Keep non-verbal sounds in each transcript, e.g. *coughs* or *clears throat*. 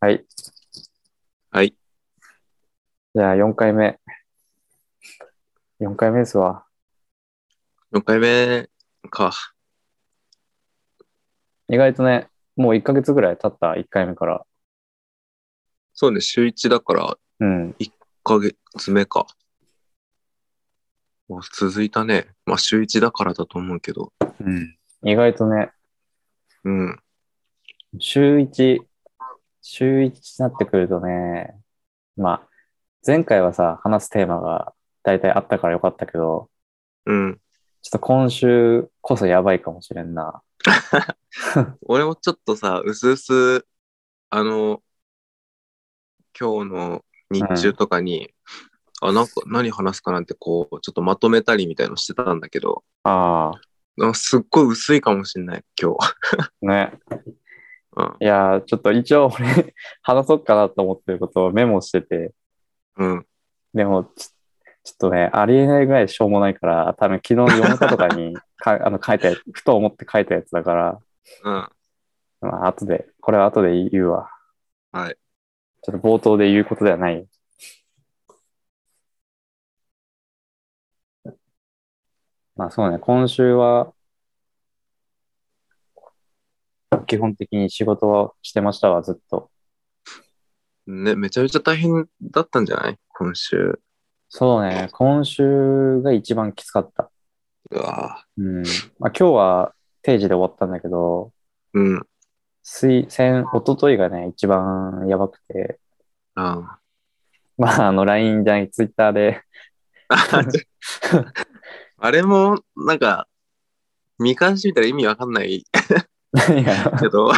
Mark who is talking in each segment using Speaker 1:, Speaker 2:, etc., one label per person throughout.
Speaker 1: はい。
Speaker 2: はい。
Speaker 1: じゃあ、4回目。4回目ですわ。
Speaker 2: 4回目か。
Speaker 1: 意外とね、もう1ヶ月ぐらい経った1回目から。
Speaker 2: そうね、週1だから
Speaker 1: うん。
Speaker 2: 1ヶ月目か。まあ、続いたね。まあ、週1だからだと思うけど。
Speaker 1: うん、意外とね、
Speaker 2: うん。
Speaker 1: 週1、週1になってくるとね、まあ、前回はさ、話すテーマが大体あったからよかったけど、
Speaker 2: うん。
Speaker 1: ちょっと今週こそやばいかもしれんな。
Speaker 2: 俺もちょっとさ、うすうす、あの、今日の日中とかに、あ、なんか何話すかなんてこう、ちょっとまとめたりみたいのしてたんだけど、
Speaker 1: あ
Speaker 2: なんかすっごい薄いかもしんない、今日。
Speaker 1: あ、ね。
Speaker 2: うん
Speaker 1: いやー、ちょっと一応俺、話そうかなと思ってることをメモしてて、
Speaker 2: うん。
Speaker 1: でもち、ちょっとね、ありえないぐらいしょうもないから、多分昨日夜中とかにか *laughs* あの書いたやつ、ふと思って書いたやつだから、
Speaker 2: うん。
Speaker 1: まあ後で、これは後で言うわ。
Speaker 2: はい。
Speaker 1: ちょっと冒頭で言うことではない。まあそうね、今週は、基本的に仕事はしてましたわ、ずっと。
Speaker 2: ね、めちゃめちゃ大変だったんじゃない今週。
Speaker 1: そうね、今週が一番きつかった。
Speaker 2: うわ
Speaker 1: う
Speaker 2: ぁ
Speaker 1: ん。まあ、今日は定時で終わったんだけど、
Speaker 2: うん。
Speaker 1: 水、先、おとといがね、一番やばくて、
Speaker 2: あ
Speaker 1: まあ、あの、LINE じゃない、Twitter で、 *laughs*
Speaker 2: あ。あれも、なんか、見返してみたら意味わかんない
Speaker 1: 何が、
Speaker 2: け
Speaker 1: *laughs*
Speaker 2: ど、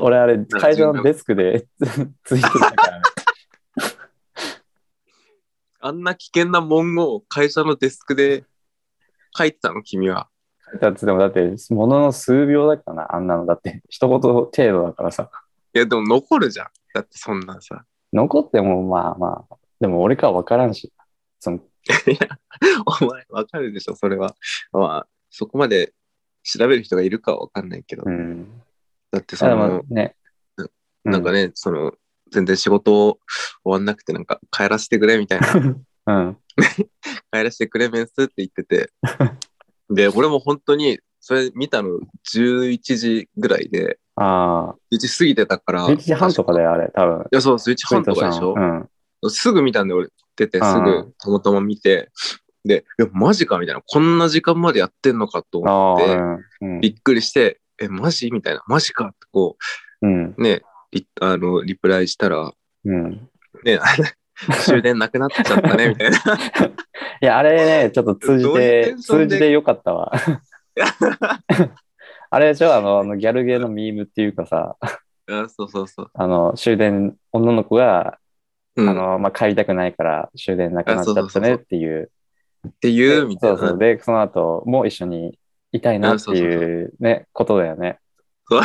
Speaker 1: 俺あれ、会社のデスクでツイートしたからね、
Speaker 2: あんな危険な文言を会社のデスクで書いてたの、君は。
Speaker 1: だってでもだって、ものの数秒だからな、あんなの。だって、一言程度だからさ、
Speaker 2: いや、でも残るじゃん。だってそんなさ。
Speaker 1: 残ってもまあまあ、でも俺かは分からんし、その、
Speaker 2: お前、わかるでしょ、それは。まあ、そこまで調べる人がいるかはわかんないけど
Speaker 1: う。ん。
Speaker 2: だってそ
Speaker 1: あでも
Speaker 2: の、
Speaker 1: ね、う
Speaker 2: なんかね、その、全然仕事終わんなくて、なんか帰らせてくれみたいな。
Speaker 1: うん。
Speaker 2: 帰らせてくれメンスって言ってて。で、俺も本当に、それ見たの11時ぐらいで、
Speaker 1: あ
Speaker 2: 11時過ぎてたから。
Speaker 1: あ、11時半とか
Speaker 2: い
Speaker 1: だよ、あれ、多分。
Speaker 2: や、そう、11時半とかでし
Speaker 1: ツ
Speaker 2: ょ
Speaker 1: イートした、のうん。
Speaker 2: すぐ見たんで、俺、出て、
Speaker 1: うん
Speaker 2: すぐたまたま見て、で、いや、マジかみたいな。こんな時間までやってんのかと
Speaker 1: あ
Speaker 2: 思って
Speaker 1: あ、うん。うん
Speaker 2: びっくりして、え、マジみたいな。マジかってこ
Speaker 1: うん。
Speaker 2: う、ね、リあの、リプライしたら、
Speaker 1: うん。
Speaker 2: ね、 *laughs* あの終電なくなっちゃったね、みたいな。
Speaker 1: いや、あれね、ちょっと通じ
Speaker 2: どういうテ
Speaker 1: て、
Speaker 2: ンショ
Speaker 1: 通
Speaker 2: ンで
Speaker 1: じてよかった
Speaker 2: *laughs*
Speaker 1: わ。あれでしょあの、あのギャルゲーのミームっていうかさ、
Speaker 2: あそうそうそう。
Speaker 1: あの、終電、女の子が、
Speaker 2: うん、
Speaker 1: あの、まあ、帰りたくないから終電なくなっちゃったねっていう。
Speaker 2: っていう、みたい
Speaker 1: そ
Speaker 2: な。
Speaker 1: うそう。で、その後も一緒にいたいなっていうね、ことだよね。
Speaker 2: *laughs* そう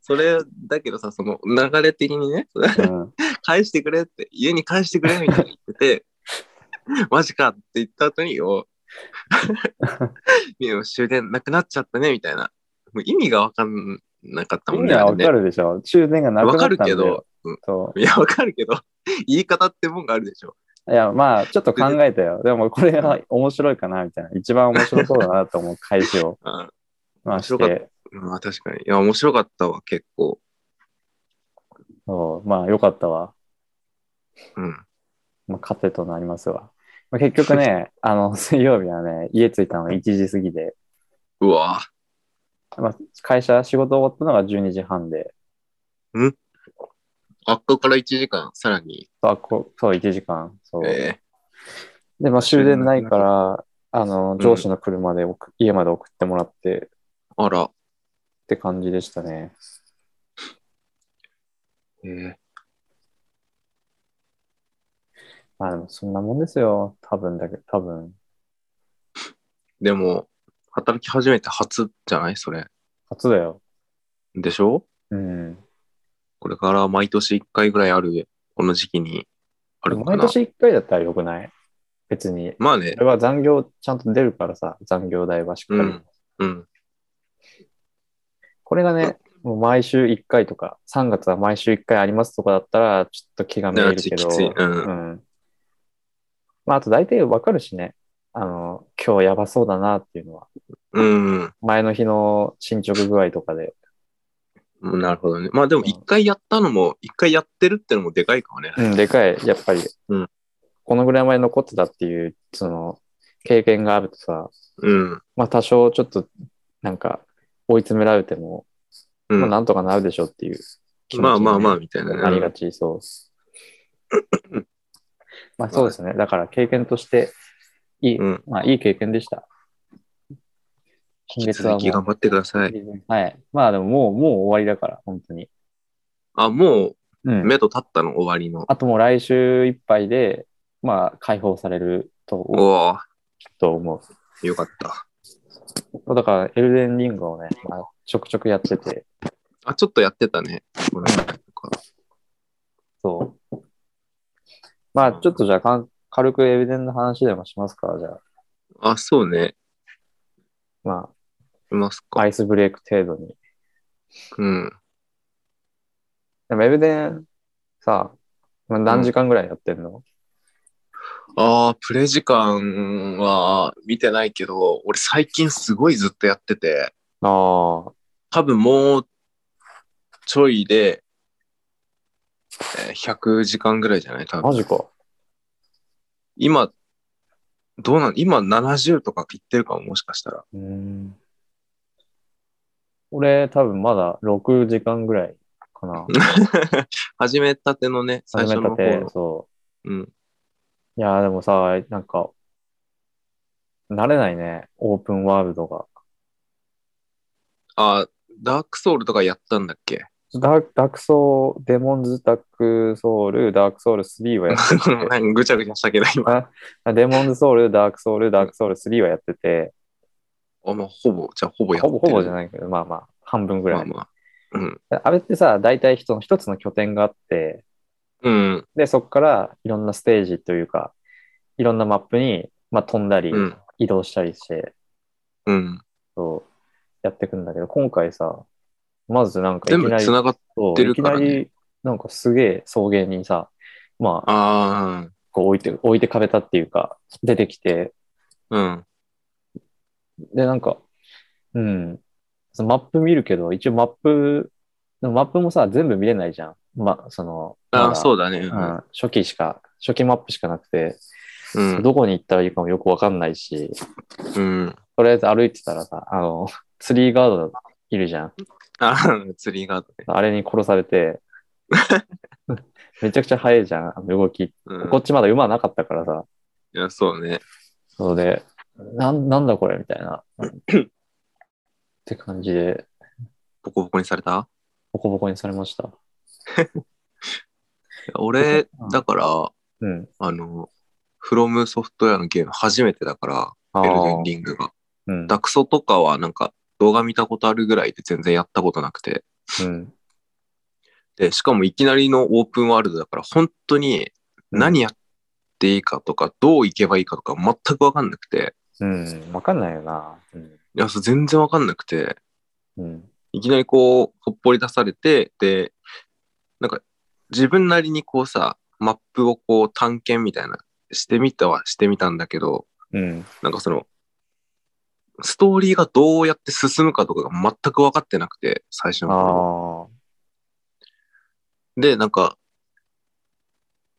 Speaker 2: それだけどさ、その流れ的にね、 *laughs*
Speaker 1: うん。
Speaker 2: 返してくれって、家に返してくれみたいに言ってて、 *laughs* マジかって言った後に、お *laughs* いや終電なくなっちゃったねみたいな。もう意味がわかんなかった
Speaker 1: み
Speaker 2: もん
Speaker 1: ん
Speaker 2: ね。
Speaker 1: なわ
Speaker 2: あ
Speaker 1: か
Speaker 2: れね
Speaker 1: るでしょ終電がなく
Speaker 2: わ
Speaker 1: な
Speaker 2: か
Speaker 1: った
Speaker 2: る
Speaker 1: んだ
Speaker 2: け
Speaker 1: よ
Speaker 2: ど。、うん
Speaker 1: そ
Speaker 2: いや、わかるけど、 *laughs* 言い方ってもんがあるでしょ。
Speaker 1: う。いや、まあ、ちょっと考えたよ。でも、これは面白いかな、みたいな。一番面白そうだなと思う返しを、
Speaker 2: うん
Speaker 1: まあ、し。
Speaker 2: 面白かってまあ、確かに。いや、面白かったわ、結構。
Speaker 1: そう、まあよかったわ。
Speaker 2: うん。
Speaker 1: まあ、糧となりますわ。まあ、結局 *laughs* ね、あの、水曜日はね、家着いたのが1時過ぎで、
Speaker 2: うわ
Speaker 1: まあ、会社、仕事終わったのが12時半で、
Speaker 2: あっこから1時間、さらに。
Speaker 1: あこそう、1時間、そう。
Speaker 2: え
Speaker 1: で、まあ終電ないから、あの、上司の車で送家まで送ってもらって
Speaker 2: ー、あら。
Speaker 1: って感じでしたね。
Speaker 2: えー、
Speaker 1: まあでもそんなもんですよ。多分だけど、多分、
Speaker 2: でも、働き始めて初じゃないそれ。
Speaker 1: 初だよ。
Speaker 2: でしょ
Speaker 1: うん。
Speaker 2: これから毎年1回ぐらいある、この時期にあるのか
Speaker 1: 毎
Speaker 2: な。
Speaker 1: 年1回だったらよくない別に。
Speaker 2: まあね
Speaker 1: こ、れは残業ちゃんと出るからさ、残業代はしっかり。
Speaker 2: うん。
Speaker 1: これがね、もう毎週1回とか、3月は毎週1回ありますとかだったら、ちょっと気が
Speaker 2: う
Speaker 1: 滅
Speaker 2: ん。
Speaker 1: 入るけど、
Speaker 2: きつい。う。
Speaker 1: うんん。まあ、あと大体わかるしね。あの、今日やばそうだなっていうのは。
Speaker 2: うん。
Speaker 1: 前の日の進捗具合とかで。
Speaker 2: うんなるほどね。まあでも一回やったのも、一回やってるってのもでかいかもね。
Speaker 1: うん、でかい、やっぱり。
Speaker 2: うん
Speaker 1: このぐらいまで残ってたっていう、その、経験があるとさ、
Speaker 2: うん。
Speaker 1: まあ、多少ちょっと、なんか、追い詰められても、
Speaker 2: うん。
Speaker 1: まあ、なんとかなるでしょっていう気持ちにね、
Speaker 2: まあまあまあ、みたいなね。
Speaker 1: なりがち、そう。
Speaker 2: *laughs*
Speaker 1: まあそうですね。だから経験として、いい、
Speaker 2: うん
Speaker 1: まあいい経験でした。今
Speaker 2: 引き
Speaker 1: 月はも
Speaker 2: 続き頑
Speaker 1: う、
Speaker 2: 張ってください。
Speaker 1: はい。まあでももう、もう終わりだから、本当に。
Speaker 2: あ、も
Speaker 1: う。
Speaker 2: うん目と立ったの終わりの。
Speaker 1: あともう来週いっぱいで、まあ解放されると、
Speaker 2: おお
Speaker 1: きっと思
Speaker 2: よかった。
Speaker 1: う。だからエルデンリングをね、まあ、ちょくちょくやってて、
Speaker 2: あ、ちょっとやってたね。この前とか
Speaker 1: そう。まあちょっとじゃあかん、軽くエルデンの話でもしますか、じゃあ。
Speaker 2: あ、そうね。
Speaker 1: ま
Speaker 2: います
Speaker 1: あ、
Speaker 2: か。
Speaker 1: アイスブレイク程度に。
Speaker 2: うん。
Speaker 1: でもエビデンさ、まあ、何時間ぐらいやってんの、
Speaker 2: ああ、プレイ時間は見てないけど、俺最近すごいずっとやってて、
Speaker 1: ああ、
Speaker 2: 多分もうちょいで、えー100時間ぐらいじゃない多分。
Speaker 1: マジか。
Speaker 2: 今、どうなん今70とか言ってるかも、もし
Speaker 1: *laughs*
Speaker 2: かしたら。
Speaker 1: うん。俺、多分まだ6時間ぐらいかな。
Speaker 2: 始めたてのね、最
Speaker 1: 始
Speaker 2: 初
Speaker 1: めた
Speaker 2: の方
Speaker 1: て、
Speaker 2: の。
Speaker 1: そ
Speaker 2: うん。
Speaker 1: う。いやー、でもさ、なんか、慣れないね、オープンワールドが。
Speaker 2: あ、ダークソウルとかやったんだっけ *laughs*
Speaker 1: ダークダークソウル、デモンズ・ダークソウル、ダークソウル3はやって *laughs* て
Speaker 2: なんかぐちゃぐちゃしたけど、今。
Speaker 1: ああデモンズ・ソウル、ダークソウル、ダークソウル3はやってて、
Speaker 2: あ、まあ、ほぼ、じゃあほぼやって
Speaker 1: ほ
Speaker 2: る。
Speaker 1: ぼほぼじゃ
Speaker 2: ない
Speaker 1: ないけど、まあまあ、半分ぐらい。
Speaker 2: まあまあ。うん。
Speaker 1: あれってさ、大体人の一つの拠点があって、
Speaker 2: うん。
Speaker 1: で、そこからいろんなステージというか、いろんなマップに、まあ、飛んだり
Speaker 2: う、ん。
Speaker 1: 移動したりして、
Speaker 2: うん。
Speaker 1: そう、やっていくんだけど、今回さ、まずなんかいき
Speaker 2: 全部
Speaker 1: なり、
Speaker 2: 繋がっ、
Speaker 1: そう
Speaker 2: て
Speaker 1: い
Speaker 2: る
Speaker 1: き
Speaker 2: か
Speaker 1: な
Speaker 2: らね
Speaker 1: り、なんかすげえ草原にさ、まあ、
Speaker 2: ああ、
Speaker 1: こう置いて、置いてかれたっていうか、出てきて、
Speaker 2: うん。
Speaker 1: で、なんか、うん、そのマップ見るけど、一応マップ、でもマップもさ、全部見れないじゃん。ま、その、
Speaker 2: あ
Speaker 1: ま
Speaker 2: あ、
Speaker 1: だ
Speaker 2: そうだね。
Speaker 1: う
Speaker 2: うん
Speaker 1: ん初期しか、初期マップしかなくて、
Speaker 2: うん。
Speaker 1: どこに行ったらいいかもよくわかんないし、
Speaker 2: うん。
Speaker 1: とりあえず歩いてたらさ、あの、 *laughs* ツリーガードいるじゃん。
Speaker 2: あー釣りがあって。
Speaker 1: あれに殺され
Speaker 2: *laughs*
Speaker 1: て、めちゃくちゃ速いじゃん、あの動き。
Speaker 2: うん。
Speaker 1: こっちまだ馬なかったからさ、
Speaker 2: いや、そうね。
Speaker 1: そうで、なんなんだこれみたいな。って感じで、
Speaker 2: ボコボコにされた
Speaker 1: ボコボコにされました。
Speaker 2: いや俺、だから、
Speaker 1: うん。
Speaker 2: あの、フロムソフトウェアのゲーム初めてだか
Speaker 1: あ
Speaker 2: ら、エルデ
Speaker 1: ー
Speaker 2: ンリングが。
Speaker 1: うん。
Speaker 2: ダクソとかはなんか動画見たことあるぐらいで全然やったことなくて。
Speaker 1: うん。
Speaker 2: で、しかもいきなりのオープンワールドだから、本当に何やっていいかとか、どう行けばいいかとか全くわかんなくて、
Speaker 1: うん。わかんないよな。うん。
Speaker 2: いや、そう全然わかんなくて、
Speaker 1: うん。
Speaker 2: いきなりこう、ほっぽり出されて、で、なんか自分なりにこうさ、マップをこう探検みたいな、してみたはしてみたんだけど、
Speaker 1: うん。
Speaker 2: なんかその、ストーリーがどうやって進むかとかが全く分かってなくて、最初の頃。
Speaker 1: ああ。
Speaker 2: で、なんか、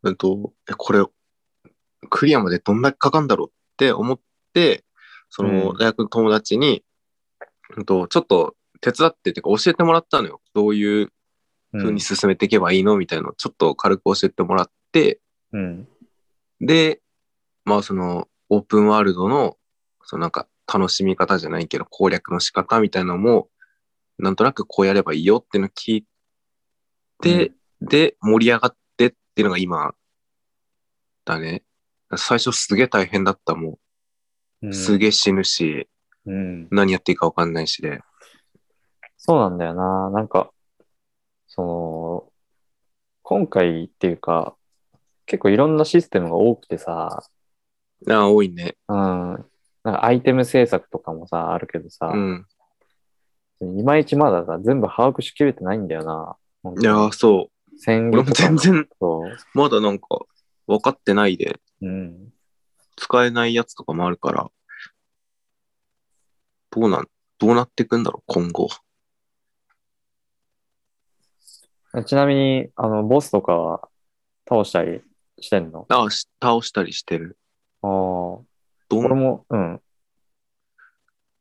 Speaker 2: うんと、え、これ、クリアまでどんだけかかんだろうって思って、その
Speaker 1: うん
Speaker 2: 大学の友達に、うんと、ちょっと手伝ってっていうか教えてもらったのよ。どういう
Speaker 1: う
Speaker 2: 風
Speaker 1: ん
Speaker 2: に。進めていけばいいのみたいなのをちょっと軽く教えてもらって、
Speaker 1: うん。
Speaker 2: で、まあそのオープンワールドの、そのなんか楽しみ方じゃないけど攻略の仕方みたいなのも、なんとなくこうやればいいよっていうのを聞いて、で、盛り上がってっていうのが今、だね。最初すげえ大変だったも。
Speaker 1: うんん
Speaker 2: すげえ死ぬし、
Speaker 1: うん。
Speaker 2: 何やっていいかわかんないしで。
Speaker 1: そうなんだよな。なんか、その、今回っていうか、結構いろんなシステムが多くてさ、
Speaker 2: ああ、多いね。
Speaker 1: うん、なんかアイテム制作とかもさ、あるけどさ、
Speaker 2: うん。
Speaker 1: いまいちまださ、全部把握しきれてないんだよな。本当
Speaker 2: いやー、そう。
Speaker 1: 戦後
Speaker 2: 俺も
Speaker 1: とか
Speaker 2: 全然、
Speaker 1: そ
Speaker 2: まだなんか、分かってないで、
Speaker 1: う。うん。
Speaker 2: 使えないやつとかもあるから、どうなん、どうなっていくんだろう、今後。
Speaker 1: ちなみに、あの、ボスとかは倒したりしてんの
Speaker 2: ああ、し倒したりしてる。
Speaker 1: ああ。
Speaker 2: ど
Speaker 1: 俺
Speaker 2: ん、
Speaker 1: も、うん。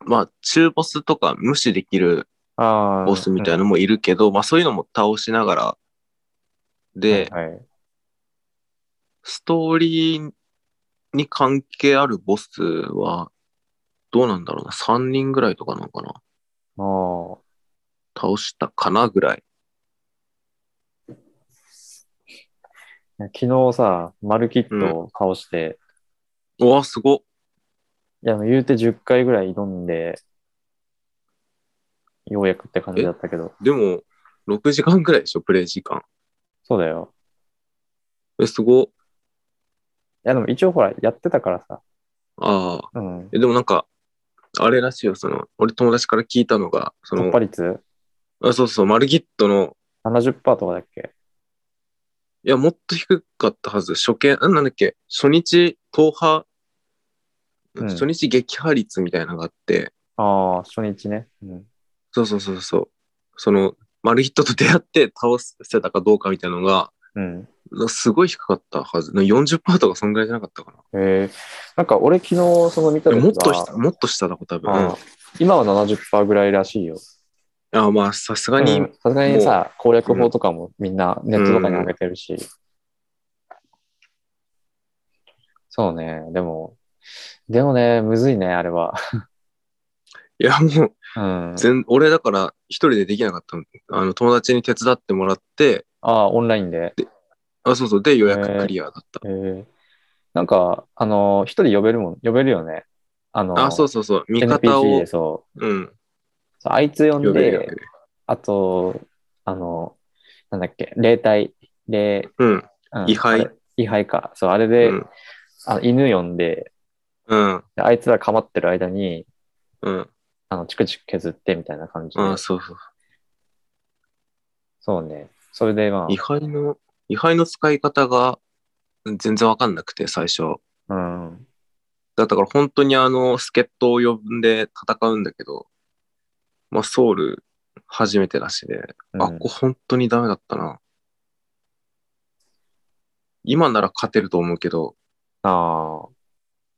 Speaker 2: まあ、中ボスとか無視できる
Speaker 1: ああ。
Speaker 2: ボスみたい
Speaker 1: な。
Speaker 2: のもいるけど、まあ、そういうのも倒しながら、で、
Speaker 1: はいはい。
Speaker 2: ストーリーに関係あるボスは、どうなんだろうな、3人ぐらいとかなのかな。
Speaker 1: ああ。
Speaker 2: 倒したかなぐらい。
Speaker 1: いや昨日さ、マルキットを倒して、
Speaker 2: うわ、すごっ。
Speaker 1: いや、言うて10回ぐらい挑んで、ようやくって感じだったけど、
Speaker 2: でも、6時間ぐらいでしょ、プレイ時間。
Speaker 1: そうだよ。
Speaker 2: え、すごっ。
Speaker 1: いや、でも一応ほら、やってたからさ。
Speaker 2: ああ。
Speaker 1: うん。
Speaker 2: え、でもなんか、あれらしいよ、その、俺友達から聞いたのが、そ
Speaker 1: 突
Speaker 2: の、
Speaker 1: 破率
Speaker 2: あそうそう、マルギットの、
Speaker 1: 70%とかだっけ
Speaker 2: いや、もっと低かったはず、初見、あなんだっけ、初日、踏破、
Speaker 1: うん
Speaker 2: 初日撃破率みたいなのがあって、
Speaker 1: ああ、初日ね。うん。
Speaker 2: そうそうそうそう。その、マルヒットと出会って倒せたかどうかみたいなのが、
Speaker 1: うん。
Speaker 2: すごい低かったはず。40%とかそんぐらいじゃなかったかな。
Speaker 1: えー、なんか俺昨日その見た
Speaker 2: え
Speaker 1: 時は
Speaker 2: もっと下、もっと下だ、多分。
Speaker 1: あ
Speaker 2: あ
Speaker 1: ー今は70%ぐらいらしいよ。
Speaker 2: あ、まあ、さすが
Speaker 1: う
Speaker 2: に、
Speaker 1: んさすがにさ、攻略法とかもみんなネットとかに上げてるし。そうね、でも、でもね、むずいね、あれは。
Speaker 2: いや、もう、
Speaker 1: うん。
Speaker 2: 全、俺だから、一人でできなかったの。あの、友達に手伝ってもらって、
Speaker 1: ああ、オンラインで。
Speaker 2: あ、そうそう、で、予約クリアだった。
Speaker 1: えーなんか、あのー、一人呼べるもん、呼べるよね。あのー、
Speaker 2: あ、そうそうそう、味方
Speaker 1: NPC
Speaker 2: を
Speaker 1: で、そう
Speaker 2: うん、
Speaker 1: そう。あいつ呼ん
Speaker 2: 呼べるよ
Speaker 1: で
Speaker 2: ね、。
Speaker 1: あと、あのー、なんだっけ、霊体、霊、
Speaker 2: う
Speaker 1: う
Speaker 2: ん、
Speaker 1: ん
Speaker 2: 位牌
Speaker 1: あれ位牌か。そう、あれ
Speaker 2: う
Speaker 1: で、
Speaker 2: ん、
Speaker 1: あの犬呼んで、
Speaker 2: うん、
Speaker 1: であいつら構ってる間に、
Speaker 2: うん。
Speaker 1: あの、チクチク削ってみたいな感じで。
Speaker 2: あ、そうそう。
Speaker 1: そうね。それでま
Speaker 2: 位牌の、位牌の使い方が、全然わかんなくて、最初。
Speaker 1: あ、うん。
Speaker 2: だから本当にあの、助っ人を呼んで戦うんだけど、まあ、ソウル初めてだしで、あ、ここ本当にダメだったな。今なら勝てると思うけど、
Speaker 1: あ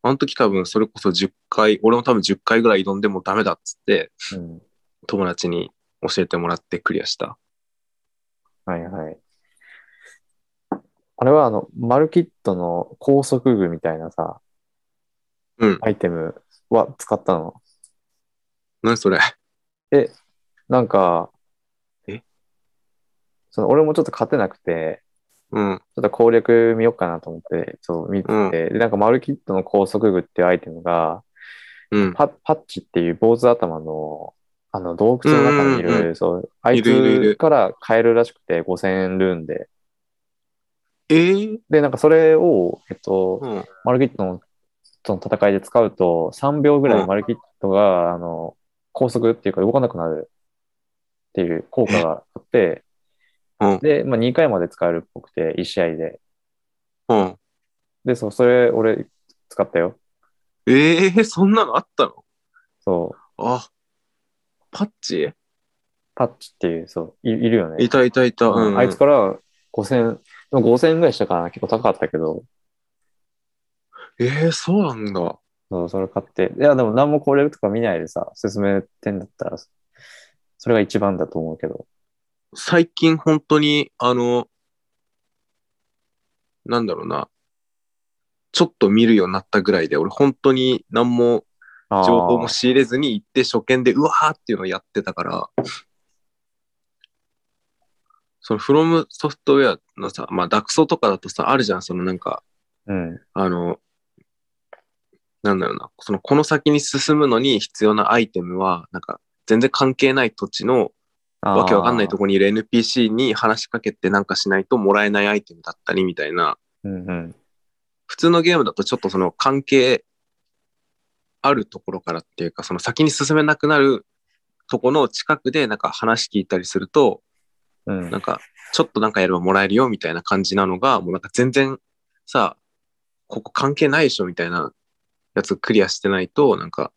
Speaker 2: あの時多分それこそ10回、俺も多分10回ぐらい挑んでもダメだっつって、
Speaker 1: あ、うん。
Speaker 2: 友達に教えてもらってクリアした。
Speaker 1: はいはい。あれはあの、マルキットの高速具みたいなさ、
Speaker 2: うん。
Speaker 1: アイテムは使ったの。
Speaker 2: 何それ。
Speaker 1: なんか、
Speaker 2: え
Speaker 1: その俺もちょっと勝てなくて、
Speaker 2: うん。
Speaker 1: ちょっと攻略見ようかなと思って、そう見てて、
Speaker 2: うん
Speaker 1: で、なんかマルキットの高速具っていうアイテムが、
Speaker 2: うん。
Speaker 1: パパッチっていう坊主頭の、あの洞窟の中にいる、
Speaker 2: うんうん
Speaker 1: そう、あい
Speaker 2: いるいるい
Speaker 1: つ
Speaker 2: る
Speaker 1: から買えるらしくて、5000ルーンで。
Speaker 2: えー、
Speaker 1: で、なんかそれを、えっと、
Speaker 2: うん。
Speaker 1: マルキットのとの戦いで使うと、3秒ぐら
Speaker 2: う
Speaker 1: い
Speaker 2: ん
Speaker 1: マルキットが、あの、高速っていうか動かなくなるっていう効果があって、
Speaker 2: うん
Speaker 1: で、まあ、2回まで使えるっぽくて、1試合で。
Speaker 2: うん。
Speaker 1: で、そう、それ、俺、使ったよ。
Speaker 2: えー、そんなのあったの
Speaker 1: そう、
Speaker 2: あ、パッチ
Speaker 1: パッチっていう、そう、いいるよね
Speaker 2: い。たいたいた。
Speaker 1: う
Speaker 2: うんん。
Speaker 1: あいつから5000、でも5000円ぐらいしたから結構高かったけど、
Speaker 2: えー、そうなんだ。
Speaker 1: そうそれ買って、いや、でも何も攻略とか見ないでさ、進めてんだったら、それが一番だと思うけど。
Speaker 2: 最近本当に、あの、なんだろうな、ちょっと見るようになったぐらいで、俺本当に何も
Speaker 1: あー
Speaker 2: 情報も仕入れずに行って初見でうわーっていうのをやってたから、そのフロムソフトウェアのさ、まあ、ダクソとかだとさ、あるじゃん、そのなんか、
Speaker 1: うん。
Speaker 2: あの、なんだろうな、そのこの先に進むのに必要なアイテムは、なんか全然関係ない土地のわけわかんないと
Speaker 1: こ。
Speaker 2: こにいる NPC に話しかけてなんかしないともらえないアイテムだったりみたいな、
Speaker 1: うんうん。
Speaker 2: 普通のゲームだとちょっとその関係あるところからっていうか、その先に進めなくなるとこの近くでなんか話聞いたりすると、
Speaker 1: うん
Speaker 2: なんか、ちょっとなんかやればもらえるよみたいな感じなのが、もうなんか全然さ、ここ関係ないでしょみたいなやつクリアしてないと、なんか、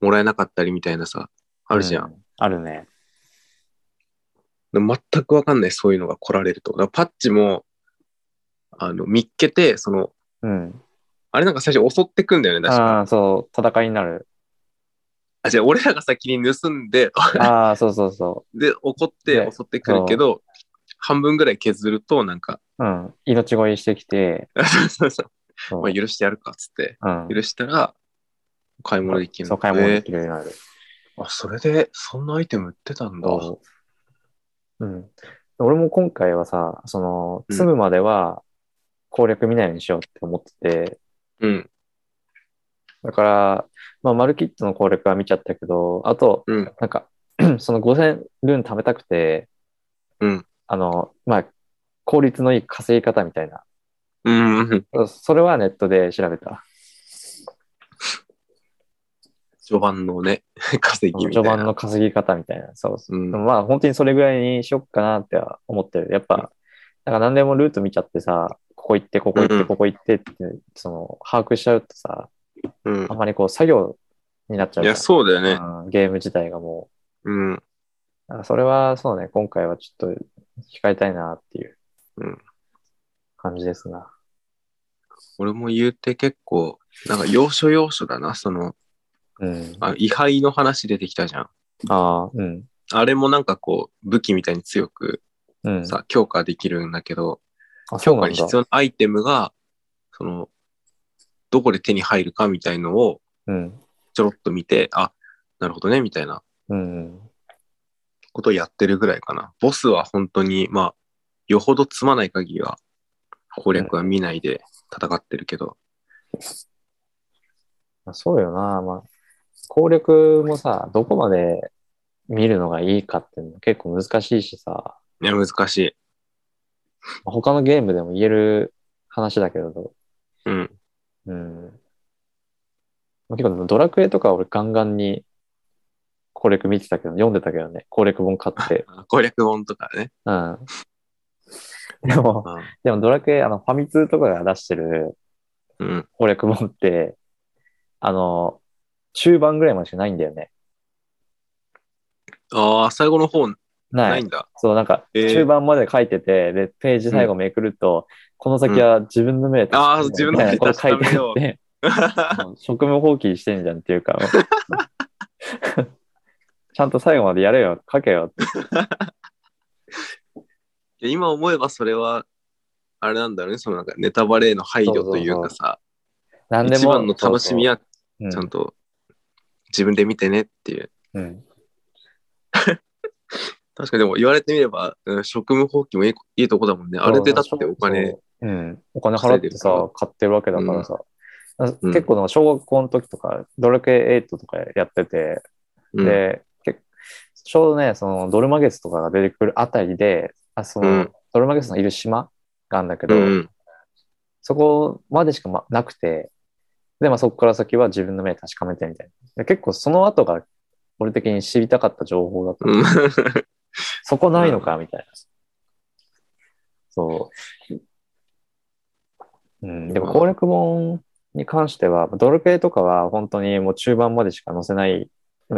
Speaker 2: もらえなかったりみたいなさ、あるじゃん。
Speaker 1: うあるね。
Speaker 2: でも全くわかんない、そういうのが来られると。だからパッチも、あの、見っけて、その、
Speaker 1: うん。
Speaker 2: あれなんか最初襲ってくんだよね、確か。
Speaker 1: ああ、そう、戦いにな
Speaker 2: *laughs*
Speaker 1: る。
Speaker 2: あ、じゃあ俺らが先に盗んで、 *laughs*
Speaker 1: ああ、そうそうそ
Speaker 2: で、怒って
Speaker 1: ね
Speaker 2: 襲ってくるけど、半分ぐらい削ると、なんか、 *laughs*
Speaker 1: う。うん。命乞いしてきて、
Speaker 2: そうそうそう
Speaker 1: そう。
Speaker 2: まあ許してやるか、つって。
Speaker 1: うん。
Speaker 2: 許したら、買い物できる
Speaker 1: そう、買い物できるようになる。
Speaker 2: あ、それで、そんなアイテム売ってたんだ。
Speaker 1: そう。うん。俺も今回はさ、その、
Speaker 2: うん
Speaker 1: 積むまでは攻略見ないようにしようって思ってて、
Speaker 2: うん、
Speaker 1: だから、まあ、マルキットの攻略は見ちゃったけど、あと、
Speaker 2: うん、
Speaker 1: なんか、 *clears throat* その5000ルーン貯めたくて、
Speaker 2: うん。
Speaker 1: あの、まあ、効率のいい稼ぎ方みたいな。
Speaker 2: うん、うん。
Speaker 1: それはネットで調べた。
Speaker 2: 序盤のね、 *laughs* 稼ぎみた
Speaker 1: 序
Speaker 2: いな。
Speaker 1: 盤の稼ぎ方みたいな。そうそう。
Speaker 2: うん
Speaker 1: でもまあ、本当にそれぐらいにしよっかなっては思ってる。やっぱ、なんか何でもルート見ちゃってさ、ここ行って、ここ行っ
Speaker 2: うんう
Speaker 1: て、
Speaker 2: ん
Speaker 1: ここ行ってって、その、把握しちゃうとさ、
Speaker 2: うん
Speaker 1: あんまりこう、作業になっちゃう
Speaker 2: い
Speaker 1: から。
Speaker 2: や、そうだよね。
Speaker 1: うんゲーム自体がもう、
Speaker 2: うん。
Speaker 1: なんかそれはそうね、今回はちょっと控えたいなっていう
Speaker 2: うん
Speaker 1: 感じですな。
Speaker 2: 俺も言うて結構、なんか要所要所だな、その、
Speaker 1: うん。
Speaker 2: あ位牌の話出てきたじゃん。
Speaker 1: ああ、うん。
Speaker 2: あれもなんかこう、武器みたいに強く
Speaker 1: うん。
Speaker 2: さ、強化できるんだけど、
Speaker 1: あ、そう
Speaker 2: 強
Speaker 1: な
Speaker 2: 化
Speaker 1: ん
Speaker 2: に
Speaker 1: だ
Speaker 2: 必。要なアイテムが、その、どこで手に入るかみたいのを
Speaker 1: うん。
Speaker 2: ちょろっと見て、あ、なるほどね、みたいな。
Speaker 1: うん。
Speaker 2: ことをやってるぐらいかな。ボスは本当に、まあ、よほどつまない限りは、攻略は見ないで戦ってるけど。
Speaker 1: まあ、そうよな。まあ、攻略もさ、どこまで見るのがいいかっていうの結構難しいしさ、
Speaker 2: いや、難しい。
Speaker 1: まあ他のゲームでも言える話だけど、
Speaker 2: うん。
Speaker 1: うん。まあ、結構ドラクエとか俺ガンガンに攻略見てたけど、読んでたけどね、攻略本買っ
Speaker 2: *laughs*
Speaker 1: て。
Speaker 2: 攻略本とかね。
Speaker 1: うん。でも、
Speaker 2: まあ
Speaker 1: でもドラクエ、あの、ファミ通とかが出してる
Speaker 2: うん。
Speaker 1: 攻略本って、あの、中盤ぐらいまでしかないんだよね。
Speaker 2: ああ、最後の方
Speaker 1: ない。
Speaker 2: ないんだ。
Speaker 1: そう、なんか、
Speaker 2: えー
Speaker 1: 中盤まで書いてて、で、ページ最後めくると、この先は自分の目で確かめよう
Speaker 2: あー自分の目で
Speaker 1: みたいなこと書いて
Speaker 2: 確
Speaker 1: あっ
Speaker 2: か
Speaker 1: て、
Speaker 2: *laughs*
Speaker 1: もう職務放棄してんじゃんっていうか、 *laughs* ちゃんと最後までやれよ、書けよって。
Speaker 2: いや今思えばそれは、あれなんだろうね。そのなんかネタバレへの配慮というかさ、
Speaker 1: 何でも。
Speaker 2: 一番の楽しみは
Speaker 1: そう
Speaker 2: ち
Speaker 1: そ
Speaker 2: ゃ
Speaker 1: う、
Speaker 2: んと自分で見てねっていう。
Speaker 1: うんうん
Speaker 2: 確かにでも言われてみれば、うん職務放棄もいいいいとこだもんね。あれでだってお金
Speaker 1: そううん、お金払って
Speaker 2: 稼いでる
Speaker 1: さ、買ってるわけだからさ。
Speaker 2: うん
Speaker 1: 結構、小学校の時とか、ドラクエ8とかやってて、
Speaker 2: うん
Speaker 1: で、結ちょうどね、そのドルマゲスとかが出てくるあたりで、あその、
Speaker 2: うん
Speaker 1: ドルマゲスのいる島があるんだけ
Speaker 2: う
Speaker 1: ど、
Speaker 2: ん。
Speaker 1: そこまでしか、ま、なくて、で、まあ、そこから先は自分の目で確かめてみたいな。で結構その後が、俺的に知りたかった情報だった。
Speaker 2: うん。
Speaker 1: そこないのか、みたいな。そう。うん、でも攻略本に関しては、ドルペイとかは本当にもう中盤までしか載せない。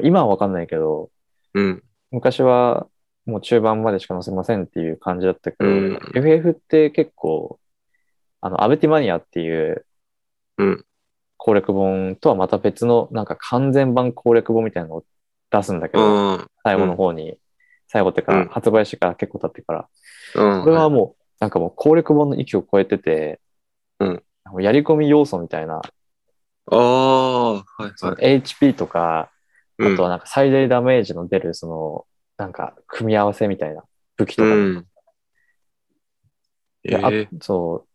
Speaker 1: 今はわかんないけど、
Speaker 2: うん。
Speaker 1: 昔はもう中盤までしか載せませんっていう感じだったけど、
Speaker 2: うん
Speaker 1: FF って結構、あの、アベティマニアっていう
Speaker 2: うん
Speaker 1: 攻略本とはまた別のなんか完全版攻略本みたいなのを出すんだけ
Speaker 2: う
Speaker 1: ど、
Speaker 2: ん。
Speaker 1: 最後の方に、最後ってか、
Speaker 2: うん
Speaker 1: 発売してから結構経ってから、
Speaker 2: うん
Speaker 1: これはもう、なんかもう攻略本の域を超えてて、
Speaker 2: うん
Speaker 1: もうやり込み要素みたいな、
Speaker 2: ああ、はい
Speaker 1: そ
Speaker 2: は
Speaker 1: の
Speaker 2: い。
Speaker 1: HP とか、
Speaker 2: うん
Speaker 1: あとはなんか最大ダメージの出る、その、なんか組み合わせみたいな武器と
Speaker 2: う
Speaker 1: かも、
Speaker 2: ん。え
Speaker 1: であ
Speaker 2: え
Speaker 1: そ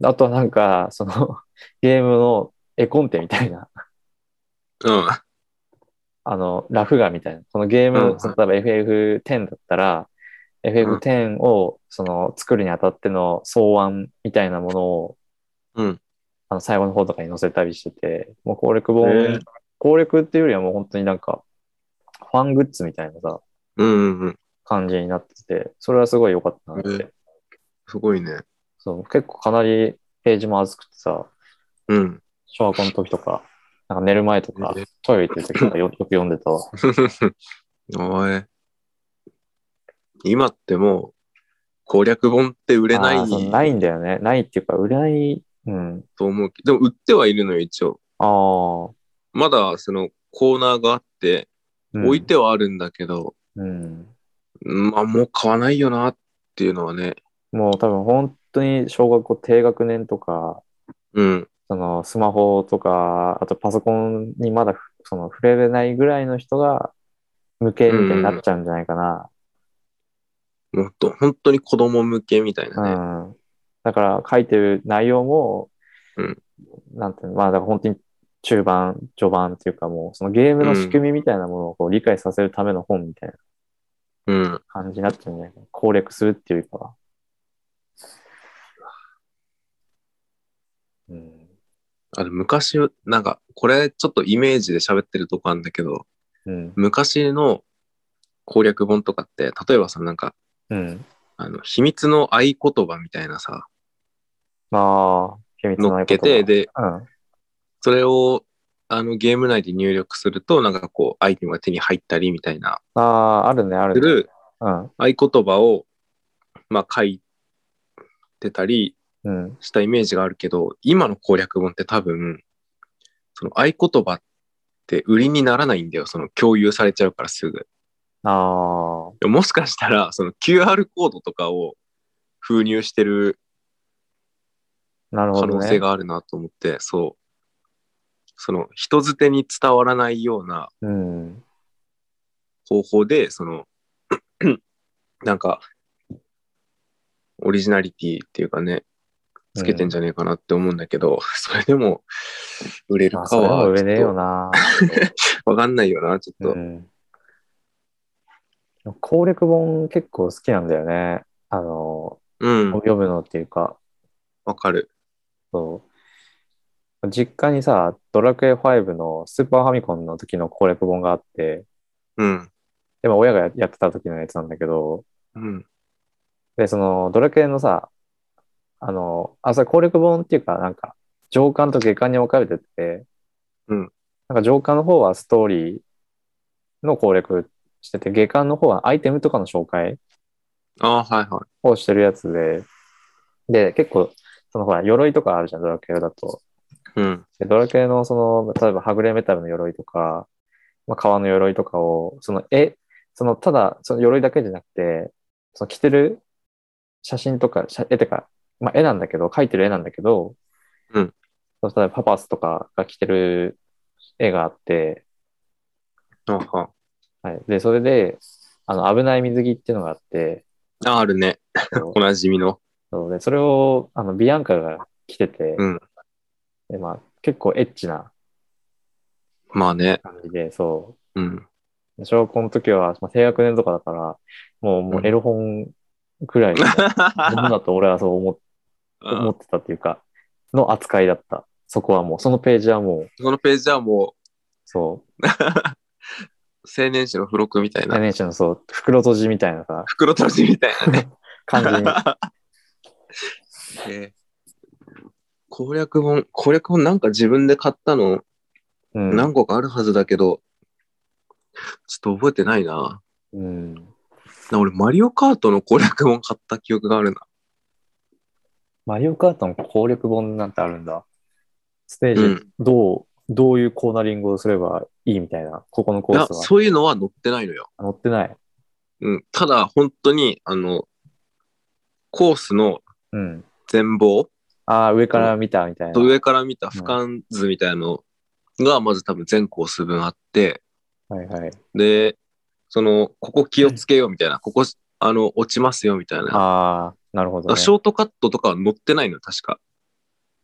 Speaker 1: う。あとはなんか、その、 *laughs* ゲームの絵コンテみたいな、
Speaker 2: うん。
Speaker 1: あの、ラフ画みたいな。このゲーム、
Speaker 2: うん
Speaker 1: その例えば FF10 だったら、FF10 を、その、作るにあたっての草案みたいなものを、
Speaker 2: うん
Speaker 1: あの、最後の方とかに載せたりしてて、もう攻略
Speaker 2: え
Speaker 1: 本、
Speaker 2: ー
Speaker 1: 攻略っていうよりはもう本当になんか、ファングッズみたいなさ、
Speaker 2: うんうんうん。
Speaker 1: 感じになってて、それはすごい良かったなっ
Speaker 2: う
Speaker 1: て。
Speaker 2: すごいね。
Speaker 1: そう、結構かなりページも厚くてさ、
Speaker 2: うん。
Speaker 1: 小学校の時とか、なんか寝る前とか
Speaker 2: え、
Speaker 1: トイレ行ってる時とか
Speaker 2: *laughs*
Speaker 1: よよく読んでたわ。
Speaker 2: おい。今ってもう、攻略本って売れな
Speaker 1: あーそう
Speaker 2: い
Speaker 1: ないんだよね。ないっていうか、売れない。うん。
Speaker 2: と思うけど、でも売ってはいるのよ、一応。
Speaker 1: ああ。
Speaker 2: まだそのコーナーがあって、
Speaker 1: うん
Speaker 2: 置い。てはあるんだけど、
Speaker 1: うん。
Speaker 2: うんまあもう買わないよなっていうのはね。
Speaker 1: もう多分本当に小学校低学年とか、
Speaker 2: うん。
Speaker 1: そのスマホとか、あとパソコンにまだふその触れれないぐらいの人が無形みたいになっちゃうんじゃないかな。
Speaker 2: もっと、本当に子供向けみたいうなね。
Speaker 1: ん。だから書いてる内容も、
Speaker 2: うん
Speaker 1: なんていうの、まあだから本当に中盤、序盤っていうかもう、そのゲームの仕組みみたいなものをこう理解させるための本みたいな
Speaker 2: うん。
Speaker 1: 感じになっちゃうんじゃないかな。攻略するっていうよりかは。うん。
Speaker 2: あの昔、なんか、これちょっとイメージで喋ってるとこあるんだけど、
Speaker 1: うん。
Speaker 2: 昔の攻略本とかって、例えばさ、なんか、
Speaker 1: うん。
Speaker 2: あの、秘密の合言葉みたいなさ、
Speaker 1: まあ、秘密の
Speaker 2: 乗
Speaker 1: 合
Speaker 2: っ
Speaker 1: 言
Speaker 2: け
Speaker 1: 葉
Speaker 2: て、、で、
Speaker 1: うん。
Speaker 2: それを、あの、ゲーム内で入力すると、なんかこう、アイテムが手に入ったりみたいな、
Speaker 1: ああ、あるね、あ
Speaker 2: す
Speaker 1: るね。
Speaker 2: る
Speaker 1: うん。
Speaker 2: 合言葉を、まあ、書いてたり
Speaker 1: うん。
Speaker 2: したイメージがあるけど、今の攻略本って多分、その合言葉って売りにならないんだよ。その共有されちゃうからすぐ。
Speaker 1: あ
Speaker 2: でももしかしたら、その QR コードとかを封入してる
Speaker 1: あ、なるほ
Speaker 2: 可
Speaker 1: ど
Speaker 2: 能性
Speaker 1: ね。
Speaker 2: があるなと思って、そう。その人づてに伝わらないような
Speaker 1: うん。
Speaker 2: 方法で、その、 *clears throat* なんか、オリジナリティっていうかね、つけてんじゃねえかなって思うんだけど、それでも売れる
Speaker 1: まあ、
Speaker 2: か
Speaker 1: それ
Speaker 2: は
Speaker 1: も、上ねえ
Speaker 2: ちょ
Speaker 1: よ
Speaker 2: っ
Speaker 1: な。
Speaker 2: とわかんないよな、ちょっ
Speaker 1: う
Speaker 2: と。
Speaker 1: ん。攻略本結構好きなんだよね。あの、
Speaker 2: うん、わ、
Speaker 1: 読むのっていうか、
Speaker 2: かる。
Speaker 1: そう。実家にさ、ドラクエ5のスーパーファミコンの時の攻略本があって、
Speaker 2: うん、
Speaker 1: でも親がややってた時のやつなんだけど、
Speaker 2: うん、
Speaker 1: で、その、ドラクエのさ、あの、あ、それ攻略本っていうか、なんか、上巻と下巻に分かれてて、
Speaker 2: うん。
Speaker 1: なんか上巻の方はストーリーの攻略してて、下巻の方はアイテムとかの紹介
Speaker 2: ああー、はいは
Speaker 1: をしてるやつで、で、結構、そのほら、鎧とかあるじゃん、ドラクエだと。
Speaker 2: い。うん、
Speaker 1: でドラクエのその、例えばはぐれメタルの鎧とか、まあ、革の鎧とかを、その絵、そのただ、その鎧だけじゃなくて、その着てる写真とか、写絵てか、まあ、絵なんだけど、描いてる絵なんだけど、
Speaker 2: うん
Speaker 1: その例えばパパスとかが着てる絵があって、
Speaker 2: あーは
Speaker 1: はい、で、それで、あの、危ない水着っていうのがあ
Speaker 2: *laughs*
Speaker 1: って、
Speaker 2: あー、あるね。
Speaker 1: そう
Speaker 2: おなじみの。
Speaker 1: そうでそれを、あの、ビアンカが着てて、
Speaker 2: うん
Speaker 1: で、まあ、結構エッチな
Speaker 2: まあね。
Speaker 1: 感じで、そう、
Speaker 2: うん。
Speaker 1: 小学校の時は、まあ、低学年とかだから、もう、もう
Speaker 2: うん
Speaker 1: エロ本く
Speaker 2: *laughs*
Speaker 1: らいのものだと俺はそう思っ思
Speaker 2: あー
Speaker 1: ってたっていうか、の扱いだった。そこはもう、そのページはもう、
Speaker 2: そのページはも、
Speaker 1: そう、
Speaker 2: 青年誌の付録みたいうな、
Speaker 1: NH のそう、袋閉じみたいなさ、
Speaker 2: 袋閉じみたい
Speaker 1: *laughs*
Speaker 2: なね。
Speaker 1: 感じに。
Speaker 2: *laughs* えー攻略本、攻略本なんか自分で買ったの
Speaker 1: うん。
Speaker 2: 何個かあるはずだけど、ちょっと覚えてないな。
Speaker 1: うん、
Speaker 2: な俺、マリオカートの攻略本買った記憶があるな。
Speaker 1: マリオカートの攻略本なんてあるんだ。ステージ、
Speaker 2: うん
Speaker 1: どう、どういうコーナリングをすればいいみたいな、ここのコー
Speaker 2: な
Speaker 1: スは
Speaker 2: そういうのは載ってないのよ。
Speaker 1: 載ってない。
Speaker 2: うん、ただ、本当に、あの、コースの
Speaker 1: うん。
Speaker 2: 全貌、
Speaker 1: ああ、上から見たみたいな。
Speaker 2: 上から見た俯瞰図みたいなのが、まず多分全コース分あって、
Speaker 1: はいはい。
Speaker 2: で、その、ここ気をつけようみたいな、ここ、あの、落ちますよみたいな。
Speaker 1: ああ、なるほど、
Speaker 2: あ
Speaker 1: ね。
Speaker 2: ショートカットとかは載ってないの、確か。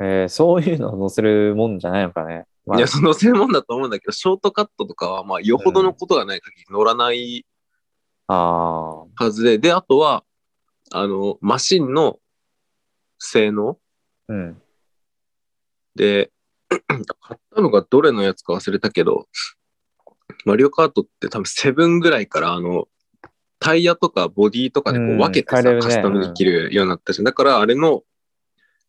Speaker 1: えーそういうのを載せるもんじゃないのかね。まあ
Speaker 2: いや、その専門だと思うんだけど、ショートカットとかは、まあ、よほどのことがない限り乗らない
Speaker 1: あ
Speaker 2: はずで、で、あとは、あの、マシンの性能
Speaker 1: ー、うん。
Speaker 2: で、買ったのがどれのやつか忘れたけど、マリオカートって多分セブンぐらいから、あの、タイヤとかボディとかでこ
Speaker 1: う
Speaker 2: うん分けてさ、
Speaker 1: 変えれるね
Speaker 2: カスタムできるようになったし、だからあれの、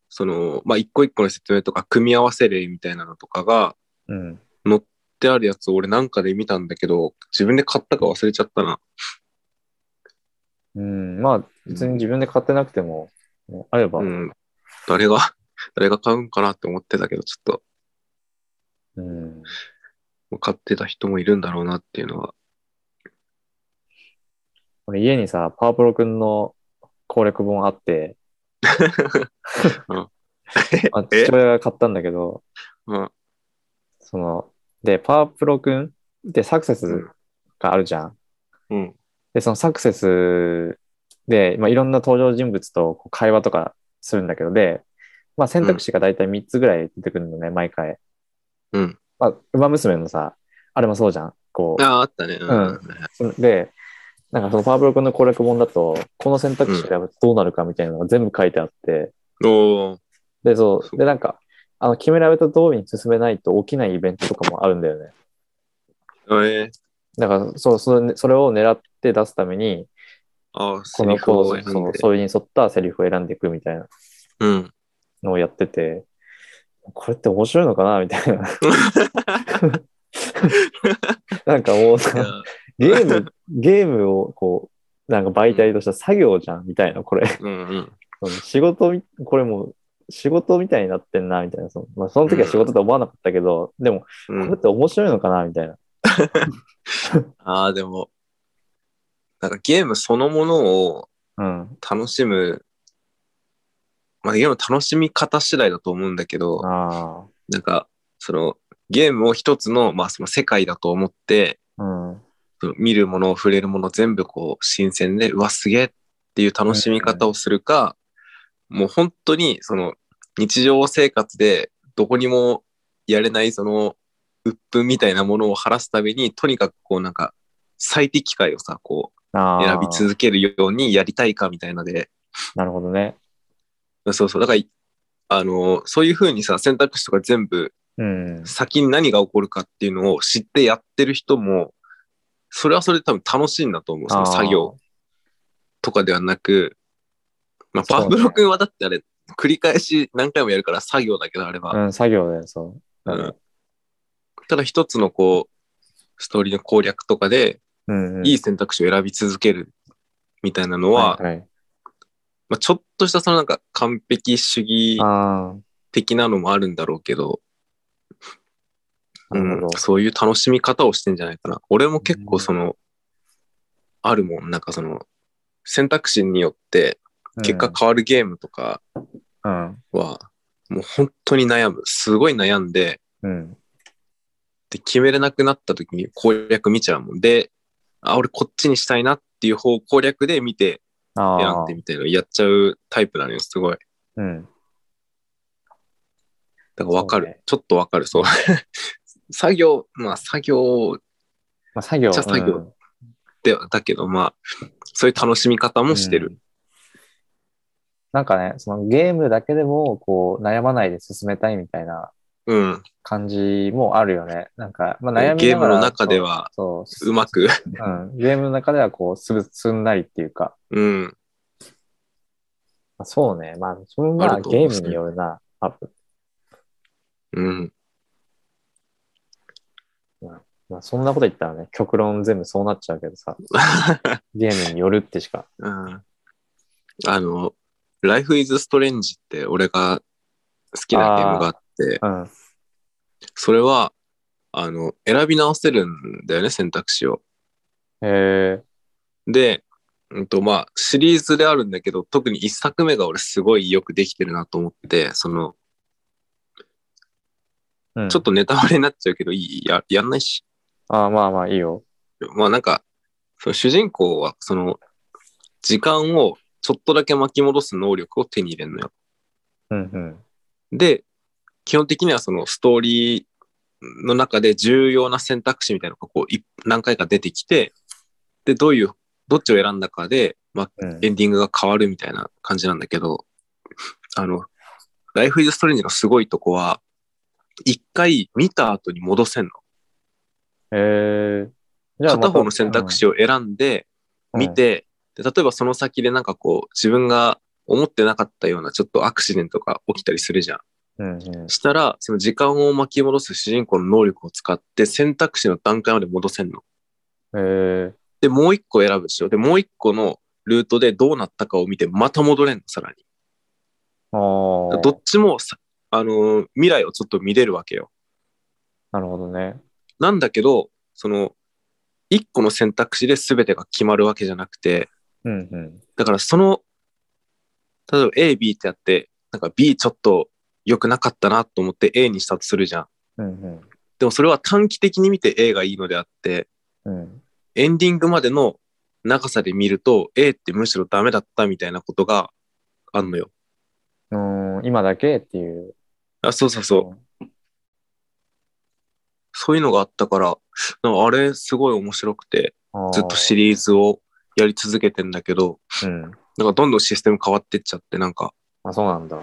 Speaker 2: その、まあ、一個一個の説明とか、組み合わせ例みたいなのとかが、
Speaker 1: うん。
Speaker 2: 乗ってあるやつを俺なんかで見たんだけど、自分で買ったか忘れちゃったな。
Speaker 1: うん。まあ、別に自分で買ってなくても、ねあれば、
Speaker 2: う
Speaker 1: うん。
Speaker 2: ん。誰が、誰が買うんかなって思ってたけど、ちょっと、もう買ってた人もいるんだろうなっていうのは。
Speaker 1: 俺家にさ、パワプロくんの攻略本あって、 *laughs* まあ、
Speaker 2: え
Speaker 1: 父親が買ったんだけど、
Speaker 2: うん。
Speaker 1: その、で、パワプロくんってサクセスがあるじゃん。
Speaker 2: うん。
Speaker 1: で、そのサクセスで、まあ、いろんな登場人物とこう会話とかするんだけど、で、まあ、選択肢がだいたい3つぐらい出てくるんだね、毎回。
Speaker 2: うん。
Speaker 1: まあ、馬娘のさ、あれもそうじゃん。こう
Speaker 2: ああ、あったね。うん。
Speaker 1: うんその、で、なんかそのパワーブロ君の攻略本だと、この選択肢選ぶとどうなるかみたいなのが全部書いてあって、
Speaker 2: おー
Speaker 1: で、そ
Speaker 2: そう
Speaker 1: う、で、なんか、あの、決められた通りに進めないと起きないイベントとかもあるんだよね。
Speaker 2: えー、
Speaker 1: だから、そう、それそれを狙って出すために、
Speaker 2: ああ、
Speaker 1: こ
Speaker 2: セリ
Speaker 1: の
Speaker 2: フ
Speaker 1: こ
Speaker 2: を
Speaker 1: う
Speaker 2: 選
Speaker 1: そ
Speaker 2: ん
Speaker 1: う、
Speaker 2: で。
Speaker 1: それに沿ったセリフを選んでいくみたいな。
Speaker 2: うん。
Speaker 1: のをやってて、これって面白いのかなみ *laughs* たい
Speaker 2: *laughs*
Speaker 1: な。なんかもう
Speaker 2: いや
Speaker 1: さ、ゲーム、ゲームをこう、なんか媒体とした作業じゃんみたいな、こ
Speaker 2: *laughs*
Speaker 1: れ。
Speaker 2: うんうん。
Speaker 1: その仕事み、これもう仕事みたいになってんな、みたいな。そのまあ、その時は仕事と思わなかったけど、でも、
Speaker 2: う
Speaker 1: これっ
Speaker 2: ん、
Speaker 1: て面白いのかなみたいな。
Speaker 2: ああ、でも、なんかゲームそのものを
Speaker 1: うん。
Speaker 2: 楽しむ、まあゲームの楽しみ方次第だと思うんだけど、
Speaker 1: あ
Speaker 2: なんか、その、ゲームを一つの、まあ、その世界だと思って、
Speaker 1: あ。うん。
Speaker 2: その見るもの、触れるもの、全部こう、新鮮で、うわ、すげえっていう楽しみ方をするか、もう本当に、その、日常生活で、どこにもやれない、その、鬱憤みたいなものを晴らすために、とにかくこう、なんか、最適解をさ、こ
Speaker 1: あ
Speaker 2: う、
Speaker 1: あ。
Speaker 2: 選び続けるようにやりたいか、みたいなので、
Speaker 1: なるほどね。
Speaker 2: そうそう、だから、あの、そういう風にさ、選択肢とか全部
Speaker 1: うん。
Speaker 2: 先に何が起こるかっていうのを知ってやってる人も、それはそれで多分楽しいんだと思う。その作業とかではなく、まあ、
Speaker 1: そう
Speaker 2: パ
Speaker 1: ね
Speaker 2: ブロ君はだってあれ、繰り返し何回もやるから作業だけど、あれ
Speaker 1: あ
Speaker 2: ば。
Speaker 1: ー。うん、作業だよ、そう。
Speaker 2: うんただ一つのこう、ストーリーの攻略とかで、
Speaker 1: うん。うん
Speaker 2: いい選択肢を選び続けるみたいなのは、
Speaker 1: いい
Speaker 2: まあ、ちょっとしたそのなんか完璧主義
Speaker 1: あ
Speaker 2: 的なのもあるんだろうけど、
Speaker 1: あ。なる
Speaker 2: う
Speaker 1: ほ
Speaker 2: ん
Speaker 1: ど、。
Speaker 2: そういう楽しみ方をしてんじゃないかな。俺も結構その、あるもん。なんかその、選択肢によって結果変わるゲームとか
Speaker 1: うん、うん。
Speaker 2: は、もう本当に悩む。すごい悩んで、
Speaker 1: うん。
Speaker 2: で、決めれなくなった時に攻略見ちゃうもんで、あ、俺こっちにしたいなっていう方を攻略で見て
Speaker 1: あ
Speaker 2: 選
Speaker 1: あ
Speaker 2: んで。みたいなのやっちゃうタイプなのよ、すごい。
Speaker 1: うん。
Speaker 2: だからわかる。
Speaker 1: そうね
Speaker 2: ちょっとわかる、そう。 *laughs* 作業、まあ作業
Speaker 1: まあ、作業。
Speaker 2: じゃあ作業
Speaker 1: うん
Speaker 2: ではだけど、まあ、そういう楽しみ方もしてる。
Speaker 1: うんなんかね、そのゲームだけでも、こう、悩まないで進めたいみたいな
Speaker 2: うん。
Speaker 1: 感じもあるよね。なんか、まあ、悩みながら
Speaker 2: ゲームの中で、は
Speaker 1: そう、そう
Speaker 2: まく、
Speaker 1: うん、ゲームの中では、こう、すぶ、すんなりっていうか、
Speaker 2: うん。
Speaker 1: まあそうね、まあ、その
Speaker 2: あ
Speaker 1: まあ、
Speaker 2: ると思
Speaker 1: ゲ
Speaker 2: う
Speaker 1: ームによるな、あ、
Speaker 2: うん。
Speaker 1: まあ、そんなこと言ったらね、極論全部そうなっちゃうけど
Speaker 2: *laughs*
Speaker 1: さ、ゲームによるってしか。
Speaker 2: うんあの、Life is Strange って俺が好きなゲームがあって、
Speaker 1: うん、うん、
Speaker 2: それは、あの、選び直せるんだよね、選択肢を。
Speaker 1: え
Speaker 2: で、うんと、まあ、シリーズであるんだけど、特に一作目が俺すごいよくできてるなと思って、その、
Speaker 1: ー、うん
Speaker 2: ちょっ、とネタバレになっちゃうけど、いいや、やんないし。
Speaker 1: ああ、まあまあ、いいよ。
Speaker 2: まあなんか、その主人公は、その、時間をちょっとだけ巻き戻す能力を手に入れるのよ。
Speaker 1: うん、うん、
Speaker 2: で、基本的にはそのストーリーの中で重要な選択肢みたいなのがこうい何回か出てきて、で、どういう、どっちを選んだかで、まあ、
Speaker 1: うん
Speaker 2: エ、ンディングが変わるみたいな感じなんだけど、あの、ライフイズストレンジのすごいとこは、一回見た後に戻せんの。
Speaker 1: えー、じ
Speaker 2: 片方の選択肢を選んで、見、て、で例えばその先でなんかこう、自分が思ってなかったようなちょっとアクシデントが起きたりするじゃん。
Speaker 1: うんうんうん
Speaker 2: したら、その時間を巻き戻す主人公の能力を使って選択肢の段階まで戻せんの。
Speaker 1: えー、
Speaker 2: で、もう一個選ぶでしょ。で、もう一個のルートでどうなったかを見て、また戻れんの、さらに。
Speaker 1: あー
Speaker 2: どっちもさ、あのー未来をちょっと見れるわけよ。
Speaker 1: なるほどね。
Speaker 2: なんだけど、その、一個の選択肢で全てが決まるわけじゃなくて、
Speaker 1: うんうん。
Speaker 2: だからその、例えば A、B ってやって、なんか B ちょっと良くなかったなと思って A にしたとするじゃ
Speaker 1: う
Speaker 2: ん。
Speaker 1: ん
Speaker 2: でもそれは短期的に見て A がいいのであって、
Speaker 1: うん。うん。
Speaker 2: エンディングまでの長さで見ると、A ってむしろダメだったみたいなことがあんのよ。
Speaker 1: うーん、今だけっていう。
Speaker 2: あそうそうそう。そういうのがあったから、なんかあれすごい面白くて、
Speaker 1: うん。
Speaker 2: ずっとシリーズをやり続けてんだけど、
Speaker 1: あーうん。
Speaker 2: なんかどんどんシステム変わってっちゃって、なんか、
Speaker 1: あ、そうなんだ。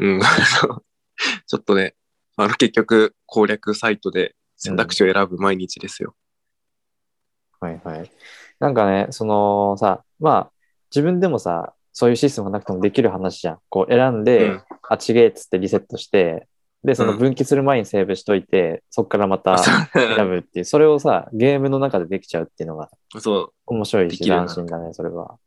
Speaker 2: うん、 *laughs* ちょっとね、あの結局攻略サイトで選択肢を選ぶ毎日ですよ。
Speaker 1: はいはい。なんかね、そのさ、まあ、自分でもさ、そういうシステムがなくてもできる話じゃん。こう選ん
Speaker 2: う
Speaker 1: で、
Speaker 2: ん、
Speaker 1: あ、ちげえっつってリセットして、で、その分岐する前にセーブしといて、そこからまた選ぶっていう、それをさ、ゲームの中でできちゃうっていうのが
Speaker 2: *laughs* そう、
Speaker 1: 面白い
Speaker 2: で
Speaker 1: し、
Speaker 2: きるな
Speaker 1: 斬新だね、それは。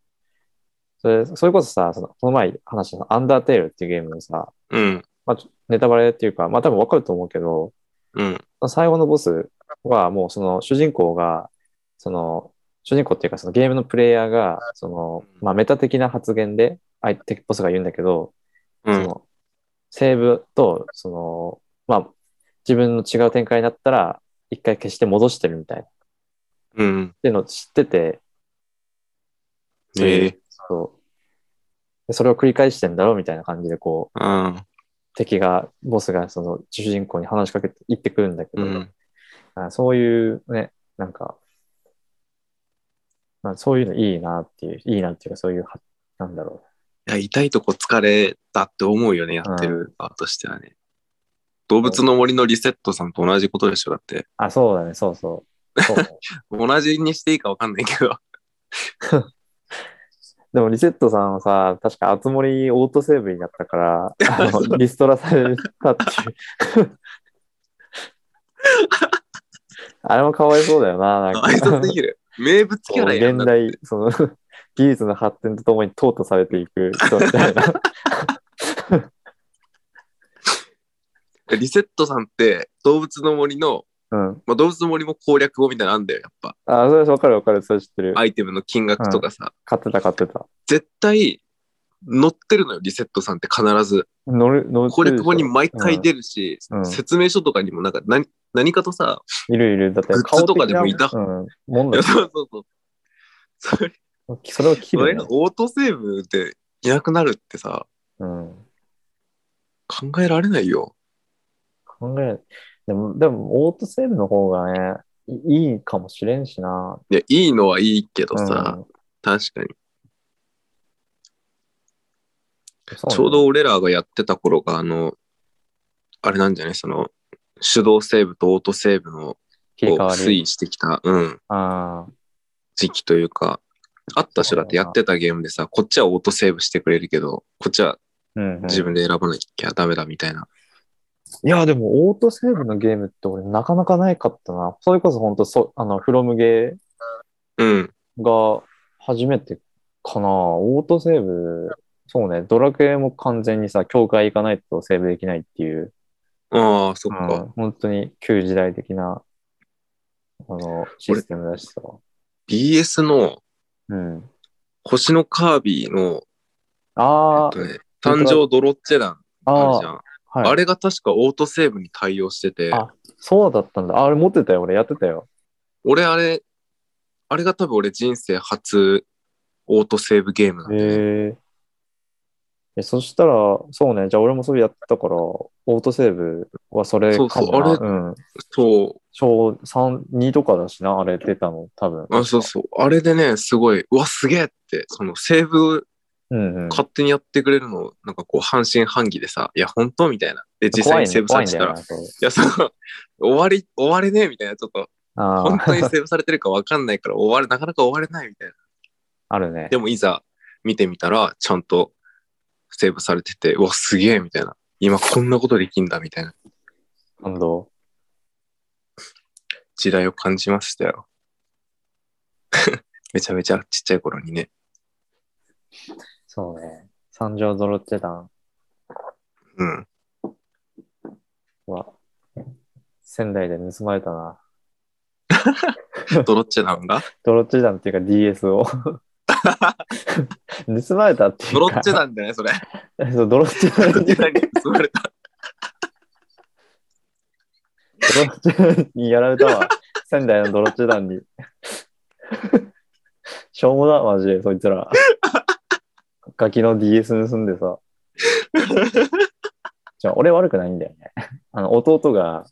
Speaker 1: それそれこそさ、そのこの前話したのアンダーテールっていうゲームのさ、
Speaker 2: うん、
Speaker 1: まあ、ちょネタバレっていうか、まあ多分わかると思うけど、
Speaker 2: うん、
Speaker 1: 最後のボスはもうその主人公が、その主人公っていうかそのゲームのプレイヤーが、その、まあメタ的な発言で相手ボスが言うんだけど、
Speaker 2: う
Speaker 1: そ
Speaker 2: ん、
Speaker 1: のセーブと、その、まあ自分の違う展開になったら、一回消して戻してるみたいな。っ
Speaker 2: うん。
Speaker 1: ていうのを知ってて、そういう
Speaker 2: ええ
Speaker 1: そうでそれを繰り返してんだろうみたいな感じで、こう、
Speaker 2: うん、
Speaker 1: 敵が、ボスがその主人公に話しかけて、言ってくるんだけど、
Speaker 2: うん、
Speaker 1: あそういうね、なんか、まあ、そういうのいいなっていう、いいなっていうか、そういうは、なんだろ
Speaker 2: いや、痛いとこ疲れたって思うよね、やってる側としてはね。動物の森のリセットさんと同じことでしょ、だって
Speaker 1: う。。あ、そうだね、そうそう。
Speaker 2: *laughs*
Speaker 1: そうね
Speaker 2: 同じにしていいかわかんないけど。
Speaker 1: でも、リセットさんはさ、確か、あつ森オートセーブになった
Speaker 2: *laughs*
Speaker 1: から、あ
Speaker 2: そう
Speaker 1: のリストラされたっていう。 *laughs* あれもかわいそうだよな、なん
Speaker 2: あい
Speaker 1: か。
Speaker 2: つすぎる。
Speaker 1: *laughs*
Speaker 2: 名物キャラやん
Speaker 1: 現
Speaker 2: だって。
Speaker 1: 代、その、技術の発展とともに淘汰されていく人みたいな。
Speaker 2: *laughs* リセットさんって動物の森の、
Speaker 1: うん。
Speaker 2: まあ、動物の森も攻略をみたいなのあんだよ、やっぱ。
Speaker 1: あ、それわかるわかる、それ知ってる。
Speaker 2: アイテムの金額とかさ。
Speaker 1: 買ってた、買ってた。
Speaker 2: 絶対乗ってるのよ、リセットさんって必ず。
Speaker 1: 乗る、乗って
Speaker 2: 攻
Speaker 1: るでし
Speaker 2: 略
Speaker 1: ょ
Speaker 2: 本に毎回出るし、
Speaker 1: うん
Speaker 2: 説明書とかにもなんか何何かとさ、
Speaker 1: いるいる。だって
Speaker 2: グッズとかでもい
Speaker 1: 顔
Speaker 2: た
Speaker 1: 的なうん。もん
Speaker 2: い
Speaker 1: だ
Speaker 2: や
Speaker 1: よ
Speaker 2: *laughs* そうそうそう。それ
Speaker 1: それを切
Speaker 2: それ
Speaker 1: る、ね
Speaker 2: が。オートセーブでいなくなるってさ、
Speaker 1: うん。
Speaker 2: 考えられないよ。
Speaker 1: 考える。でも、でも、オートセーブの方がね、いいいかもしれんしな。
Speaker 2: いや、いいのはいいけど
Speaker 1: うん
Speaker 2: さ、確かに。
Speaker 1: そね
Speaker 2: ちょうど俺らがやってた頃が、あの、あれなんじゃないその、手動セーブとオートセーブの
Speaker 1: 切り替
Speaker 2: こう
Speaker 1: わ
Speaker 2: 推
Speaker 1: り。
Speaker 2: 移してきた、うん、
Speaker 1: ああ、
Speaker 2: 時期というか、あった
Speaker 1: そ
Speaker 2: 人
Speaker 1: うだ
Speaker 2: だ
Speaker 1: な
Speaker 2: ってやってたゲームでさ、こっちはオートセーブしてくれるけど、こっちは
Speaker 1: うん、うん。
Speaker 2: 自分で選ばなきゃダメだみたいな。
Speaker 1: いや、でも、オートセーブのゲームって俺、なかなかないかったな。それこそ、本当そあの、フロムゲ
Speaker 2: うん。
Speaker 1: ーが初めてかな。オートセーブ、そうね、ドラクエも完全にさ、境界行かないとセーブできないっていう。
Speaker 2: ああ、そっ
Speaker 1: う
Speaker 2: か。
Speaker 1: ん、本当に旧時代的なあのシステムだしさ。
Speaker 2: BS の
Speaker 1: うん、
Speaker 2: 星のカービィの、え
Speaker 1: あ
Speaker 2: っと
Speaker 1: ー、
Speaker 2: ね、誕生ドロッチェ団ある
Speaker 1: あ
Speaker 2: じゃ
Speaker 1: ー、
Speaker 2: ん。
Speaker 1: はい、
Speaker 2: あれが確かオートセーブに対応してて、
Speaker 1: あそうだったんだ。ああれ持ってたよ、俺やってたよ。
Speaker 2: 俺あれ、あれが多分俺人生初オートセーブゲームなん
Speaker 1: へ
Speaker 2: だよね。
Speaker 1: ええそしたら、そうね、じゃあ俺もそれやってたから、オートセーブはそれかもな。
Speaker 2: そうそうあれ
Speaker 1: うん。
Speaker 2: そ
Speaker 1: 小3、2とかだしな、あれ出たの、多分。
Speaker 2: う、あ、そうそう。あれでね、すごい、うわ、すげえって、そのセーブ
Speaker 1: うんうん。
Speaker 2: 勝手にやってくれるのを、なんかこう、半信半疑でさ、いや、本当みたいな。で、実際にセーブさ
Speaker 1: 怖い
Speaker 2: れ
Speaker 1: ね
Speaker 2: てた
Speaker 1: 怖いんだよな、
Speaker 2: ら、 *laughs*
Speaker 1: そう
Speaker 2: いや、その、終わり、終われねえみたいな、ちょっと、
Speaker 1: あ *laughs*
Speaker 2: 本
Speaker 1: あ、
Speaker 2: 当にセーブされてるかわかんないから、終われ、なかなか終われないみたいな。
Speaker 1: あるね
Speaker 2: で。もいざ見てみたら、ちゃんとセーブされてて、うわ、すげえみたいな。今こんなことできんだみたいな
Speaker 1: 感動。
Speaker 2: 時代を感じましたよ。 *laughs* めちゃめちゃちっちゃい頃にね。
Speaker 1: そうね。三条ゾロチェダン
Speaker 2: *laughs* うん。
Speaker 1: は、仙台で盗まれたな。
Speaker 2: ドロッチェダンが
Speaker 1: ドロッチダンっていうか DS
Speaker 2: *laughs*
Speaker 1: を。盗まれたっていうか。
Speaker 2: ドロッチェダンじゃないそれ。
Speaker 1: ン *laughs* そう、ドロッチ
Speaker 2: *laughs* ド
Speaker 1: ダン
Speaker 2: ロッ
Speaker 1: に
Speaker 2: チェダンに盗まれた。
Speaker 1: ドロッチダンにやられた
Speaker 2: *laughs*
Speaker 1: わ。仙台のドロッチダンに。しょうもだ、マジで、そいつら。ガキの DS 盗んでさ。じゃあ、俺悪くないんだよね。あの、弟が、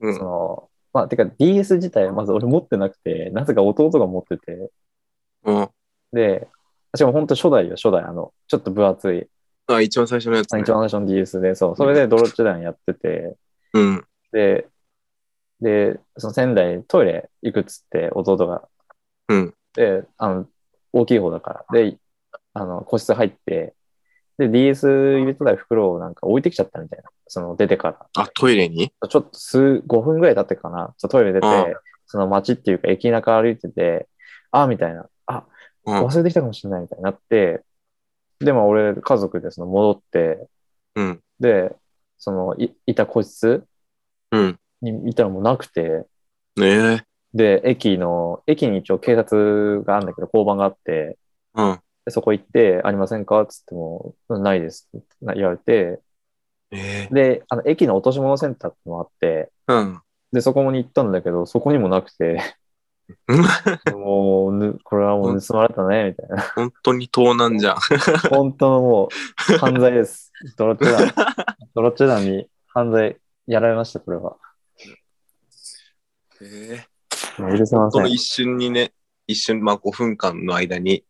Speaker 2: う
Speaker 1: そ
Speaker 2: ん。
Speaker 1: の、まあ、てか DS 自体、まず俺持ってなくて、なぜか弟が持ってて、
Speaker 2: うん。
Speaker 1: で、しかも本当初代よ、初代。あの、ちょっと分厚い。
Speaker 2: あ、一番最初のやつ、
Speaker 1: 一
Speaker 2: ね。
Speaker 1: 番最初の DS で、そう、それでドロッチダンやってて、
Speaker 2: うん。
Speaker 1: で、で、その仙台トイレ行くっつって、弟が。
Speaker 2: うん。
Speaker 1: で、あの、大きい方だから。で、あの、個室入って、で、DS 入れてた袋をなんか置いてきちゃったみたいな。その、出てから。
Speaker 2: あ、トイレに
Speaker 1: ちょっと数、5分ぐらい経ってかな。ちょっとトイレ出て、
Speaker 2: うん
Speaker 1: その街っていうか駅中歩いてて、あ、みたいな。あ、
Speaker 2: うん。
Speaker 1: 忘れてきたかもしれないみたいになって、で、まあ俺、家族でその戻って、
Speaker 2: うん。
Speaker 1: で、その、いいた個室
Speaker 2: うん。
Speaker 1: にいたらもうなくて、
Speaker 2: ねえ。
Speaker 1: で、駅の、駅に一応警察があるんだけど、交番があって、
Speaker 2: うん。
Speaker 1: でそこ行って、ありませんかっつっても、うんないですって言われて、
Speaker 2: ええ。
Speaker 1: で、あの、駅の落とし物センターってのもあって、
Speaker 2: うん。
Speaker 1: で、そこに行ったんだけど、そこにもなくて、
Speaker 2: *laughs*
Speaker 1: もうぬ、これはもう盗まれたね、みたいな。
Speaker 2: 本当に盗難じゃん。
Speaker 1: 本当のもう、犯罪です。ドロッチェダン、ドロッチェダンに犯罪やられました、これは。
Speaker 2: *laughs* ええ。
Speaker 1: もう許せませ
Speaker 2: その
Speaker 1: ん。
Speaker 2: 一瞬にね、一瞬、まあ5分間の間に、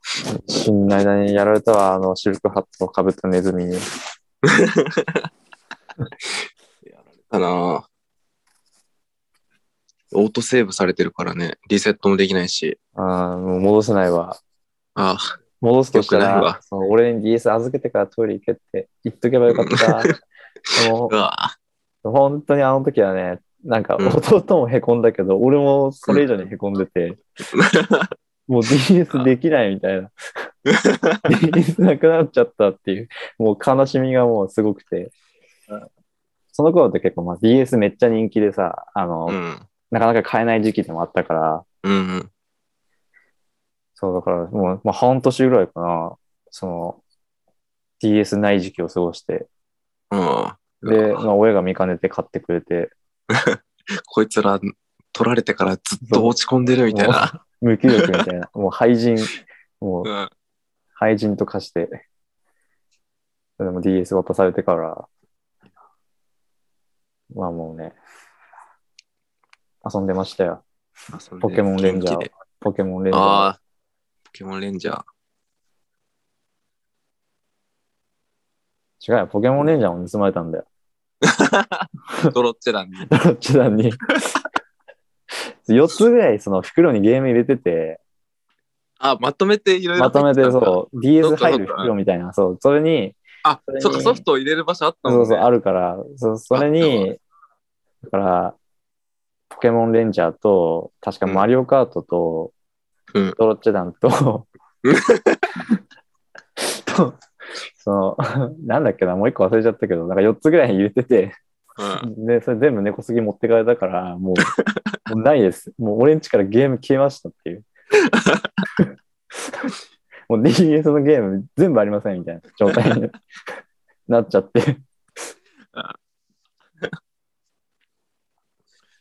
Speaker 1: 死んだ間にやられたわ、あの、シルクハットをかぶったネズミに。
Speaker 2: かなオートセーブされてるからね、リセットもできないし、
Speaker 1: あーもう戻せないわ。
Speaker 2: あ
Speaker 1: 戻すとした
Speaker 2: よくない
Speaker 1: ら
Speaker 2: わ、
Speaker 1: その俺に DS 預けてからトイレ行けって言っとけばよか
Speaker 2: *laughs*
Speaker 1: った。でも
Speaker 2: うわ
Speaker 1: 本当にあの時はね、なんか
Speaker 2: うん
Speaker 1: 弟もへこんだけど、俺もそれ以上にへこんでて、もう DS できないみたい
Speaker 2: *laughs*
Speaker 1: な。DS なくなっちゃったっていう、もう悲しみがもうすごくて
Speaker 2: うん。
Speaker 1: その頃って結構まあ DS めっちゃ人気でさ、あの、
Speaker 2: うん。
Speaker 1: なかなか買えない時期でもあったから、
Speaker 2: うん。
Speaker 1: そう、だから、もう、まあ、半年ぐらいかな、その、DS ない時期を過ごして、
Speaker 2: うん。
Speaker 1: で、
Speaker 2: うわ
Speaker 1: まあ、親が見かねて買ってくれて、
Speaker 2: こいつら、取られてからずっと落ち込んでるみたいな。
Speaker 1: 無気力みたい
Speaker 2: *laughs*
Speaker 1: な、もう廃人、もう
Speaker 2: うん。
Speaker 1: 廃人と化して、でも DS 渡されてから、まあもうね、遊んでましたよ。ポケモンレンジャー
Speaker 2: 元気で。
Speaker 1: ポケモンレンジャー。
Speaker 2: ああ、ポケモンレンジャー。
Speaker 1: *laughs* 違うよ、ポケモンレンジャーも盗まれたんだよ。
Speaker 2: ドロッチェダンに。
Speaker 1: ド *laughs* ロッチ団
Speaker 2: *laughs*
Speaker 1: に。4つぐらいその袋にゲーム入れてて、
Speaker 2: あ、まとめていろいろ。
Speaker 1: まとめて
Speaker 2: う。
Speaker 1: そう、
Speaker 2: そ
Speaker 1: DS
Speaker 2: っかそっ
Speaker 1: 入
Speaker 2: か
Speaker 1: る袋みたいな、そう、それに、
Speaker 2: あ、
Speaker 1: そ
Speaker 2: そっ
Speaker 1: れ
Speaker 2: か、
Speaker 1: に
Speaker 2: ソフトを入れる場所あっ
Speaker 1: そ
Speaker 2: たもん
Speaker 1: うそ
Speaker 2: ね。
Speaker 1: う、あるから、そそれに、だから、ポケモンレンジャーと、確かマリオカートと、
Speaker 2: うん
Speaker 1: ドロッチェダンと、 *laughs* と、その、なんだっけな、もう一個忘れちゃったけど、なんか4つぐらい入れてて、
Speaker 2: う
Speaker 1: *laughs*
Speaker 2: ん
Speaker 1: で、それ全部猫すぎ持ってかれたから、もう、
Speaker 2: *laughs*
Speaker 1: もうないです。もう俺んちからゲーム消えましたっていう。もう DS のゲーム全部ありませんみたいな状態
Speaker 2: *laughs*
Speaker 1: になっちゃって。い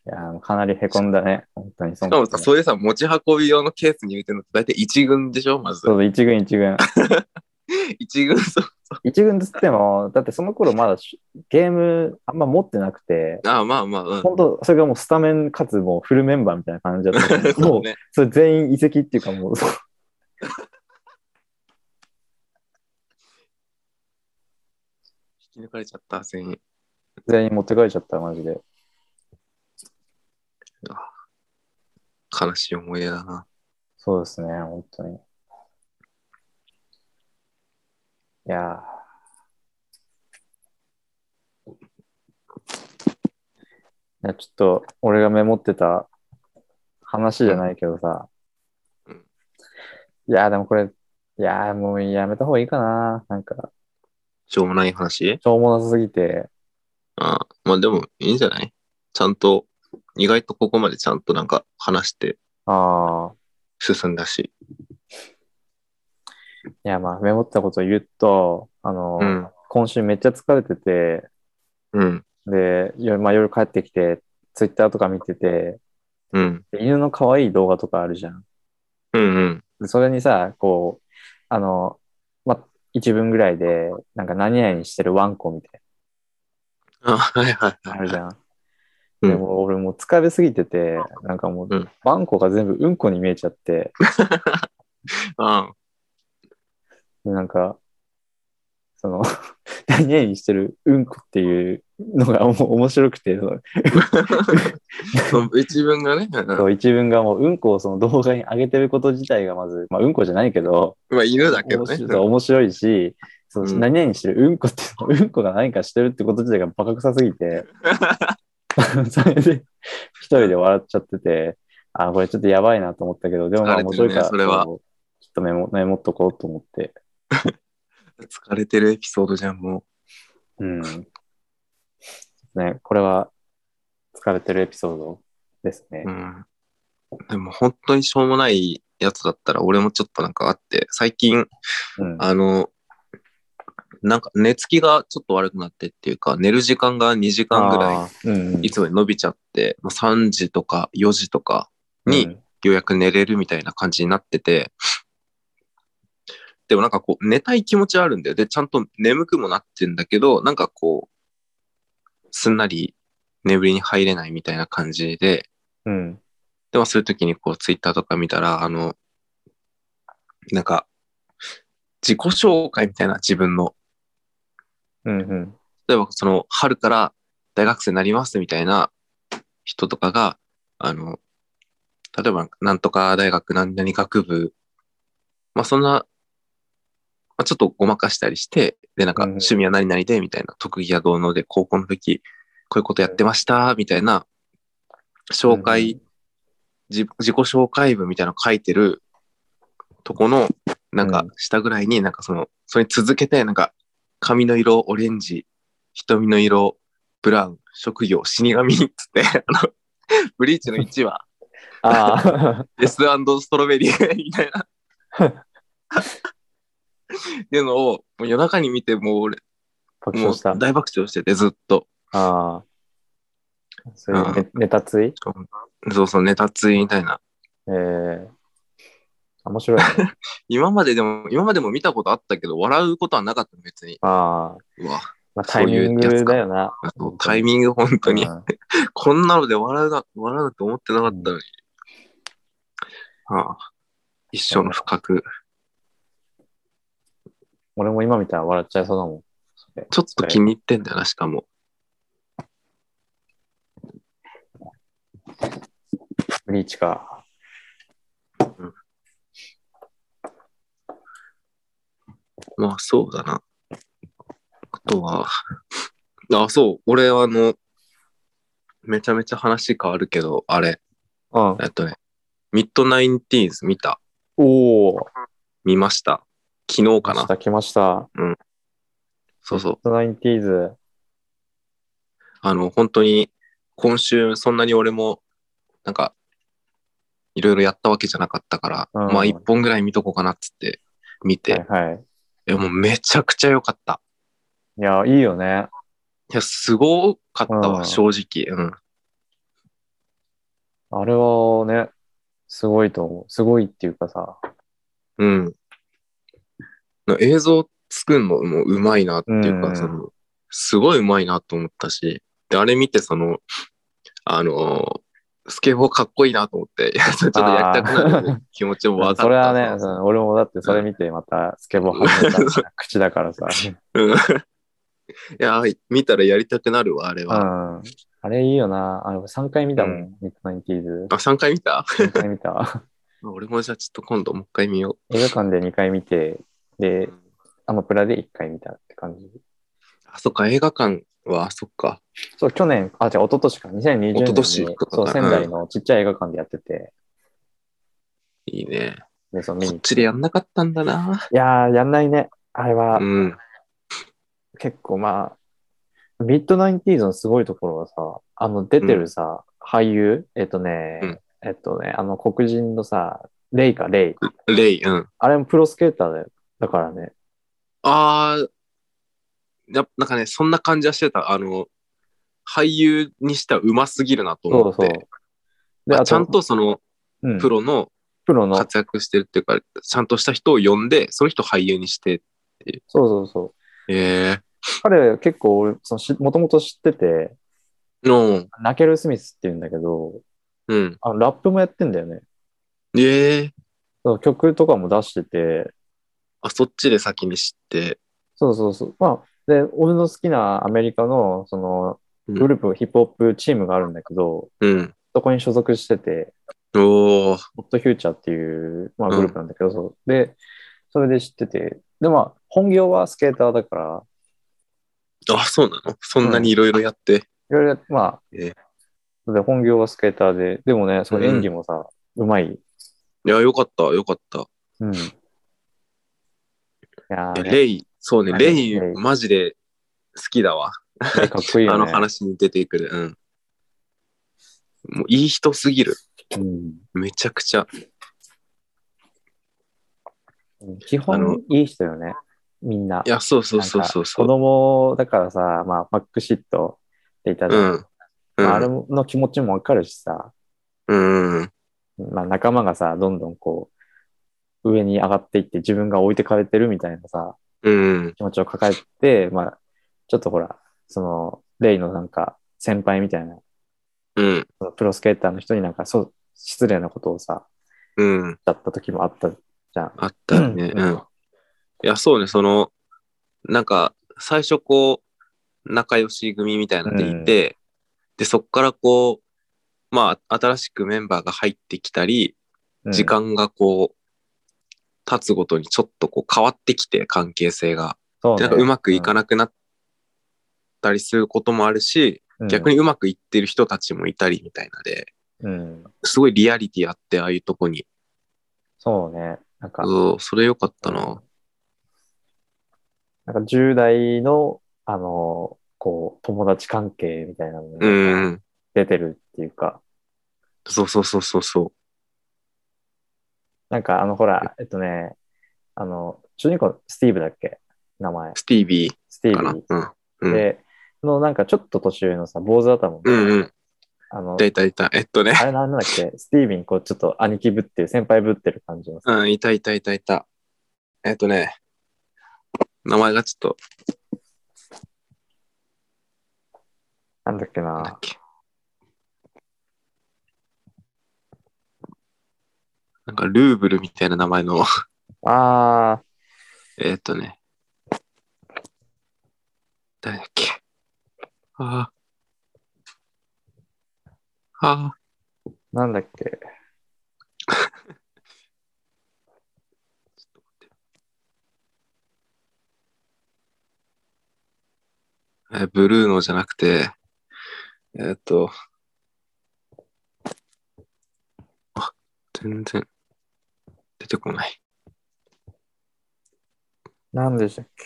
Speaker 1: やー、かなりへこんだね。本当にそ
Speaker 2: し
Speaker 1: ん
Speaker 2: かもさ、そういうさ、持ち運び用のケースに入れてるのって大体1軍でしょまず。 *laughs*
Speaker 1: そうそう、一軍一軍。
Speaker 2: 1軍、そう。
Speaker 1: 一軍つっても、だってその頃まだしゲームあんま持ってなくて、
Speaker 2: あ、まあまあ、うん。
Speaker 1: 本当それがもうスタメンかつもうフルメンバーみたいな感じだったから
Speaker 2: *laughs* そ
Speaker 1: も
Speaker 2: う
Speaker 1: う
Speaker 2: ね。
Speaker 1: それ全員移籍っていうかも
Speaker 2: *laughs*
Speaker 1: う、そう
Speaker 2: 引き抜かれちゃった、全員。
Speaker 1: 全員持って帰っちゃった、マジで。
Speaker 2: 悲しい思い出だな。
Speaker 1: そうですね、本当に。いやーいや、ちょっと、俺がメモってた話じゃないけどさ
Speaker 2: うん。
Speaker 1: いやー、でもこれ、いやー、もうやめた方がいいかな。なんか、
Speaker 2: しょうもない話
Speaker 1: しょうもなさすぎて。
Speaker 2: ああまあでもいいんじゃないちゃんと、意外とここまでちゃんとなんか話して
Speaker 1: ああ。
Speaker 2: 進んだし。
Speaker 1: いや、まあ、メモってたことを言うと、あの、
Speaker 2: うん。
Speaker 1: 今週めっちゃ疲れてて、
Speaker 2: うん。
Speaker 1: で、夜、まあ、夜帰ってきて、ツイッターとか見てて、
Speaker 2: うん。
Speaker 1: で犬の可愛い動画とかあるじゃん。
Speaker 2: うんうん。
Speaker 1: でそれにさ、こう、あの、まあ、一文ぐらいで、なんか何々してるワンコみたい
Speaker 2: あはいはい
Speaker 1: な、あ
Speaker 2: はい。
Speaker 1: るじゃん。
Speaker 2: う
Speaker 1: で
Speaker 2: ん
Speaker 1: も俺もう疲れすぎてて、なんかも
Speaker 2: う、
Speaker 1: うんワンコが全部うんこに見えちゃって、
Speaker 2: あ *laughs*
Speaker 1: でなんか、その、 *laughs* 何々してるうんこっていうのがもう面白くて、その
Speaker 2: その一文がね、うん
Speaker 1: そう一文がもううんこをその動画に上げてること自体がまず、まあ、うんこじゃないけど
Speaker 2: まあ犬だけどね。
Speaker 1: 面白い面白いし、そう
Speaker 2: うん
Speaker 1: 何々してるうんこってうんこが何かしてるってこと自体がバカ臭すぎて *laughs* それで一人で笑っちゃっててあこれちょっとやばいなと思ったけどでもまあ
Speaker 2: 疲
Speaker 1: 面白
Speaker 2: れてる
Speaker 1: い
Speaker 2: ね
Speaker 1: から
Speaker 2: それは
Speaker 1: うちょっとメモメモっとこうと思って、
Speaker 2: 疲れてるエピソードじゃん、も
Speaker 1: うんね、これは疲れてるエピソードですね
Speaker 2: う。う。ん。でも本当にしょうもないやつだったら、俺もちょっとなんかあって、最近、
Speaker 1: うん
Speaker 2: あの、なんか寝つきがちょっと悪くなってっていうか、寝る時間が2時間ぐら
Speaker 1: あーうんうん
Speaker 2: い、いつもより伸びちゃって、まあ、3時とか4時とかに
Speaker 1: うん
Speaker 2: ようやく寝れるみたいな感じになってて、でもなんかこう、寝たい気持ちはあるんだよ。で、ちゃんと眠くもなってんだけど、なんかこう、すんなり眠りに入れないみたいな感じで、
Speaker 1: うん
Speaker 2: で、まあそういう時にこう、ツイッターとか見たら、あの、なんか、自己紹介みたいな自分の、
Speaker 1: うんうん
Speaker 2: 例えばその春から大学生になりますみたいな人とかが、あの、例えばなんとか大学何々学部、まあそんな、まあ、ちょっとごまかしたりして、でなんか
Speaker 1: うんうん
Speaker 2: 趣味は何々でみたいな、特技はどうので高校の時こういうことやってましたみたいな、紹介、自自己紹介文みたいなの書いてるとこの、なん
Speaker 1: う
Speaker 2: か
Speaker 1: ん
Speaker 2: 下ぐらいになんかその、それに続けて、なんか髪の色オレンジ、瞳の色ブラウン、職業死神っつって、あの、ブリーチの1話、
Speaker 1: あ
Speaker 2: S& ストロベリーみたいな。
Speaker 1: あ。
Speaker 2: っていうのを、もう夜中に見て、もう俺、
Speaker 1: *laughs* 爆
Speaker 2: も
Speaker 1: 笑
Speaker 2: う
Speaker 1: した。
Speaker 2: 大爆笑してて、ずっと。
Speaker 1: ああ。そういうネ
Speaker 2: う
Speaker 1: ネタつい
Speaker 2: そうそう、ネタついみたいな。
Speaker 1: ええ面白い
Speaker 2: *laughs*
Speaker 1: ね。
Speaker 2: 今まででも、今までも見たことあったけど、笑うことはなかったの、別に。
Speaker 1: ああ。
Speaker 2: うわ、
Speaker 1: まあ、タイミン
Speaker 2: そういうや
Speaker 1: グ
Speaker 2: つか
Speaker 1: だよな。
Speaker 2: そうタイミング本当に
Speaker 1: う。ん
Speaker 2: こんなので笑うな、笑うなと思ってなかったのに。ああ一生の不覚。
Speaker 1: 俺も今見たら笑っちゃいそうだもん。それ
Speaker 2: ちょっと気に入ってんだよな、しかも。
Speaker 1: ブリーチか。
Speaker 2: まあ、そうだな。あとは、あ、そう、俺はあの、めちゃめちゃ話変わるけど、あれ、
Speaker 1: うん。
Speaker 2: えっとね、ミッドナインティーンズ見た、
Speaker 1: おお。
Speaker 2: 見ました。昨日か
Speaker 1: 来ま
Speaker 2: な
Speaker 1: し。た、来ました。
Speaker 2: そうそう。
Speaker 1: ナインティーズ。
Speaker 2: あの、本当に、今週、そんなに俺も、なんか、いろいろやったわけじゃなかったから、
Speaker 1: うん
Speaker 2: まあ、一本ぐらい見とこうかなっつって、見て、
Speaker 1: はいはい。
Speaker 2: いやもうめちゃくちゃ良かった。
Speaker 1: いや、いいよね。
Speaker 2: いや、すごかったわ、
Speaker 1: うん
Speaker 2: 正直。うん。
Speaker 1: あれはね、すごいと思う。すごいっていうかさ。
Speaker 2: うん。の映像作るのもうまいなっていうか、
Speaker 1: うん
Speaker 2: その、すごいうまいなと思ったし、で、あれ見て、その、あのースケボーかっこいいなと思って、 *laughs* いやちょっとやりたくなる気持ちもわかった。
Speaker 1: *laughs* それはね、
Speaker 2: そ
Speaker 1: そうの俺もだってそれ見てまたスケボー始めた
Speaker 2: *laughs*
Speaker 1: みたいな口だからさ。
Speaker 2: うん。いや、見たらやりたくなるわ、あれ
Speaker 1: う
Speaker 2: は。
Speaker 1: ん。あれいいよな。あれ、3回見たもん。ミッドナインティー
Speaker 2: *laughs*
Speaker 1: ズ
Speaker 2: あ、。3回見た
Speaker 1: 3回見た。
Speaker 2: 俺もじゃあちょっと今度もう一回見よ
Speaker 1: 映画館で2回見て、
Speaker 2: う。
Speaker 1: で、アマプラで1回見たって感じ。
Speaker 2: あ、そっか、映画館は、そっか。
Speaker 1: そう、去年、あ、じゃ一昨年か、2020年
Speaker 2: 一昨
Speaker 1: に、
Speaker 2: 年とか
Speaker 1: そう、仙台のちっちゃい映画館でやってて、
Speaker 2: いいね。
Speaker 1: で、その見
Speaker 2: こ
Speaker 1: に行
Speaker 2: っ
Speaker 1: って
Speaker 2: ちでやんなかったんだな。
Speaker 1: いやー、やんないね。あれは
Speaker 2: う、ん。
Speaker 1: 結構まあ、ミッドナインティーズのすごいところはさ、あの、出てるさ、俳優、えっとね、
Speaker 2: うん
Speaker 1: えっとね、あの、黒人のさ、レイか、レイ。
Speaker 2: レイ、うん。
Speaker 1: あれもプロスケーターだよ。だからね。
Speaker 2: あー、やなんかね、そんな感じはしてた。あの、俳優にしてはうますぎるなと
Speaker 1: そ
Speaker 2: 思
Speaker 1: う
Speaker 2: っ
Speaker 1: そう
Speaker 2: て。。
Speaker 1: で、
Speaker 2: あ
Speaker 1: あ
Speaker 2: ちゃん、とその、
Speaker 1: うん
Speaker 2: プロの
Speaker 1: プロの、そう
Speaker 2: 活躍してるっていうか、ちゃんとした人を呼んで、その人を俳優にして。
Speaker 1: そうそう。
Speaker 2: え
Speaker 1: 彼、結構俺、そのし、もともと知ってて、
Speaker 2: ー、の、
Speaker 1: ナケル・スミスって言うんだけど、
Speaker 2: うん。
Speaker 1: あのラップもやってんだよね。
Speaker 2: えー、
Speaker 1: そう曲とかも出してて、
Speaker 2: あ、そっちで先に知って。
Speaker 1: そうそうそう。まあ、で、俺の好きなアメリカの、その、
Speaker 2: うん
Speaker 1: グループ、ヒップホップチームがあるんだけど、
Speaker 2: うん。
Speaker 1: そこに所属してて、
Speaker 2: おー、
Speaker 1: ホットフューチャーっていう、まあ、
Speaker 2: うん
Speaker 1: グループなんだけど、そうで、それで知ってて、で、まあ、本業はスケーターだから、
Speaker 2: あ、そうなのそんなにいろいろやって。
Speaker 1: いろいろ、まあ、
Speaker 2: え
Speaker 1: で本業はスケーターで、でもね、その
Speaker 2: うん
Speaker 1: 演技もさ、うまい。
Speaker 2: いや、よかった、よかった。
Speaker 1: うん。いやー
Speaker 2: え
Speaker 1: ね、
Speaker 2: レイ、そうね、
Speaker 1: あれ
Speaker 2: レイ、
Speaker 1: レイ
Speaker 2: マジで好きだわ。
Speaker 1: レイかっこいいよ
Speaker 2: あ
Speaker 1: ね。
Speaker 2: の話に出てくる。うん。もういい人すぎる。
Speaker 1: うん
Speaker 2: めちゃくちゃ。
Speaker 1: 基
Speaker 2: あの
Speaker 1: 本いい人よね、みんな。
Speaker 2: いや、そうそうそう
Speaker 1: なんか
Speaker 2: そうそ
Speaker 1: 子
Speaker 2: う。
Speaker 1: 供だからさ、まあ、バックシットっていたじ
Speaker 2: う
Speaker 1: ゃん
Speaker 2: ん。う
Speaker 1: まああれ
Speaker 2: ん。
Speaker 1: の気持ちもわかるしさ、
Speaker 2: うん。
Speaker 1: まあ、仲間がさ、どんどんこう、上に上がっていって自分が置いてかれてるみたいなさ、
Speaker 2: うん。
Speaker 1: 気持ちを抱えて、まあ、ちょっとほら、その、レイのなんか、先輩みたいな、
Speaker 2: うん。
Speaker 1: そのプロスケーターの人になんか、そう、失礼なことをさ、
Speaker 2: うん。
Speaker 1: だった時もあったじゃん。
Speaker 2: あったね。
Speaker 1: う
Speaker 2: うんん。いや、そうね、その、なんか、最初こう、仲良し組みたいなのでいて、で、そっからこう、まあ、新しくメンバーが入ってきたり、
Speaker 1: うん
Speaker 2: 時。間がこう、経つごとにちょっとこう変わってきて、関係性が。
Speaker 1: そう
Speaker 2: で
Speaker 1: ね、
Speaker 2: なんかうまくいか
Speaker 1: な
Speaker 2: なくなったりすることもあるし、逆
Speaker 1: に。
Speaker 2: にうまくいってる人たちもいたりみたいなで、
Speaker 1: うん。
Speaker 2: すごいリアリティあって、ああいうとこに。
Speaker 1: そうね。なんか、
Speaker 2: そう、それよかったな。
Speaker 1: なんか10代の、あの、こう、友達関係みたいなの
Speaker 2: う
Speaker 1: が
Speaker 2: ん。
Speaker 1: 出てるっていうか、
Speaker 2: そうそうそうそうそう。
Speaker 1: なんかあの、ほら、えっとね、あの、主人公、スティーブだっけ名前。
Speaker 2: スティービ
Speaker 1: スティ
Speaker 2: ーか
Speaker 1: ー
Speaker 2: な
Speaker 1: ビ。
Speaker 2: う
Speaker 1: ー。
Speaker 2: ん。うん。
Speaker 1: で、のなんかちょっと年上のさ、坊主頭の、
Speaker 2: うんうん。
Speaker 1: あの
Speaker 2: い、たいたいた。えっとね。 *laughs*
Speaker 1: あれなんだっけ、スティービーにこう、ちょっと兄貴ぶってる、先輩ぶってる感じのさ、
Speaker 2: うん、いたいたいたいた。えっとね。名前がちょっと、
Speaker 1: なんだっけ
Speaker 2: なんだっ
Speaker 1: な、
Speaker 2: け。なんか、ルーブルみたいな名前の、 *laughs*
Speaker 1: あー、
Speaker 2: えーっとね。誰だっけ。ああ。ああ。
Speaker 1: なんだっけ、
Speaker 2: ちょっと待ってえーブルーノじゃなくて、えーっと。あ、全然、出てこない。
Speaker 1: なんでしたっけ、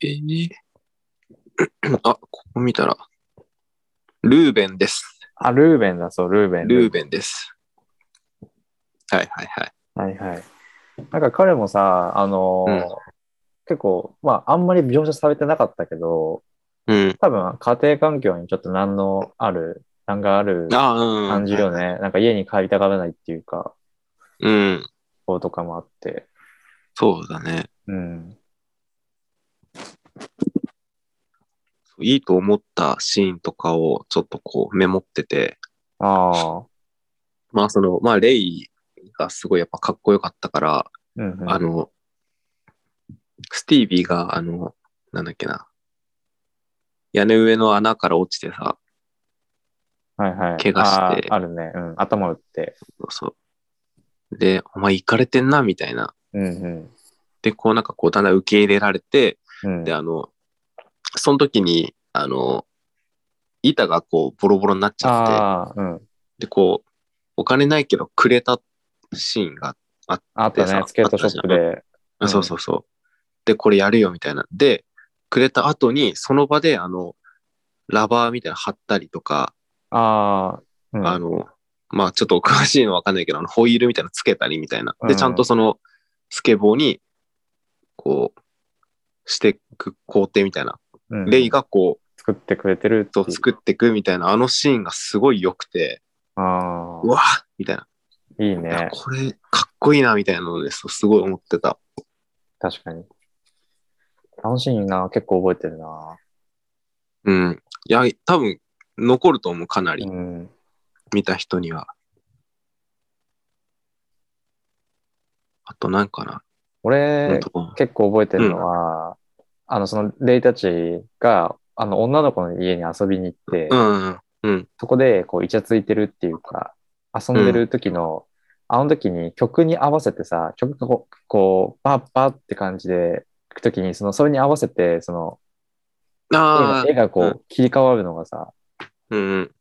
Speaker 2: えーあ、ここ見たら。ルーベンです。
Speaker 1: あ、ルーベンだ、そう、ルーベン。
Speaker 2: ルーベンです。はいはいはい。
Speaker 1: はいはい。なんか彼もさ、あのー
Speaker 2: うん
Speaker 1: 結構、まあ、あんまり描写されてなかったけど、
Speaker 2: うん。
Speaker 1: 多分家庭環境にちょっと難のある、難がある
Speaker 2: ああ、うん。
Speaker 1: 感じよね。なんか家に帰りたがらないっていうか、
Speaker 2: うん。
Speaker 1: そうとかもあって。
Speaker 2: そうだね。
Speaker 1: うん。
Speaker 2: いいと思ったシーンとかをちょっとこうメモってて、
Speaker 1: ああ。
Speaker 2: まあその、まあレイがすごいやっぱかっこよかったから、
Speaker 1: うん、うん。
Speaker 2: あの、スティービーが、あの、なんだっけな、屋根上の穴から落ちてさ、
Speaker 1: はいはい。
Speaker 2: 怪我して
Speaker 1: あーあるね。うん。頭打って。
Speaker 2: そうそう。で、お前、行かれてんな、みたいな。
Speaker 1: うんうん。
Speaker 2: で、こう、なんかこう、だんだん受け入れられて、
Speaker 1: うん、
Speaker 2: で、あの、その時に、あの、板がこう、ボロボロになっちゃっ
Speaker 1: ああ、うん。
Speaker 2: て、で、こう、お金ないけどくれたシーンが、
Speaker 1: あった
Speaker 2: でさ
Speaker 1: ね、スケートショップで。うん
Speaker 2: そうそうそう。で、これやるよ、みたいな。で、くれた後に、その場で、あの、ラバーみたいなの貼ったりとか、
Speaker 1: ああ、うん。
Speaker 2: あの、まあちょっとお詳しいのわかんないけど、あのホイールみたいなのつけたりみたいな。
Speaker 1: うんう
Speaker 2: で、
Speaker 1: ん
Speaker 2: ちゃんとその、スケボーに、こう、していく工程みたいな。
Speaker 1: うん
Speaker 2: レイがこう、
Speaker 1: 作ってくれてるってい
Speaker 2: そうう作っていくみたいな、あのシーンがすごい良くて、
Speaker 1: あ
Speaker 2: うわーみたいな。
Speaker 1: あ、いい
Speaker 2: いや
Speaker 1: ね。
Speaker 2: これ、かっこいいな、みたいなのです。すごい思ってた。
Speaker 1: 確かに。楽しいな。結構覚えてるな。
Speaker 2: うん。いや、多分、残ると思う、かな
Speaker 1: う
Speaker 2: り。
Speaker 1: ん。
Speaker 2: 見た人には。あと、なんかな。なん
Speaker 1: 俺、
Speaker 2: とか
Speaker 1: 結構覚えてるのは、あの、そのレイたちが、あの、女の子の家に遊びに行って、
Speaker 2: うん。うん。
Speaker 1: そこで、こう、イチャついてるっていうか、遊んでる時の、あの時に曲に合わせてさ、曲がこう、こうバッバッって感じで、時に、その、それに合わせて、その、絵
Speaker 2: あ
Speaker 1: が
Speaker 2: あ。
Speaker 1: 絵がこ
Speaker 2: う
Speaker 1: う、切り替わるのがさ、
Speaker 2: うんうん。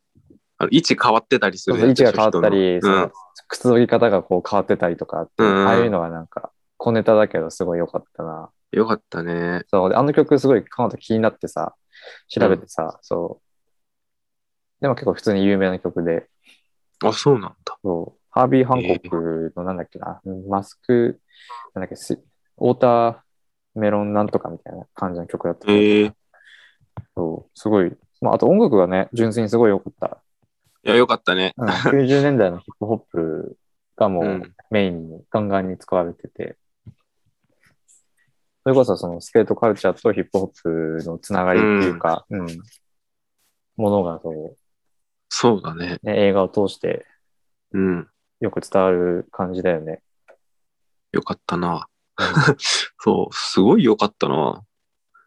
Speaker 2: あの位置変わってたりす
Speaker 1: そう
Speaker 2: る
Speaker 1: そ
Speaker 2: や
Speaker 1: う位置
Speaker 2: つでしょ
Speaker 1: が変わったり、
Speaker 2: 人
Speaker 1: そ
Speaker 2: の
Speaker 1: の靴のり方がこう変わってたりとかあって、
Speaker 2: うんうん
Speaker 1: ああいうのがなんか、小ネタだけどすごい良かったな。
Speaker 2: うん、よかったね。
Speaker 1: そう、であの曲すごい、この後気になってさ、調べてさ、そう。でも結構普通に有名な曲で、
Speaker 2: あ、そうなんだ。
Speaker 1: そう、ハービー・ハンコックのなんだっけな、マスク、なんだっけ、スウォーターメロンなんとかみたいな感じの曲だったから、
Speaker 2: ええい
Speaker 1: そう、すごい。まあ、あと音楽がね、純粋にすごい良かった。
Speaker 2: や、よかったね。
Speaker 1: *laughs* うん、90年代のヒップホップがも
Speaker 2: う
Speaker 1: うんメインにガンガンに使われてて、それこそそのスケートカルチャーとヒップホップのつながりっていうか、うんものがそう、
Speaker 2: そうだね。
Speaker 1: ね、映画を通して
Speaker 2: うん。
Speaker 1: よく伝わる感じだよね。
Speaker 2: よかったな。 *laughs* そう、すごいよかったな。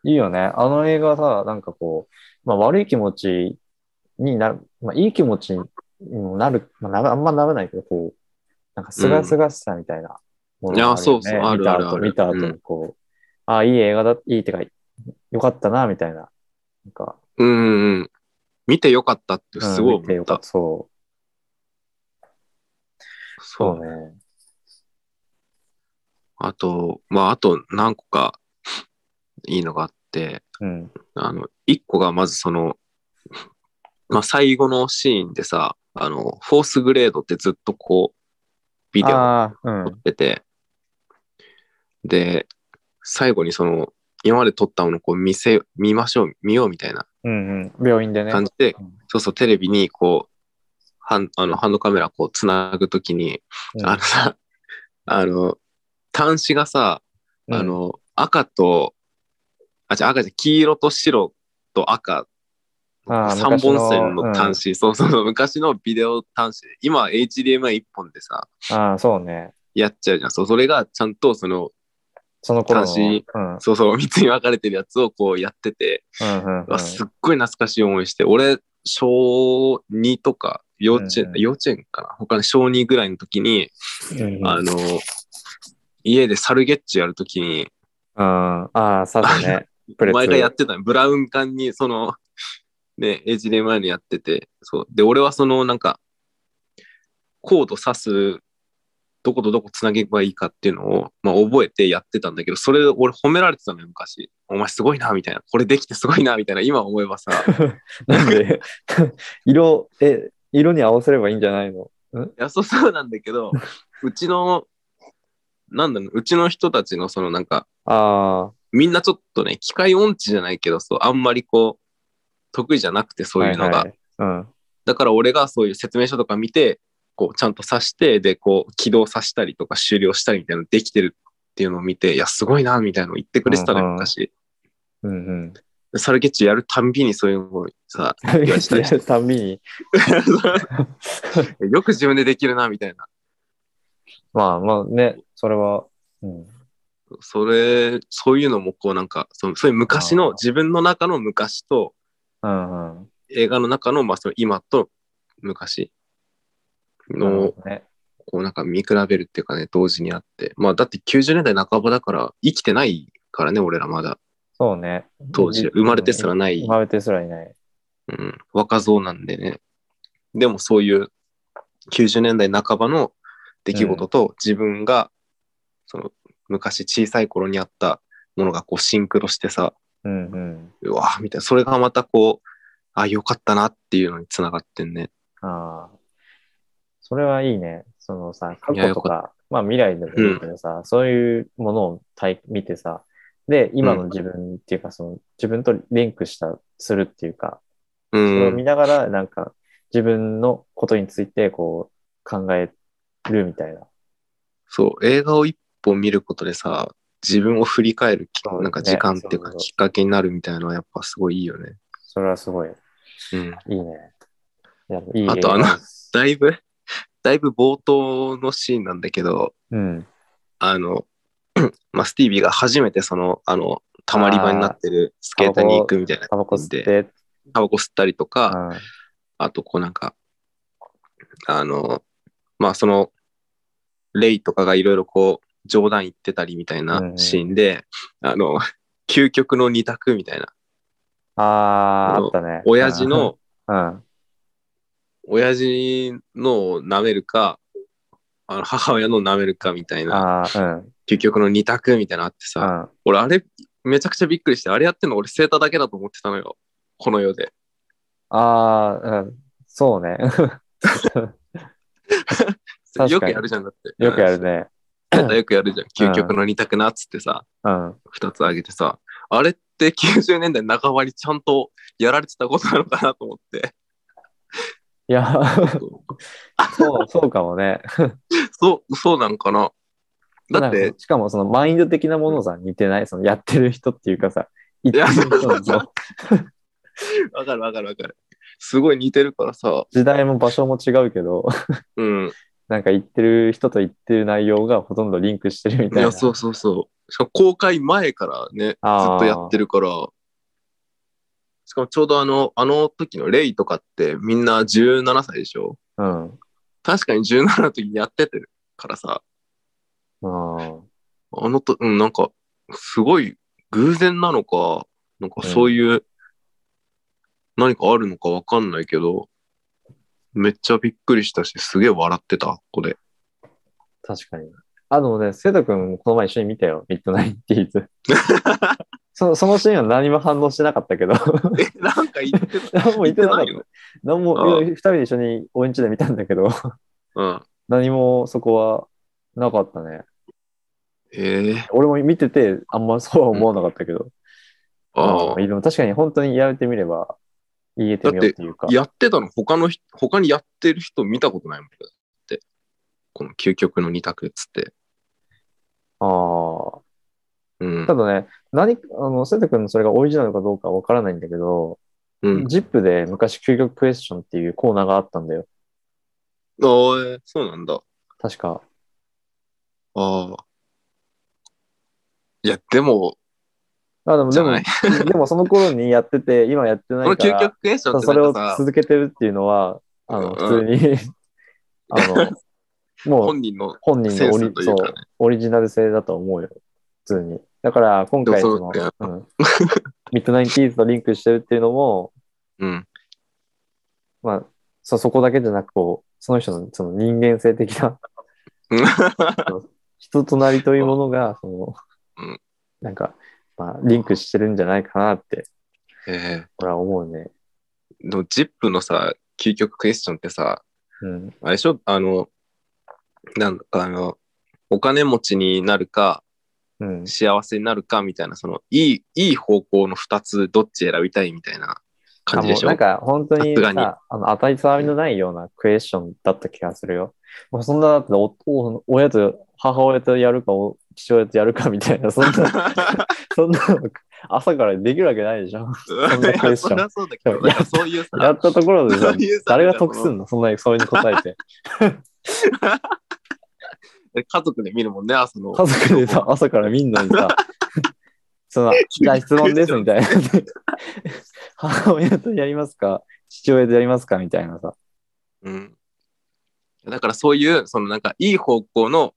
Speaker 1: いいよね。あの映画さ、なんかこう、まあ、悪い気持ちになる、まあ、いい気持ちにもなる、まあ、ならあんまならないけど、こう、なんかすがすがしさみたいなものがあるよね、
Speaker 2: いやそうそうある
Speaker 1: 見た
Speaker 2: ある
Speaker 1: 後、
Speaker 2: ある
Speaker 1: 見た後にこう、ああ、いい映画だ、いいってか、よかったな、みたいな。なんか、
Speaker 2: うんうんうん。見てよかったってすごい
Speaker 1: うん見て
Speaker 2: 思
Speaker 1: よ
Speaker 2: っ
Speaker 1: か
Speaker 2: た。
Speaker 1: った。そう。
Speaker 2: そ
Speaker 1: そうう
Speaker 2: ね。
Speaker 1: ね。
Speaker 2: あと、まあ、あと何個かいいのがあって、
Speaker 1: うん。
Speaker 2: あの、一個がまずその、まあ、最後のシーンでさ、あの、フォースグレードってずっとこう、ビデオ
Speaker 1: ああ、うん
Speaker 2: 撮っ。てて、で、最後にその、今まで撮ったものをこう見せ、見ましょう、見ようみたいな
Speaker 1: うんうん。病院でね。
Speaker 2: 感じで、
Speaker 1: うん
Speaker 2: そうそう、テレビにこう、ハンあのハンドカメラこうつなぐときに、
Speaker 1: うん
Speaker 2: あのさ、あの、端子がさ、
Speaker 1: うん
Speaker 2: あの、赤と、あ、じゃ赤じゃ黄色と白と赤、
Speaker 1: あー
Speaker 2: 3本
Speaker 1: 昔のう
Speaker 2: 線の
Speaker 1: ん
Speaker 2: 端子、そうそうそう、昔のビデオ端子で、今は HDMI1 本でさ、
Speaker 1: ああ、そうね。
Speaker 2: やっちゃうじゃん。そう、それがちゃんとその、
Speaker 1: その頃の。
Speaker 2: 端
Speaker 1: うん。
Speaker 2: そうそう、3つに分かれてるやつをこうやってて、
Speaker 1: うんうん、
Speaker 2: うわすっごい懐かしい思いして、俺、小2とか、幼稚園、
Speaker 1: うんうん
Speaker 2: 幼稚園かな他の小2ぐらいの時に、
Speaker 1: うんうん。
Speaker 2: あの、家でサルゲッチュやる時に、
Speaker 1: うん。ああ、さすね。プレッツ
Speaker 2: 毎回やってたのブラウン管に、その、 *laughs* ね、HDMI のやってて、そう。で、俺はその、なんか、コード挿す、どことどこつなげばいいかっていうのを、まあ、覚えてやってたんだけど、それ俺褒められてたのよ、昔。お前すごいな、みたいな。これできてすごいな、みたいな。今思えばさ、
Speaker 1: *laughs*
Speaker 2: い
Speaker 1: なんで *laughs* 色、え、色に合わせればいいんじゃないの
Speaker 2: や、そうそうなんだけど、うちの、なんだろう、うちの人たちの、そのなんか、
Speaker 1: あ
Speaker 2: みんなちょっとね、機械音痴じゃないけど、そう、あんまりこう、得意じゃなくて、
Speaker 1: あ、
Speaker 2: そういうのが。
Speaker 1: はいはい
Speaker 2: だから俺がそういう説明書とか見て、こうちゃんと挿して、で、こう起動させたりとか終了したりみたいなのできてるっていうのを見て、いや、すごいな、みたいなの言ってくれてたの
Speaker 1: うん
Speaker 2: よ、
Speaker 1: うん
Speaker 2: 昔。
Speaker 1: うん。うんうん。
Speaker 2: でサルゲッチュやるたんびにそういうのを
Speaker 1: *laughs*
Speaker 2: さ、 *laughs*
Speaker 1: やるたんびに。
Speaker 2: よく自分でできるな、みたいな。
Speaker 1: まあまあね、それは、うん。
Speaker 2: それ、そういうのもこうなんか、そうそういう昔
Speaker 1: あ
Speaker 2: の、
Speaker 1: ー
Speaker 2: 自分の中の昔と、
Speaker 1: うんうん。
Speaker 2: 映画の中の、まあその今と昔
Speaker 1: なる
Speaker 2: の、
Speaker 1: ほどね。
Speaker 2: こうなんか見比べるっていうかね、同時にあって。まあだって90年代半ばだから、生きてないからね、俺らまだ。
Speaker 1: そうね。
Speaker 2: 当時、生まれてすら
Speaker 1: い。
Speaker 2: ない
Speaker 1: 生、まれてすらいない。
Speaker 2: うん、若造なんでね。でもそういう90年代半ばの出来事と自分が、その昔小さい頃にあったものがこうシンクロしてさ、
Speaker 1: うんうん。
Speaker 2: うわーみたいな、それがまたこう、あ、よかったなっていうのにつながってんね。
Speaker 1: ああ。それはいいね。そのさ、過
Speaker 2: いや
Speaker 1: 去とか、まあ未来でもいいけどさ、そういうものを体見てさ、で、今の自分っていうか、その自分とリンクした、するっていうか、
Speaker 2: う
Speaker 1: それを
Speaker 2: ん
Speaker 1: 見。ながら、なんか自分のことについてこう考えるみたいな。
Speaker 2: そう、映画を一本見ることでさ、自分を振り返るき
Speaker 1: そうね
Speaker 2: なんか時間っていう
Speaker 1: そ
Speaker 2: か
Speaker 1: うそう
Speaker 2: きっかけになるみたいなのはやっぱすごいいいよね。
Speaker 1: それはすごい、
Speaker 2: うん。
Speaker 1: いいね。いやいい
Speaker 2: あと
Speaker 1: 映画
Speaker 2: あの
Speaker 1: です
Speaker 2: だいぶ、だいぶ冒頭のシーンなんだけど、
Speaker 1: うん。
Speaker 2: あの、まあ、スティービーが初めてその、あの、たまり場になってるスケーターに行くみたいな。
Speaker 1: タバコ吸って、
Speaker 2: タバコ吸ったりと
Speaker 1: う
Speaker 2: か、
Speaker 1: ん。
Speaker 2: あとこうなんか、あの、まあ、その、レイとかがいろいろこう、冗談言ってたりみたいなシーンで、あの、 *laughs* 究極の二択みたいな。
Speaker 1: あー、あったね。
Speaker 2: 親父の、
Speaker 1: うん、うん。
Speaker 2: 親父のを舐めるか、あの母親のを舐めるかみたいな、
Speaker 1: あー、うん。
Speaker 2: 究極の二択みたいなのあって
Speaker 1: う
Speaker 2: さ、
Speaker 1: ん。
Speaker 2: 俺あれめちゃくちゃびっくりして、あれやってんの俺セーターだけだと思ってたのよ。この世で。
Speaker 1: ああ、うんそうね。かに
Speaker 2: *laughs* よくやるじゃんだって。
Speaker 1: よくやる
Speaker 2: ね。
Speaker 1: ね。
Speaker 2: セーターよくやるじゃん。究極の二択なっつってさ、
Speaker 1: うん。
Speaker 2: 二つあげてさ、あれって90年代半ばにちゃんとやられてたことなのかなと思
Speaker 1: *laughs*
Speaker 2: って。
Speaker 1: いや、そう、そうかもね。
Speaker 2: そう、そうなんかな。だっ
Speaker 1: なん
Speaker 2: て
Speaker 1: か、しかもそのマインド的なものさ、似てないそのやってる人っていうかさ、言ってる人の
Speaker 2: いやわかるわかるわかる。すごい似てるからさ、
Speaker 1: 時代も場所も違うけど、
Speaker 2: うん。
Speaker 1: なんか言ってる人と言ってる内容がほとんどリンクしてるみ
Speaker 2: い
Speaker 1: たいな。
Speaker 2: や、そうそうそう。しかも公開前からね、ず
Speaker 1: あー
Speaker 2: っとやってるから、しかもちょうどあの、あの時のレイとかってみんな17歳でしょ
Speaker 1: うん。
Speaker 2: 確かに17の時にやっててるからさ、
Speaker 1: うん。
Speaker 2: あのと、うん、なんか、すごい偶然なのか、なんかそういう、何かあるのかわかんないけど、めっちゃびっくりしたし、すげえ笑ってた、ここで。
Speaker 1: 確かに。あのね、瀬戸くん、この前一緒に見たよ。ミッドナインティー
Speaker 2: *laughs*
Speaker 1: ズ。そのそのシーンは何も反応してなかったけど、
Speaker 2: え、なんか言って *laughs* た。
Speaker 1: 何も言ってなかっ
Speaker 2: 言
Speaker 1: た。何も、
Speaker 2: ああ
Speaker 1: 二人で一緒に応援地で見たんだけど、 *laughs*
Speaker 2: うん。
Speaker 1: 何もそこはなかったね。
Speaker 2: ええ
Speaker 1: 俺も見てて、あんまそうは思わなかったけど。
Speaker 2: ああ
Speaker 1: ま。でも確かに本当にやれてみれば、言えてみようっていうか。
Speaker 2: やってたの他の人、他にやってる人見たことないもん。だって、この究極の二択っつって。
Speaker 1: ああ。
Speaker 2: うん
Speaker 1: た。だね、何、あの、瀬戸君のそれがオリジナルかどうかわからないんだけど、
Speaker 2: うん。
Speaker 1: ジップで昔究極クエスチョンっていうコーナーがあったんだよ。
Speaker 2: ああ、えーそうなんだ。
Speaker 1: 確か。
Speaker 2: ああ。いや、でも、
Speaker 1: あ、でも、
Speaker 2: じ
Speaker 1: で
Speaker 2: ゃ
Speaker 1: も
Speaker 2: ない、
Speaker 1: でもその頃にやってて、今やって
Speaker 2: こ
Speaker 1: な
Speaker 2: の
Speaker 1: いか
Speaker 2: *laughs* 究
Speaker 1: ら、
Speaker 2: 極クエスチョンって
Speaker 1: それ
Speaker 2: な
Speaker 1: を
Speaker 2: んかさ、
Speaker 1: 続けてるっていうのは、あの、
Speaker 2: う
Speaker 1: 普通に、 *laughs* あ
Speaker 2: *laughs*
Speaker 1: の、もう
Speaker 2: 本人の、
Speaker 1: 本人のオ
Speaker 2: セ
Speaker 1: リ
Speaker 2: ンスとい
Speaker 1: そうう
Speaker 2: かね
Speaker 1: オリジナル性だと思うよ、普通に。だから今回
Speaker 2: で
Speaker 1: そ
Speaker 2: も
Speaker 1: の
Speaker 2: その
Speaker 1: うん、ミッドナインティーズとリンクしてるっていうのも、
Speaker 2: うん。
Speaker 1: まあ、そそこだけじゃなくこう、その人のその人間性的
Speaker 2: *laughs*
Speaker 1: な人となりというものが、その
Speaker 2: うん
Speaker 1: なんか、まあ、リンクしてるんじゃないかなって、
Speaker 2: え
Speaker 1: 俺は思うね。
Speaker 2: えでも、ジップのさ、究極クエスチョンってさ、
Speaker 1: うん、
Speaker 2: あれでしょあの、なんかあの、お金持ちになるか、
Speaker 1: うん、
Speaker 2: 幸せになるかみたいな、その、いい、いい方向の二つ、どっち選びたいみたいな感じでし
Speaker 1: あもう
Speaker 2: ょ
Speaker 1: なんか本当に
Speaker 2: さすがに
Speaker 1: さ、あの当たり障りのないようなクエスチョンだった気がするよ。もうそんなだっておお親と母親とやるかお父親とやるかみたいな、
Speaker 2: *laughs*
Speaker 1: そんな、そんなの朝からできるわけないでしょ。んなクエスチョン
Speaker 2: いやそりゃそうだけど、
Speaker 1: いや
Speaker 2: なんかそういうさ、
Speaker 1: やったところで
Speaker 2: そ
Speaker 1: さ
Speaker 2: ういうさ
Speaker 1: 誰が得すんのそんなにそれに答えて。
Speaker 2: で家族で見るもんね、朝の。
Speaker 1: 家族でさ、朝から見んのに
Speaker 2: *laughs*
Speaker 1: さ、その、じゃあ質問ですみたいな。母親とやりますか父親とやりますかみたいなさ。
Speaker 2: うん。だからそういう、そのなんか、いい方向の、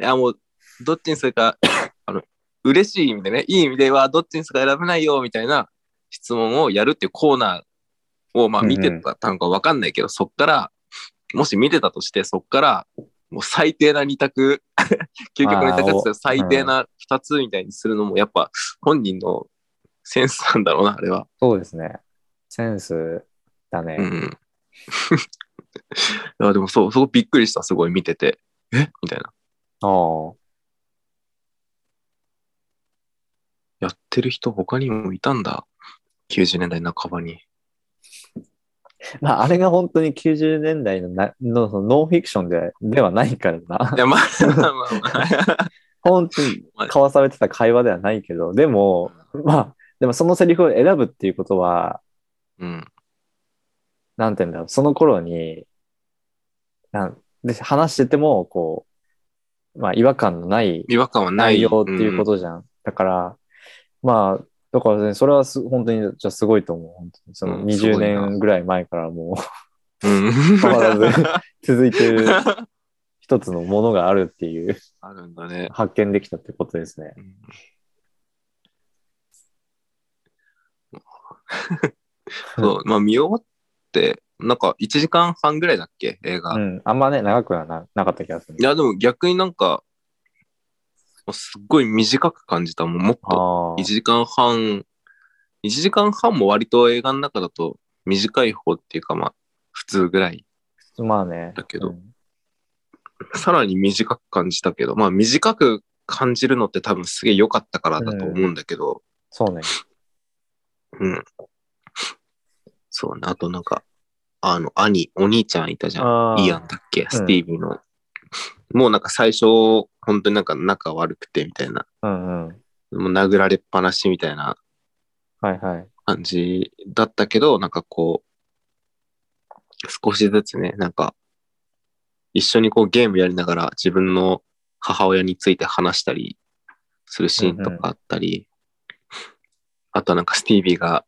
Speaker 2: いやもう、どっちにするか、 *coughs* あの、嬉しい意味でね、いい意味では、どっちにするか選べないよ、みたいな質問をやるっていうコーナーを、まあ
Speaker 1: うんうん
Speaker 2: 見てたのかわかんないけど、そっから、もし見てたとして、そっから、もう最低な二択、 *laughs* 究極の二択
Speaker 1: あ
Speaker 2: です
Speaker 1: ーお
Speaker 2: よ最低な二つみたいにするのも、やっぱ本人のセンスなんだろうな、あれは。
Speaker 1: そうですね。センスだね。
Speaker 2: うん。 *laughs* いやでもそう、そこびっくりした、すごい見てて。えみたいな。
Speaker 1: ああ。
Speaker 2: やってる人他にもいたんだ。90年代半ばに。
Speaker 1: まあ、あれが本当に90年代のなのそのノンフィクションでではないから
Speaker 2: い
Speaker 1: な。
Speaker 2: や、まあ、まあま
Speaker 1: *laughs*
Speaker 2: あ
Speaker 1: 本当に交わされてた会話ではないけど、でも、まあ、でもそのセリフを選ぶっていうことは、
Speaker 2: うん。
Speaker 1: なんて言うんだろう、その頃に、なんで話してても、こう、まあ、違和感のない
Speaker 2: 違和感はない。。
Speaker 1: 内容っていうこととじゃん。だから、まあ、だからね、それはす本当に、じゃあすごいと思う。本当にその
Speaker 2: うんすごいな
Speaker 1: 20年ぐらい前からもう
Speaker 2: うん。
Speaker 1: 変わらず続いてる一つのものがあるっていう。
Speaker 2: *laughs* あるんだね。
Speaker 1: 発見できたってことですね。 *laughs*
Speaker 2: うんそう、まあ見終わって、なんか1時間半ぐらいだっけ映画。
Speaker 1: うん。あんまね、長くはななかった気がする
Speaker 2: い。や、でも逆になんか、もうすっごい短く感じた。もうもっと
Speaker 1: ああ
Speaker 2: 1。時間半、1時間半も割と映画の中だと短い方っていうか、まあ、普通ぐらい。
Speaker 1: まあね。
Speaker 2: だけど
Speaker 1: うん
Speaker 2: さらに短く感じたけど、まあ短く感じるのって多分すげえ良かったからだと思うんだけど、
Speaker 1: そうね。
Speaker 2: うん。そうね。あとなんか、あの、兄、お兄ちゃんいたじゃん。
Speaker 1: ああ
Speaker 2: イアンだっけスティービーの。もうなんか最初、本当になんか仲悪くてみたいな。
Speaker 1: うんうん。
Speaker 2: もう殴られっぱなしみたいな
Speaker 1: はいはい。
Speaker 2: 感じだったけど、なんかこう、少しずつね、なんか、一緒にこうゲームやりながら自分の母親について話したりするシーンとかあったり、あとはなんかスティービーが、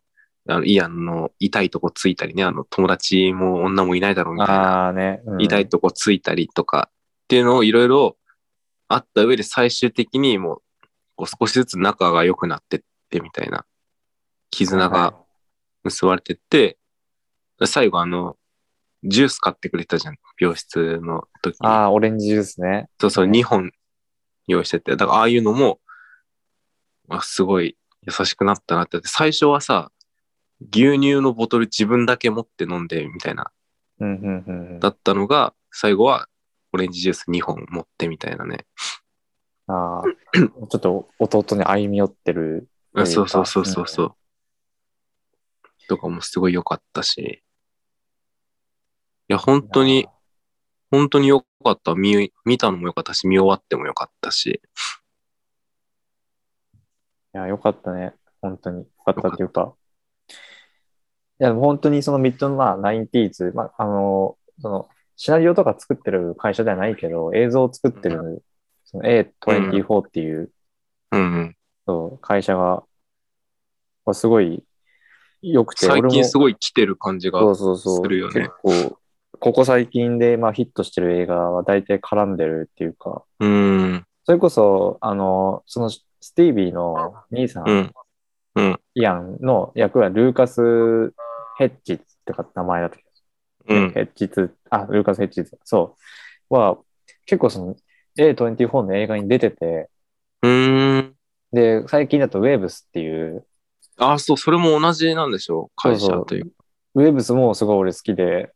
Speaker 2: あの、イアンの痛いとこついたりね、あの、友達も女もいないだろうみたいな、
Speaker 1: ああね。うん
Speaker 2: 痛いとこついたりとかっていうのをいろいろあった上で最終的にもう、こう少しずつ仲が良くなってってみたいな、絆が
Speaker 1: は
Speaker 2: 結ばれてって、最後あの、ジュース買ってくれたじゃん。病室の時
Speaker 1: いあ
Speaker 2: に。
Speaker 1: あ、オレンジジュースね。
Speaker 2: そうそう、
Speaker 1: ね
Speaker 2: 2本用意してて。だからああいうのも、あすごい優しくなったなって。最初はさ、牛乳のボトル自分だけ持って飲んでみたいな。
Speaker 1: うんうんうんうん。
Speaker 2: だったのが、最後はオレンジジュース2本持ってみたいなね。
Speaker 1: ああ。ちょっと弟に歩み寄ってる。
Speaker 2: あ
Speaker 1: という
Speaker 2: そ
Speaker 1: か
Speaker 2: うそうそうそうそう。とかもすごい良かったし。いや、本当に、本当に良かった。見、見たのも良かったし、見終わっても良かったし。
Speaker 1: いや、よかったね。本当に。よかったっていうか。いや、本当にそのミッドまあ、ナインティーズ、まあ、あの、その、シナリオとか作ってる会社ではないけど、映像を作ってる、その A24 っていう、
Speaker 2: うんうん。
Speaker 1: そう、会社が、まあすごい良くて、
Speaker 2: 最
Speaker 1: 俺
Speaker 2: 近
Speaker 1: も
Speaker 2: すごい来てる感じが。
Speaker 1: そうそうそう、
Speaker 2: するよね
Speaker 1: 結構、ここ最近で、まあ、ヒットしてる映画は大体絡んでるっていうか、
Speaker 2: うん。
Speaker 1: それこそ、あの、そのスティービーの兄さん、
Speaker 2: うん。うん。
Speaker 1: イアンの役はルーカス・ヘッジってか名前だったけど
Speaker 2: うん。
Speaker 1: ヘッジツ、あ、ルーカス・ヘッジツ、そう、は、結構その A24 の映画に出てて、
Speaker 2: うーん。
Speaker 1: で、最近だとウェーブスっていう、
Speaker 2: あ、そう、それも同じなんでしょう。会社という。う
Speaker 1: ウェーブスもすごい俺好きで、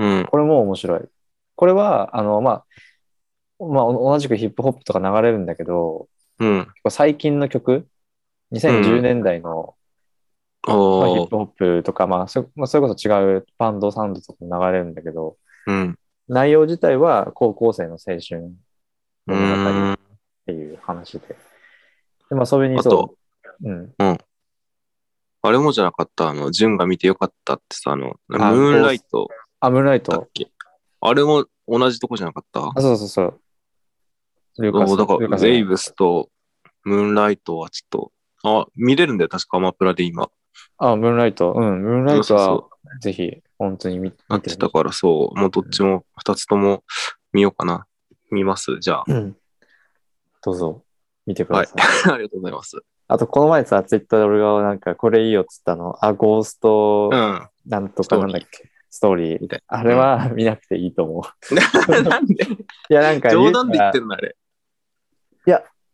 Speaker 2: ん。
Speaker 1: これも面白い。これは、あの、まあ、まあ、お同じくヒップホップとか流れるんだけど、
Speaker 2: うん。
Speaker 1: 結構最近の曲、
Speaker 2: う
Speaker 1: 2010
Speaker 2: ん
Speaker 1: 年代の、まあ、ヒッ
Speaker 2: おー。
Speaker 1: プホップとか、まあそ、まあ、それこそ違うバンドサウンドとかも流れるんだけど、
Speaker 2: うん。
Speaker 1: 内容自体は高校生の青春っ
Speaker 2: う
Speaker 1: 物語
Speaker 2: ん。
Speaker 1: ていう話で。で、まあ、それに
Speaker 2: あと
Speaker 1: そう。うん。
Speaker 2: あれもじゃなかった。あの、ジュンが見てよかったってさ、あの、ム
Speaker 1: あ
Speaker 2: ーンライト
Speaker 1: アムーンライ
Speaker 2: だっ
Speaker 1: ト。
Speaker 2: けあれも同じとこじゃなかった
Speaker 1: あ、そうそうそう。ルーカ
Speaker 2: そう
Speaker 1: ス。
Speaker 2: だから、
Speaker 1: ル
Speaker 2: ウ
Speaker 1: ーカス
Speaker 2: ェイブスとムーンライトはちょっと、あ、見れるんだよ、確かアマプラで今。
Speaker 1: あ、ムーンライト。うん、ムーンライト
Speaker 2: そう
Speaker 1: は
Speaker 2: そ、
Speaker 1: ぜひ、本当に見
Speaker 2: う
Speaker 1: 見
Speaker 2: なっててたから、そう、もうどっちも、二つとも見ようかな。見ます、じゃあ。
Speaker 1: うん。どうぞ、見てください。
Speaker 2: *laughs* ありがとうございます。
Speaker 1: あと、この前さ、ツイッターで俺がなんか、これいいよっつったの、あ、ゴースト
Speaker 2: う、ん。
Speaker 1: なんとかなんだっけ、ストーリー。
Speaker 2: みたい
Speaker 1: あれは見なくていいと思う。
Speaker 2: *laughs* な。なんで
Speaker 1: いや、なんか、
Speaker 2: 冗談で言って
Speaker 1: る。
Speaker 2: るのあれ。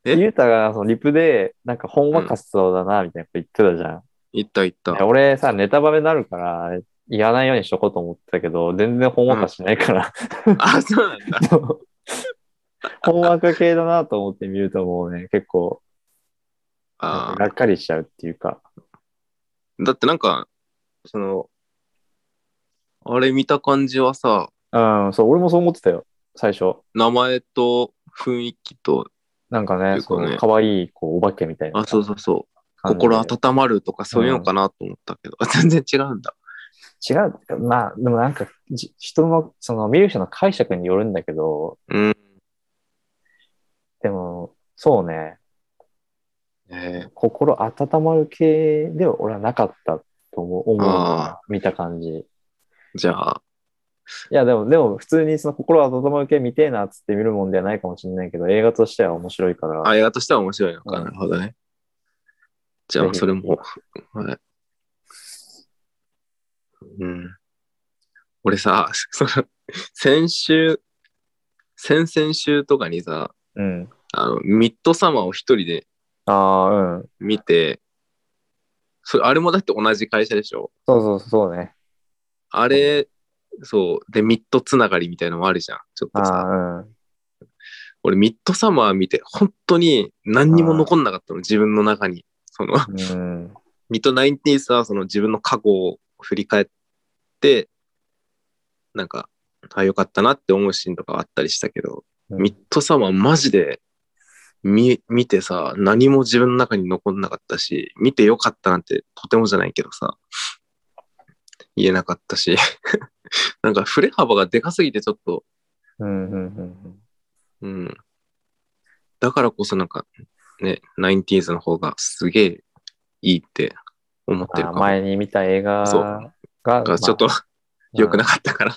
Speaker 2: え
Speaker 1: ゆうたが、そのリプで、なんか、ほんわかしそうだな、みたいなこと言ってたじゃん。
Speaker 2: 言った言った
Speaker 1: いや。俺さ、ネタバレになるから、言わないようにしとこうと思ってたけど、全然ほんわかしない *laughs* から、
Speaker 2: あ、そうなんだ。
Speaker 1: ほんわか系だなと思って見るともうね、結構、な
Speaker 2: あ
Speaker 1: んかがっかりしちゃうっていうか。
Speaker 2: *laughs* ーだってなんか、その、あれ見た感じはさ、
Speaker 1: うん、そう、俺もそう思ってたよ、最初。
Speaker 2: 名前と雰囲気と、
Speaker 1: なんかね、
Speaker 2: 結
Speaker 1: そ
Speaker 2: 構ね
Speaker 1: の可愛いこうお化けみたいな
Speaker 2: あ、そうそうそう。
Speaker 1: 感じで。
Speaker 2: 心温まるとかそういうのかなと思ったけど、 *laughs* 全然違うんだ。
Speaker 1: 違う。まあ、でもなんか、じ人の、その見る人の解釈によるんだけど、
Speaker 2: うん。
Speaker 1: でも、そうね、
Speaker 2: え
Speaker 1: 心温まる系では俺はなかったと思う、思う
Speaker 2: あ
Speaker 1: 見た感じ。い
Speaker 2: ーじゃあ、
Speaker 1: や、でも、でも普通にその心温まる系見てえなっつって見るもんではないかもしれないけど、映画としては面白いから。
Speaker 2: あ映画としては面白いのか、
Speaker 1: うん
Speaker 2: なるほどね。じゃあ、それも、はい。うん。俺さ、 *laughs* その、先週、先々週とかにさ、
Speaker 1: うん。
Speaker 2: あの、ミッドサマーを一人で
Speaker 1: ああ、うん。
Speaker 2: 見て、それ、あれもだって同じ会社でしょ
Speaker 1: そうそうそうね。
Speaker 2: あれ、そう。で、ミッドつながりみたいのもあるじゃん。ちょっ
Speaker 1: あ
Speaker 2: とさ。
Speaker 1: あ、
Speaker 2: 俺、ミッドサマー見て、本当に何にも残んなかったの、自分の中に。その、
Speaker 1: うん。うん。
Speaker 2: ミッドナインティースはその自分の過去を振り返って、なんか、あ、よかったなって思うシーンとかはあったりしたけど、
Speaker 1: うん
Speaker 2: ミッドサマーマジで、見、見てさ、何も自分の中に残んなかったし、見てよかったなんてとてもじゃないけどさ、言えなかったし、 *laughs* なんか振れ幅がでかすぎてちょっと、
Speaker 1: うん。うん。うん。
Speaker 2: うん。だからこそなんか、ね、ナインティーズの方がすげえいいって思ってる
Speaker 1: あー
Speaker 2: かも。
Speaker 1: 前に見た映画
Speaker 2: そう
Speaker 1: が、
Speaker 2: がちょっと良くなかったから。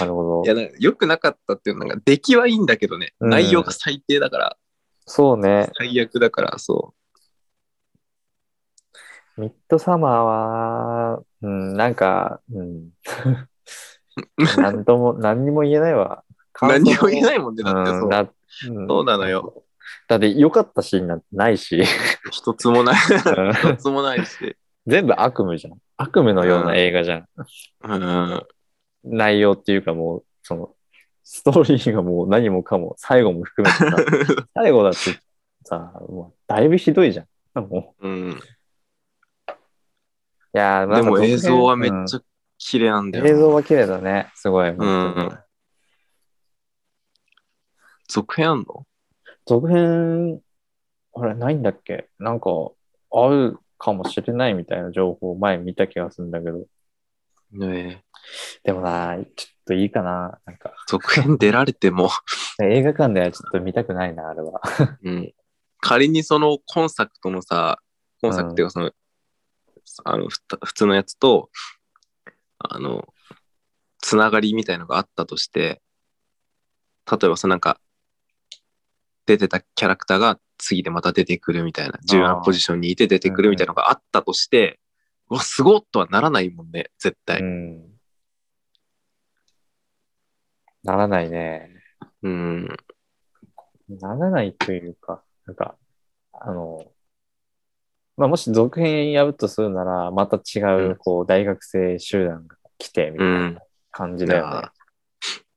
Speaker 1: なるほ
Speaker 2: い
Speaker 1: ど
Speaker 2: や。なんか、良くなかったっていうのが、出来はいいんだけどね、
Speaker 1: うん
Speaker 2: 内容が最低だから、
Speaker 1: そうね。
Speaker 2: 最悪だから、そ
Speaker 1: ミッドサマーは、うん、なんか、
Speaker 2: *laughs*
Speaker 1: うん。なんとも、何にも言えないわ。
Speaker 2: う。何も言え
Speaker 1: い
Speaker 2: ないもんね、だってそう。そうなの。
Speaker 1: んだ
Speaker 2: よ。
Speaker 1: だって良かったシーンなんてないし、
Speaker 2: 一つも *laughs* ない、
Speaker 1: うん
Speaker 2: 一つもないし。
Speaker 1: 全部悪夢じゃん。悪夢のような映画じゃん。
Speaker 2: うん。
Speaker 1: 内容っていうかもう、その、ストーリーがもう何もかも、最後も含めてさ、
Speaker 2: *laughs*
Speaker 1: 最後だってさ、もうだいぶひどいじゃん。も
Speaker 2: うん、
Speaker 1: ういやー
Speaker 2: でも映像はめっ
Speaker 1: ゃ
Speaker 2: ちゃ綺麗なんだよな、
Speaker 1: 映像は綺麗だね。すごい。
Speaker 2: んうん続編あんの
Speaker 1: 続編、あれ、ないんだっけなんか、あるかもしれないみたいな情報を前見た気がするんだけど。
Speaker 2: ねえ
Speaker 1: でもな、ちょっといいかな。なんか、
Speaker 2: 続編出られても、
Speaker 1: 映画館ではちょっと見たくないな、あれは。
Speaker 2: うん、仮にそのコンサクトのさコンサクトっていうかその,、あのふた普通のやつとあのつながりみたいのがあったとして例えばそのなんか出てたキャラクターが次でまた出てくるみたいな重要なポジションにいて出てくるみたいなのがあったとして、うわすごっとはならないもんね絶対、
Speaker 1: うん。ならないね。
Speaker 2: うん、
Speaker 1: ならないというか、なんか、あの、まあ、もし続編やるとするなら、また違う、
Speaker 2: うん
Speaker 1: こう、大学生集団が来て、みたいな感じだよね。
Speaker 2: あー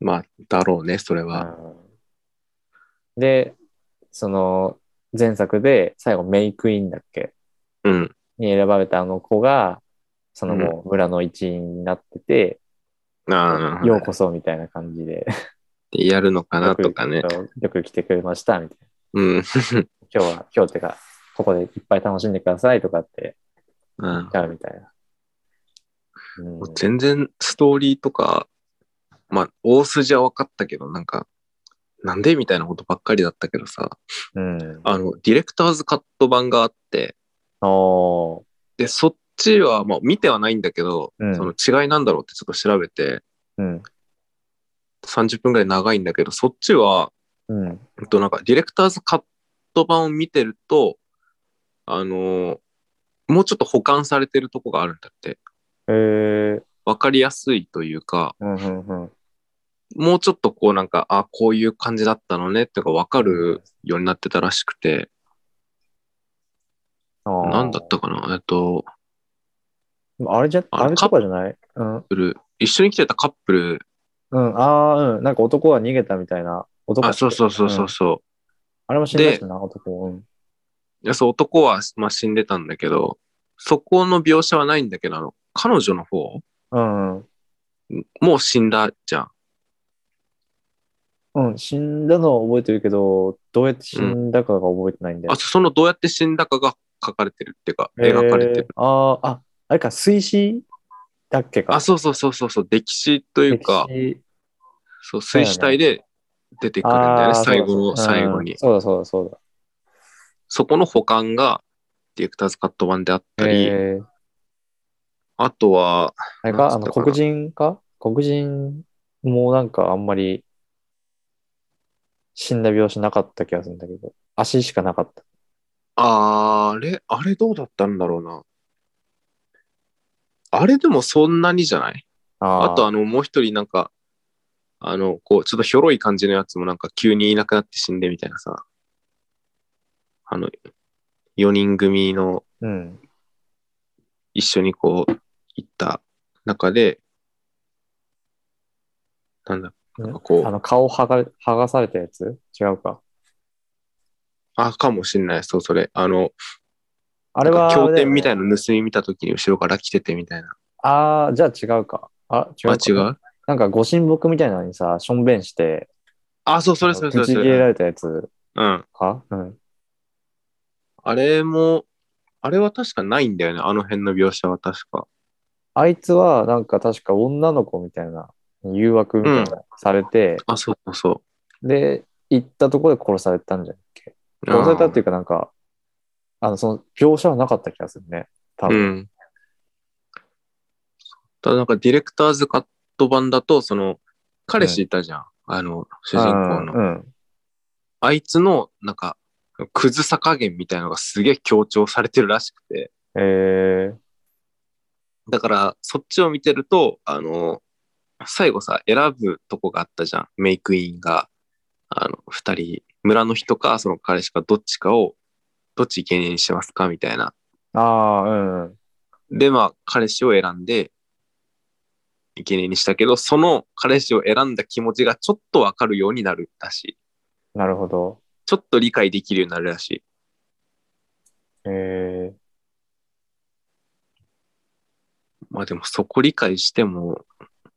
Speaker 2: まあだろうねそれは、
Speaker 1: うんで、その前作で最後メイクインだっけ
Speaker 2: うん、
Speaker 1: に選ばれたあの子が、そのもう村の一員になってて、
Speaker 2: ああ
Speaker 1: ようこそみたいな感じで、
Speaker 2: やるのかなとかね
Speaker 1: よくよく来てくれましたみたい
Speaker 2: うん。
Speaker 1: な。今日は、今日ってか、ここでいっぱい楽しんでくださいとかって
Speaker 2: うん
Speaker 1: 言っちゃうみたいな。うん
Speaker 2: 全然ストーリーとか、まあ、大筋は分かったけど、なんか、なんでみたいなことばっかりだったけどさ、
Speaker 1: うん。
Speaker 2: あの、ディレクターズカット版があって、
Speaker 1: おー。
Speaker 2: で、そっちは、まあ、見てはないんだけど、
Speaker 1: うん
Speaker 2: その違いなんだろうってちょっと調べて、
Speaker 1: うん。
Speaker 2: 30分ぐらい長いんだけど、そっちは、
Speaker 1: うん。
Speaker 2: えっと、なんか、ディレクターズカット版を見てると、あのーもうちょっと保管されてるとこがあるんだって。
Speaker 1: えー。
Speaker 2: わかりやすいというか、
Speaker 1: うんうんうん。
Speaker 2: もうちょっとこうなんか、あ、こういう感じだったのねっていうかわかるようになってたらしくて、
Speaker 1: あー
Speaker 2: なんだったかなえっと、
Speaker 1: あれじゃ、
Speaker 2: あの
Speaker 1: あれとかじゃないうん。
Speaker 2: カップル一緒に来てたカップル、
Speaker 1: うん。ああ、うん。なんか男は逃げたみたいな。男
Speaker 2: あ、そうそうそうそう
Speaker 1: うん
Speaker 2: そう。
Speaker 1: あれも死んだしな、男。うん。
Speaker 2: いや、そう、男は、まあ、死んでたんだけど、そこの描写はないんだけど、あの、彼女の方、
Speaker 1: うん
Speaker 2: もう死んだじゃん。
Speaker 1: うん。うん。死んだのは覚えてるけど、どうやって死んだかが覚えてないんだよ
Speaker 2: あ、。そのどうやって死んだかが書かれてるっていうか、描かれ
Speaker 1: え
Speaker 2: てる。
Speaker 1: ーああ、あ、あれか、水死だっけか。
Speaker 2: あ、そうそうそうそうそう、歴史というか、
Speaker 1: 歴史
Speaker 2: そう、水死体で出てくるんだよね、
Speaker 1: あー
Speaker 2: 最後の、
Speaker 1: そうだそうだ
Speaker 2: 最後に
Speaker 1: うん。そうだそうだそうだ。
Speaker 2: そこの保管が、ディレクターズカット版であったり、
Speaker 1: えー
Speaker 2: あとは、
Speaker 1: あれか、あ
Speaker 2: なんつ
Speaker 1: の、
Speaker 2: ったかな
Speaker 1: 黒人か黒人もなんかあんまり死んだ描写なかった気がするんだけど、足しかなかった。
Speaker 2: あれ、あれどうだったんだろうな。あれでもそんなにじゃない
Speaker 1: あ
Speaker 2: あ
Speaker 1: ー
Speaker 2: とあの、もう一人なんか、あの、こう、ちょっとひょろい感じのやつもなんか急にいなくなって死んでみたいなさ。あの、4人組の
Speaker 1: うん。
Speaker 2: 一緒にこう、行った中で、なんだ、なんかこ
Speaker 1: あ
Speaker 2: う、
Speaker 1: の、顔剥が、剥がされたやつ違うか。
Speaker 2: あ、かもしんない、そう、それ。あの、
Speaker 1: あ
Speaker 2: な
Speaker 1: れ
Speaker 2: んか
Speaker 1: は、
Speaker 2: 経典みた
Speaker 1: い
Speaker 2: いな盗み見た時に後ろから来ててみたいな。
Speaker 1: ああ、じゃあ違うか。あ、違う
Speaker 2: あ、
Speaker 1: か
Speaker 2: 違う
Speaker 1: なんか、ご神木みたいなのにさ、しょんべんして、
Speaker 2: あ、そう、それそ
Speaker 1: ぶ
Speaker 2: れそれ
Speaker 1: ち
Speaker 2: そ
Speaker 1: 切れら
Speaker 2: れ。
Speaker 1: れたやつ
Speaker 2: うん。
Speaker 1: かうん。
Speaker 2: あれも、あれは確かないんだよね、あの辺の描写は確か。
Speaker 1: あいつは、なんか確か女の子みたいな、誘惑みたいなのされて、
Speaker 2: あ、そうそうそう。
Speaker 1: で、行ったところで殺されたんじゃんっけ殺されたっていうかなんか、あの、その、描写はなかった気がするね。多
Speaker 2: う
Speaker 1: 分。
Speaker 2: ん。ただなんかディレクターズカット版だと、その、彼氏いたじゃん。あの、主人公の。
Speaker 1: うんうん。
Speaker 2: あいつの、なんか、クズさ加減みたいのがすげえ強調されてるらしくて。
Speaker 1: え
Speaker 2: だから、そっちを見てると、あの、最後さ、選ぶとこがあったじゃん。メイクインが、あの、二人、村の人か、その彼氏か、どっちかを、どっち生贄にしますかみたいな。
Speaker 1: ー、ああ、うんうん。
Speaker 2: で、まあ、彼氏を選んで、生贄にしたけど、その彼氏を選んだ気持ちがちょっとわかるようになるらしい。
Speaker 1: なるほど。
Speaker 2: ちょっと理解できるようになるらしい。
Speaker 1: えー、
Speaker 2: まあでも、そこ理解しても、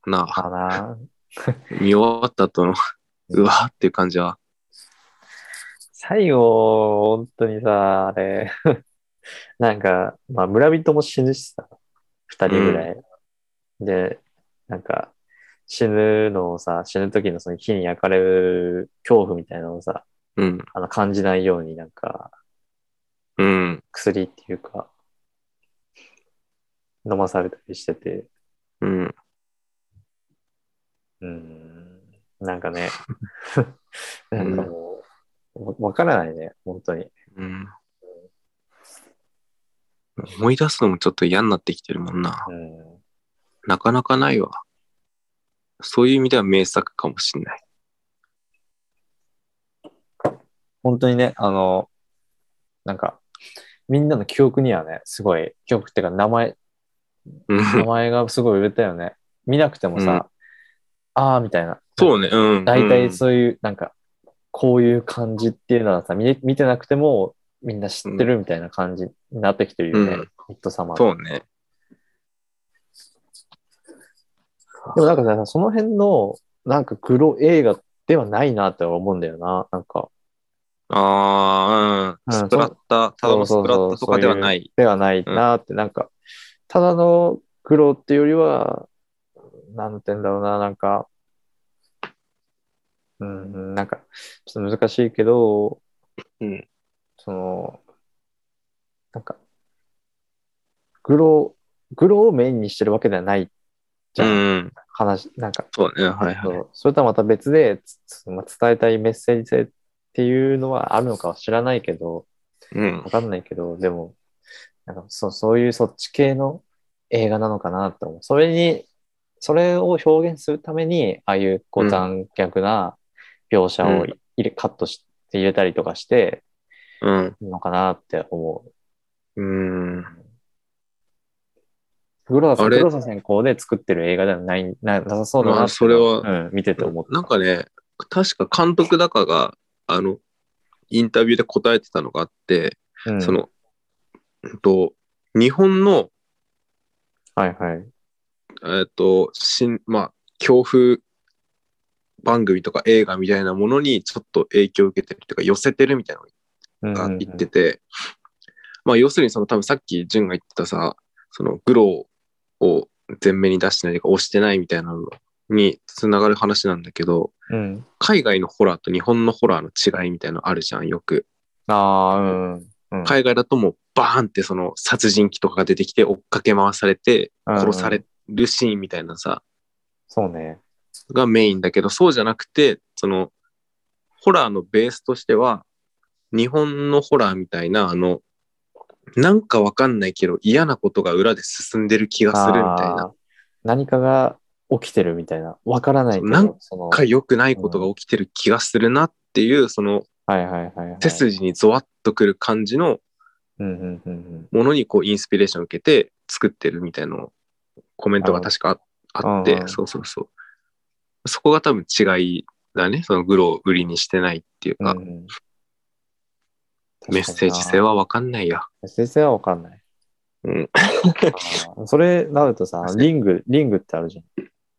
Speaker 2: なあ、
Speaker 1: かな。
Speaker 2: 見終わった後の、うわーっていう感じは。
Speaker 1: 最後、本当にさ、あれ、 *laughs* なんか、まあ、村人も死ぬしさ、二人ぐらい。で、なんか、死ぬのをさ、死ぬ時のその火に焼かれる恐怖みたいなのをさ、
Speaker 2: うん、
Speaker 1: あの感じないように、なんか、
Speaker 2: うん、
Speaker 1: 薬っていうか、飲まされたりしてて、
Speaker 2: うん。
Speaker 1: うん、なんかね、 *laughs* なんかもう、わわからないね、本当に。
Speaker 2: うん思い出すのもちょっと嫌になってきてるもんな。
Speaker 1: うん
Speaker 2: なかなかないわ。そういう意味では名作かもしんない。
Speaker 1: 本当にね、あの、なんか、みんなの記憶にはね、すごい、記憶っていうか名前、
Speaker 2: うん
Speaker 1: *laughs* 名前がすごい売れたよね。見なくてもさ、
Speaker 2: うん
Speaker 1: あーみたいな。
Speaker 2: そうね、うん。
Speaker 1: 大
Speaker 2: うん
Speaker 1: 体そういう、なんか、こういう感じっていうのはさ、見見てなくてもみんな知ってるみたいな感じになってきてるよね。
Speaker 2: うん
Speaker 1: ヒット様
Speaker 2: そうね。
Speaker 1: でもなんかさ、その辺の、なんか黒映画ではないなって思うんだよな。なんか、
Speaker 2: ああ、うん。
Speaker 1: うん
Speaker 2: スプラッター、ただのスプラッターとかではない。
Speaker 1: ではないなって、なんか、ただの黒っていうよりは、なんて言うんだろうな、なんか、うん、なんか、ちょっと難しいけど、
Speaker 2: うん。
Speaker 1: その、なんか、グロ、グロをメインにしてるわけではないじ
Speaker 2: う
Speaker 1: ゃん、
Speaker 2: ん。
Speaker 1: 話、なんか、
Speaker 2: そうね。はいはい。
Speaker 1: そうそれとはまた別で、つつまあ伝えたいメッセージ性っていうのはあるのかは知らないけど、
Speaker 2: うん
Speaker 1: わ。かんないけど、でも、なんかそうそういうそっち系の映画なのかなと思う。それに、それを表現するために、ああいうこ
Speaker 2: う
Speaker 1: うん残虐な描写を
Speaker 2: うん
Speaker 1: 入れ、カットして入れたりとかして
Speaker 2: うん。
Speaker 1: るのかなって思う。
Speaker 2: うん。
Speaker 1: グローさん、
Speaker 2: あれ
Speaker 1: グローさん先行で作ってる映画ではない、ななさそうだなって
Speaker 2: まあそれは
Speaker 1: うん、見てて思った。
Speaker 2: なんかね、確か監督だかが、あの、インタビューで答えてたのがあって、
Speaker 1: うん
Speaker 2: そ、の、うんと、日本の、
Speaker 1: はいはい。
Speaker 2: えっと、新、まあ、恐怖番組とか映画みたいなものにちょっと影響を受けてるというか、寄せてるみたいな
Speaker 1: うん
Speaker 2: の
Speaker 1: うんう
Speaker 2: が
Speaker 1: ん
Speaker 2: 言ってて、まあ、要するにその多分さっき淳が言ってたさ、そのグローを前面に出してないというか、押してないみたいなのにつながる話なんだけど、
Speaker 1: うん。
Speaker 2: 海外のホラーと日本のホラーの違いみたいなのあるじゃん、よく。
Speaker 1: ああ、うんうん。うん
Speaker 2: 海外だともうバーンってその殺人鬼とかが出てきて追っかけ回されて殺さ
Speaker 1: うん
Speaker 2: れるシーンみたいなさ、
Speaker 1: そうね。
Speaker 2: がメインだけど、そうじゃなくて、その、ホラーのベースとしては、日本のホラーみたいな、あの、なんかわかんないけど嫌なことが裏で進んでる気がするみたい
Speaker 1: あ
Speaker 2: な
Speaker 1: ー。何かが起きてるみたいな。わからないけど。
Speaker 2: なん
Speaker 1: その
Speaker 2: なんか良くないことが起きてる気がするなっていう、その
Speaker 1: はいはいはい、はい。
Speaker 2: 手筋にゾワッとくる感じの
Speaker 1: うんうんうんうん。
Speaker 2: ものにこうインスピレーションを受けて作ってるみたいなコメントが確かああっ
Speaker 1: うんう
Speaker 2: て、
Speaker 1: ん
Speaker 2: そうそうそう。そこが多分違いだね。そのグロを売りにしてないっていうか
Speaker 1: う、んうん
Speaker 2: メッセージ性。はわかんないや。
Speaker 1: メッセージ性はわかん
Speaker 2: *laughs*
Speaker 1: ない。
Speaker 2: うん
Speaker 1: あーそれなるとさ、リング、リングってあるじゃん。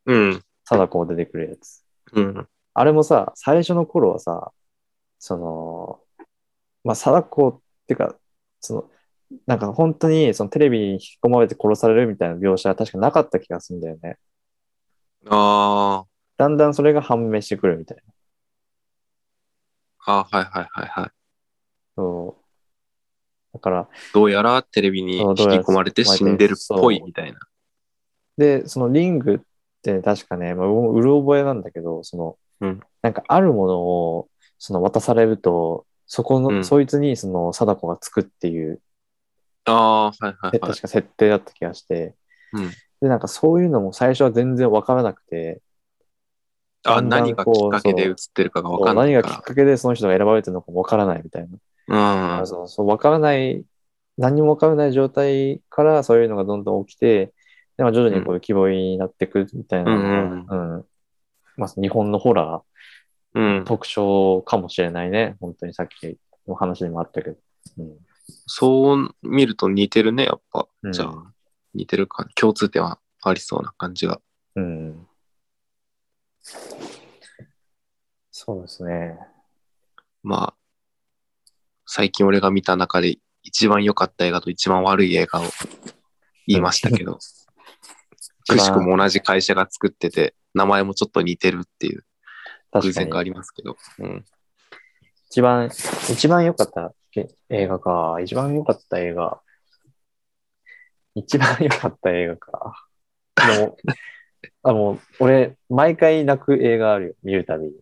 Speaker 2: うん。
Speaker 1: 貞子出てくるやつ。
Speaker 2: うん。
Speaker 1: あれもさ、最初の頃はさ、その、まあ、貞子っていうか、その、なんか本当にそのテレビに引き込まれて殺されるみたいな描写は確かなかった気がするんだよね。
Speaker 2: あ
Speaker 1: だんだんそれが判明してくるみたいな。
Speaker 2: あ、あーはいはいはいはい。
Speaker 1: そう。だから、
Speaker 2: どうやらテレビに
Speaker 1: そ
Speaker 2: 引
Speaker 1: う
Speaker 2: き
Speaker 1: どうやら
Speaker 2: 込まれて死んでるっぽいみたいな。
Speaker 1: で、そのリングって確かね、まあ、ううる覚えなんだけど、その、
Speaker 2: うん
Speaker 1: なんかあるものを、その渡されると、そこの、
Speaker 2: うん
Speaker 1: そいつにその貞子がつくっていう、
Speaker 2: ああー、はいはいはい。
Speaker 1: 確か設定だった気がして、
Speaker 2: うん
Speaker 1: で、なんかそういうのも最初は全然わからなくて、
Speaker 2: あ
Speaker 1: だんだん
Speaker 2: 何がきっかけで映ってるかがわかんない
Speaker 1: 何がきっ
Speaker 2: か
Speaker 1: かけでその人が選ばれてるのかもわからないみたいな。
Speaker 2: ら。うん
Speaker 1: あ。のそう分からない、何も分からない状態からそういうのがどんどん起きて、でまあ徐々にこう浮き彫りになってくみたいなのが、
Speaker 2: うん
Speaker 1: うんまあ、日本のホラ
Speaker 2: うん
Speaker 1: ー、特徴かもしれないね。本当にさっきの話にもあったけど。うん
Speaker 2: そう見ると似てるね、やっぱ。
Speaker 1: うん
Speaker 2: じゃあ、似てるか。共通点はありそうな感じが。
Speaker 1: うん、そうですね。
Speaker 2: まあ、最近俺が見た中で一番良かった映画と一番悪い映画を言いました
Speaker 1: *laughs*
Speaker 2: けど、
Speaker 1: うん
Speaker 2: くしくも同じ会社が作ってて、名前もちょっと似てるっていう偶
Speaker 1: 確か
Speaker 2: 然
Speaker 1: に
Speaker 2: がありますけど。うん。
Speaker 1: 一番、一番良かったえ映画か。一番良かった映画。一番良かった映画か。でも、あもう俺、毎回泣く映画あるよ。見るたびに。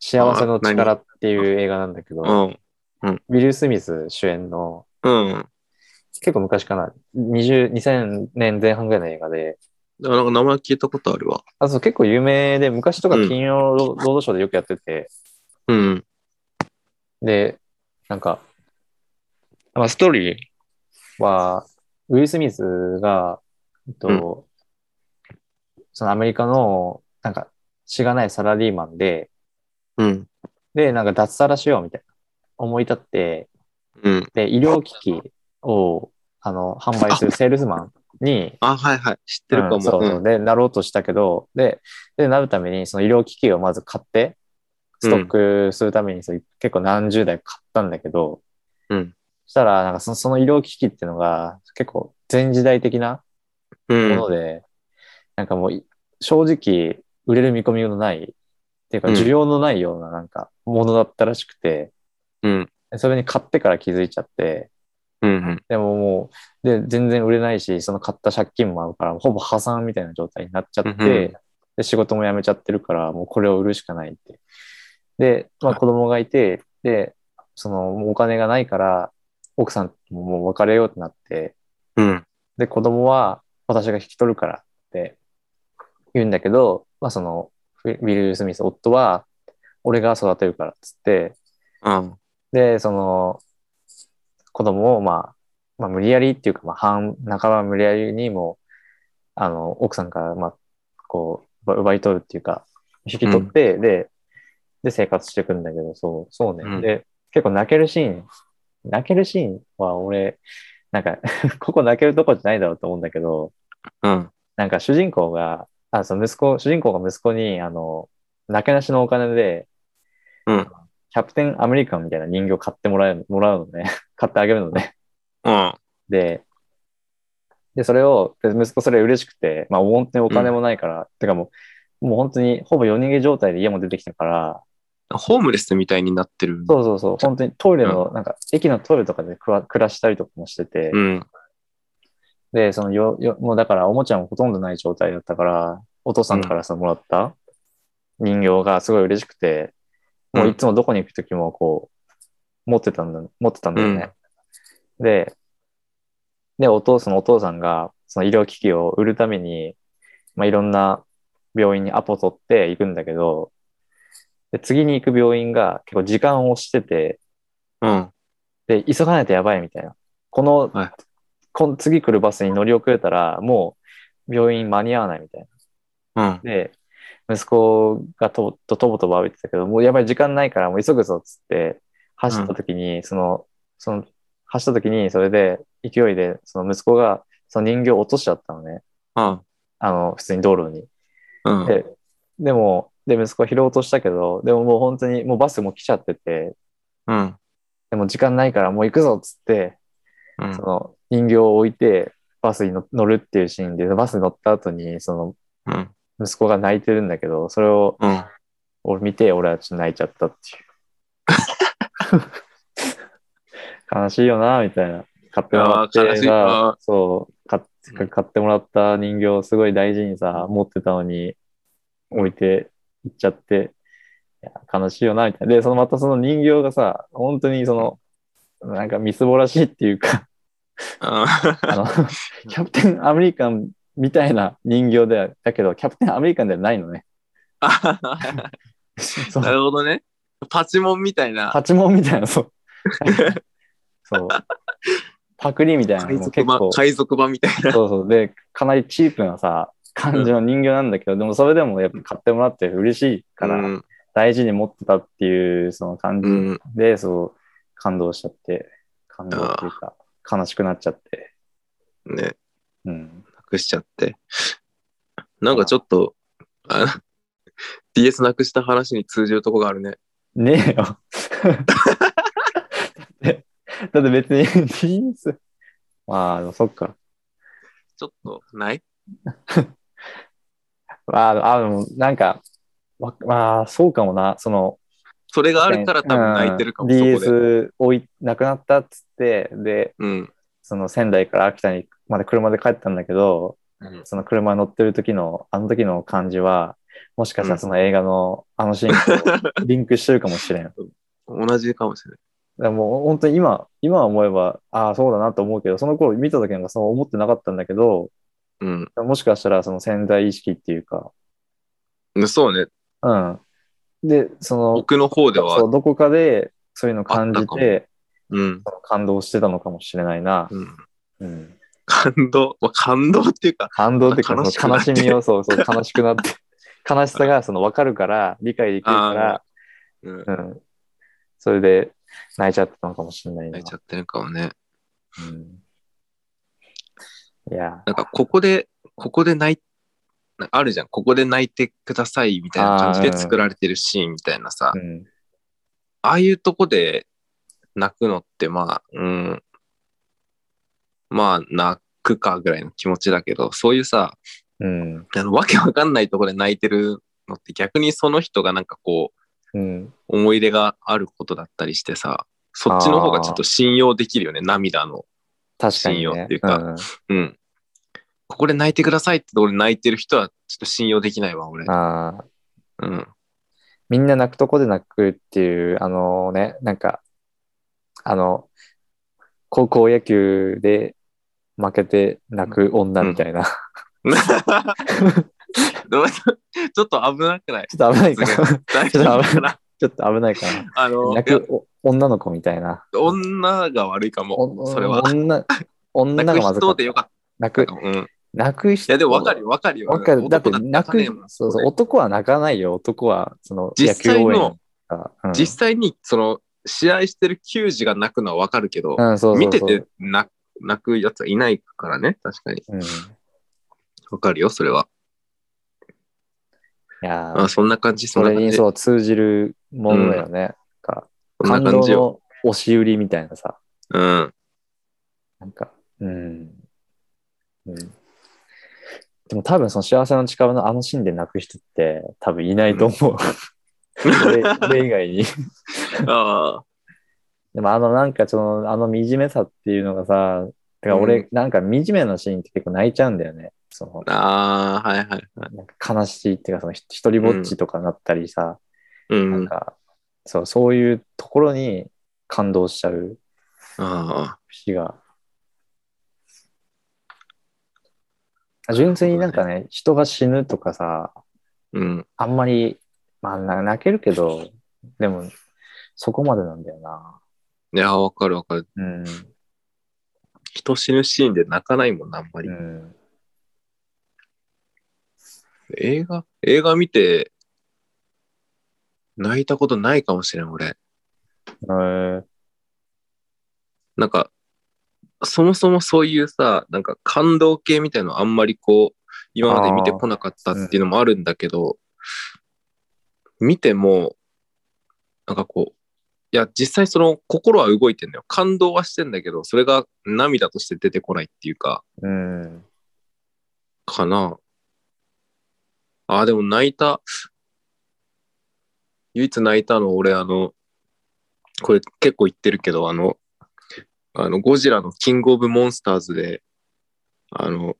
Speaker 1: 幸せの力っていう映画なんだけ
Speaker 2: う
Speaker 1: ど、
Speaker 2: ん。
Speaker 1: ウィル・スミス主演の、
Speaker 2: うん。
Speaker 1: 結構昔かな。20 2000年前半ぐらいの映画で、
Speaker 2: だからなんか名前聞いたことあるわ。
Speaker 1: あそう結構有名で、昔とか
Speaker 2: うん
Speaker 1: 金曜ロードショーでよくやってて、
Speaker 2: うん。
Speaker 1: で、なんか、まあ、ストーリーは、ウィル・スミスが、えっと、そのアメリカの、なんか、しがないサラリーマンで、
Speaker 2: うん。
Speaker 1: で、なんか脱サラしようみたいな思い立って、
Speaker 2: うん。
Speaker 1: で、医療機器を、あの、販売するセールスマンに、
Speaker 2: あ、はいはい。知ってるかも。
Speaker 1: うんそうそうう、
Speaker 2: ん
Speaker 1: で、なろうとしたけど、で、で、なるために、その医療機器をまず買って、ストックするために、そう結構何十台買ったんだけど、
Speaker 2: うん。
Speaker 1: そしたら、なんかそその医療機器っていうのが結構前時代的な
Speaker 2: う
Speaker 1: も
Speaker 2: ん。
Speaker 1: ので、なんかもうい正直売れる見込みのない、っていうか
Speaker 2: うん
Speaker 1: 需要のないようななんかものだったらしくて、
Speaker 2: うん。
Speaker 1: それに買ってから気づいちゃって、
Speaker 2: うん。うん。
Speaker 1: でももう、で、全然売れないし、その買った借金もあるから、ほぼ破産みたいな状態になっちゃって、
Speaker 2: うんうん
Speaker 1: で、仕事も辞めちゃってるから、もうこれを売るしかないって。で、まあ子供がいて、で、その、もうお金がないから、奥さんとももう別れようってなって、
Speaker 2: うん。
Speaker 1: で、子供は私が引き取るからって言うんだけど、まあその、ウィウィル・スミス、夫は、俺が育てるからっつって、
Speaker 2: あ
Speaker 1: で、その、子供を、まあ、まあ、無理やりっていうか、まあ、半、半ば無理やりにも、あの、奥さんから、まあ、こう、奪奪い取るっていうか、引き取って、で、で、生活していくんだけど、そう、そうね。
Speaker 2: うん
Speaker 1: で、結構泣けるシーン、泣けるシーンは俺、なんか、 *laughs* ここ泣けるとこじゃないだろうと思うんだけど、
Speaker 2: うん。
Speaker 1: なんか主人公が、あ、そう、息子、主人公が息子に、あの、なけなしのお金で、
Speaker 2: うん
Speaker 1: キャプテンアメリカンみたいな人形買ってもらえもらうのね。 *laughs* 買ってあげるのね。
Speaker 2: うん。
Speaker 1: で、で、それを、で息子それ嬉しくて、まあ、本当にお金もないから、てかもう、もう本当にほぼ夜逃げ状態で家も出てきたから、
Speaker 2: ホームレスみたいになってる。
Speaker 1: そうそうそう、本当にトイレの、なんか、駅のトイレとかでくわ暮らしたりとかもしてて、
Speaker 2: うん。
Speaker 1: で、そのよ、よ、もうだからおもちゃもほとんどない状態だったから、お父さんからさ、もらった人形がすごい嬉しくて、もういつもどこに行くときもこう、持ってたんだ、持ってたんだよね。で、で、お父さんのお父さんが、その医療機器を売るために、まあ、いろんな病院にアポ取って行くんだけど、で、次に行く病院が結構時間を押してて、
Speaker 2: うん。
Speaker 1: で、急がないとやばいみたいな。この、
Speaker 2: はい
Speaker 1: こん次来るバスに乗り遅れたら、もう病院間に合わないみたいな。
Speaker 2: うん。
Speaker 1: で、息子がとととぼとぼ歩いてたけど、もうやばい時間ないからもう急ぐぞっつって、走った時に、その、その、走った時にそれで勢いで、その息子がその人形を落としちゃったのね。
Speaker 2: あ
Speaker 1: あの、普通に道路に。
Speaker 2: うん。
Speaker 1: で、でも、で、息子は拾おうとしたけど、でももう本当にもうバスも来ちゃってて、
Speaker 2: うん。
Speaker 1: でも時間ないからもう行くぞっつって、
Speaker 2: うん
Speaker 1: その人形を置いてバスに乗乗るっていうシーンで、バスに乗った後に、そ
Speaker 2: うん。
Speaker 1: の息子が泣いてるんだけど、それを
Speaker 2: うん。
Speaker 1: 俺見て、俺はちょっと泣いちゃったっていう。 *laughs* 悲しいよな、みたいな。買ってもらっ
Speaker 2: あー悲
Speaker 1: て
Speaker 2: しいあ
Speaker 1: さ、そう、買っ買ってもらった人形をすごい大事にさ、持ってたのに置いていっちゃって、いや悲しいよな、みたいな。で、そのまたその人形がさ、本当にその、なんかみすぼらしいっていうか、あの、キャプテンアメリカンみたいな人形で、だけど、キャプテンアメリカンではないのね。 *laughs* そう
Speaker 2: なるほどね。パチモンみたいな。
Speaker 1: パチモンみたいな、
Speaker 2: *laughs*
Speaker 1: そう。そう。パクリみたいな
Speaker 2: 海
Speaker 1: のも
Speaker 2: 賊
Speaker 1: 結
Speaker 2: 版
Speaker 1: 構、、そ
Speaker 2: 海賊版みたいな。
Speaker 1: うそう。で、かなりチープなさ、感じの人形なんだけど、でもそれでもやっぱ買ってもらって嬉しいから、
Speaker 2: うん。
Speaker 1: 大事に持ってたっていう、その感
Speaker 2: う
Speaker 1: じ
Speaker 2: ん。
Speaker 1: で、そう、感動しちゃって、感動っていうか、悲しくなっちゃって。
Speaker 2: ね。
Speaker 1: うん。
Speaker 2: なくしちゃって。なんかちょっと、あ DS なくした話に通じるとこがあるね。
Speaker 1: ねえよ。だって、だって別に DS。まあ、でもそっか。
Speaker 2: ちょっと、ない
Speaker 1: まあ、あでもなんか、わまあ、そうかもな。その、
Speaker 2: それがあるから多分泣いてるかも、
Speaker 1: うん
Speaker 2: そこで。
Speaker 1: DS おい、なくなったっつって、で、
Speaker 2: うん。
Speaker 1: その仙台から秋田にまで車で帰ったんだけど、
Speaker 2: うん
Speaker 1: その車に乗ってる時の、あの時の感じは、もしかした
Speaker 2: う
Speaker 1: ら
Speaker 2: ん
Speaker 1: その映画のあのシーンとリンクしてるかもしれん。だか
Speaker 2: 同じかもしれない。
Speaker 1: らもう本当に今、今思えば、ああ、そうだなと思うけど、その頃見た時なんかそう思ってなかったんだけど、
Speaker 2: うん
Speaker 1: もしかしたらその潜在意識っていうか、
Speaker 2: で。そうね。
Speaker 1: うん。で、その、
Speaker 2: 奥の方で
Speaker 1: そ
Speaker 2: は。
Speaker 1: うどこかでそういうのを感
Speaker 2: あっ
Speaker 1: じ
Speaker 2: たか
Speaker 1: て、
Speaker 2: うん。
Speaker 1: 感動してたのかもしれないな。
Speaker 2: うん。
Speaker 1: うん、
Speaker 2: 感動。まあ、感動っていうか、
Speaker 1: 感動っていうか、
Speaker 2: 悲し
Speaker 1: その
Speaker 2: くな
Speaker 1: 悲
Speaker 2: っ
Speaker 1: してみを、そうそう、悲しくなって、 *laughs* 悲しさがその分かるから、理解できるか
Speaker 2: うん、
Speaker 1: ら、うん、それで泣いちゃったのかもしれないな。
Speaker 2: 泣いちゃってるかもね。
Speaker 1: うんいや、
Speaker 2: なんか、ここで、ここで泣い、なんかあるじゃん。ここで泣いてくださいみたいな感じ
Speaker 1: あーう
Speaker 2: で
Speaker 1: ん
Speaker 2: 作られてるシーンみたいなさ。
Speaker 1: うん、
Speaker 2: ああいうとこで泣くのって、まあ、うん。まあ、泣くかぐらいの気持ちだけど、そういうさ、
Speaker 1: うん、
Speaker 2: あのわけわかんないとこで泣いてるのって逆にその人がなんかこう
Speaker 1: うん。
Speaker 2: 思い入れがあることだったりしてさそっちの方がちょっと信用できるよね涙の
Speaker 1: 確かに、ね。
Speaker 2: 信用っていうか
Speaker 1: んん
Speaker 2: うんここで泣いてくださいって俺泣いてる人はちょっと信用できないわ俺
Speaker 1: ああ、
Speaker 2: うん
Speaker 1: みんな泣くとこで泣くっていう、あのね、なんか、あの、高校野球で負けて泣く女みたいな。ち
Speaker 2: でも *laughs* ちょっと危なくない
Speaker 1: ょっと危ないかな。
Speaker 2: 大丈夫かな
Speaker 1: ちょっと危ないかな。
Speaker 2: あの
Speaker 1: 泣
Speaker 2: いや
Speaker 1: くお女の子みたいな。
Speaker 2: 女が悪いか
Speaker 1: お
Speaker 2: もそれは
Speaker 1: 女、女が
Speaker 2: 泣
Speaker 1: ま
Speaker 2: く
Speaker 1: ずか
Speaker 2: 人
Speaker 1: った
Speaker 2: でよかっ
Speaker 1: 泣く
Speaker 2: たか、も、うん、い
Speaker 1: 泣く人。
Speaker 2: やでも分かるよ分かるよ
Speaker 1: わかる。だって
Speaker 2: 男ら
Speaker 1: 泣
Speaker 2: 勝たねえ
Speaker 1: く
Speaker 2: もん、
Speaker 1: そうそう、男は泣かないよ。男は、その、野球
Speaker 2: 実際
Speaker 1: 応援
Speaker 2: の
Speaker 1: とか。うん
Speaker 2: 実際にその試合してる球児が泣くのは分かるけど、
Speaker 1: うん、そうそうそう
Speaker 2: 見てて泣泣くやつはいないからね確かに
Speaker 1: うん。い
Speaker 2: 分かるよそれは
Speaker 1: やー
Speaker 2: あそんな感じそ
Speaker 1: そ
Speaker 2: んな
Speaker 1: れ
Speaker 2: 感
Speaker 1: に
Speaker 2: じ
Speaker 1: そう通じるものだよね。なんか
Speaker 2: そん
Speaker 1: 感
Speaker 2: な感
Speaker 1: 動
Speaker 2: じよ、
Speaker 1: の押し売りみたいなさ。
Speaker 2: うん、
Speaker 1: なんか、うん。うん、でも多分その幸せの力のあのシーンで泣く人って多分いないと思う。俺 *laughs* 俺以外に。
Speaker 2: ああ
Speaker 1: でもあのなんかその、あの惨めさっていうのがさ、てか
Speaker 2: う
Speaker 1: 俺なんか惨めなシーンって結構泣いちゃうんだよね。その
Speaker 2: ああはいはいはい
Speaker 1: なんか悲しいっていうかそのひ一人ぼっちとかなったりさ、
Speaker 2: う
Speaker 1: なん
Speaker 2: んあ
Speaker 1: か、そう、そういうところに感動しちゃう
Speaker 2: あ
Speaker 1: 節が。純粋になんかね、人が死ぬとかさ、
Speaker 2: うん
Speaker 1: あんまり、まあな泣けるけど、でも、そこまでなんだよな。
Speaker 2: いや分かる分かる
Speaker 1: うん。
Speaker 2: 人死ぬシーンで泣かないもんなあんまり、
Speaker 1: うん、
Speaker 2: 映画映画見て泣いたことないかもしれん俺
Speaker 1: うん
Speaker 2: なんか、そもそもそういうさ、なんか感動系みたいのあんまりこう、今まで見てこなかったっていうのもあるんだけど、見ても、なんかこう、いや、実際その心は動いてんだよ。感動はしてんだけど、それが涙として出てこないっていうか、
Speaker 1: うん。
Speaker 2: かな。ああ、でも泣いた。唯一泣いたの、俺、あの、これ結構言ってるけど、あの、あの、ゴジラのキングオブモンスターズで、あの、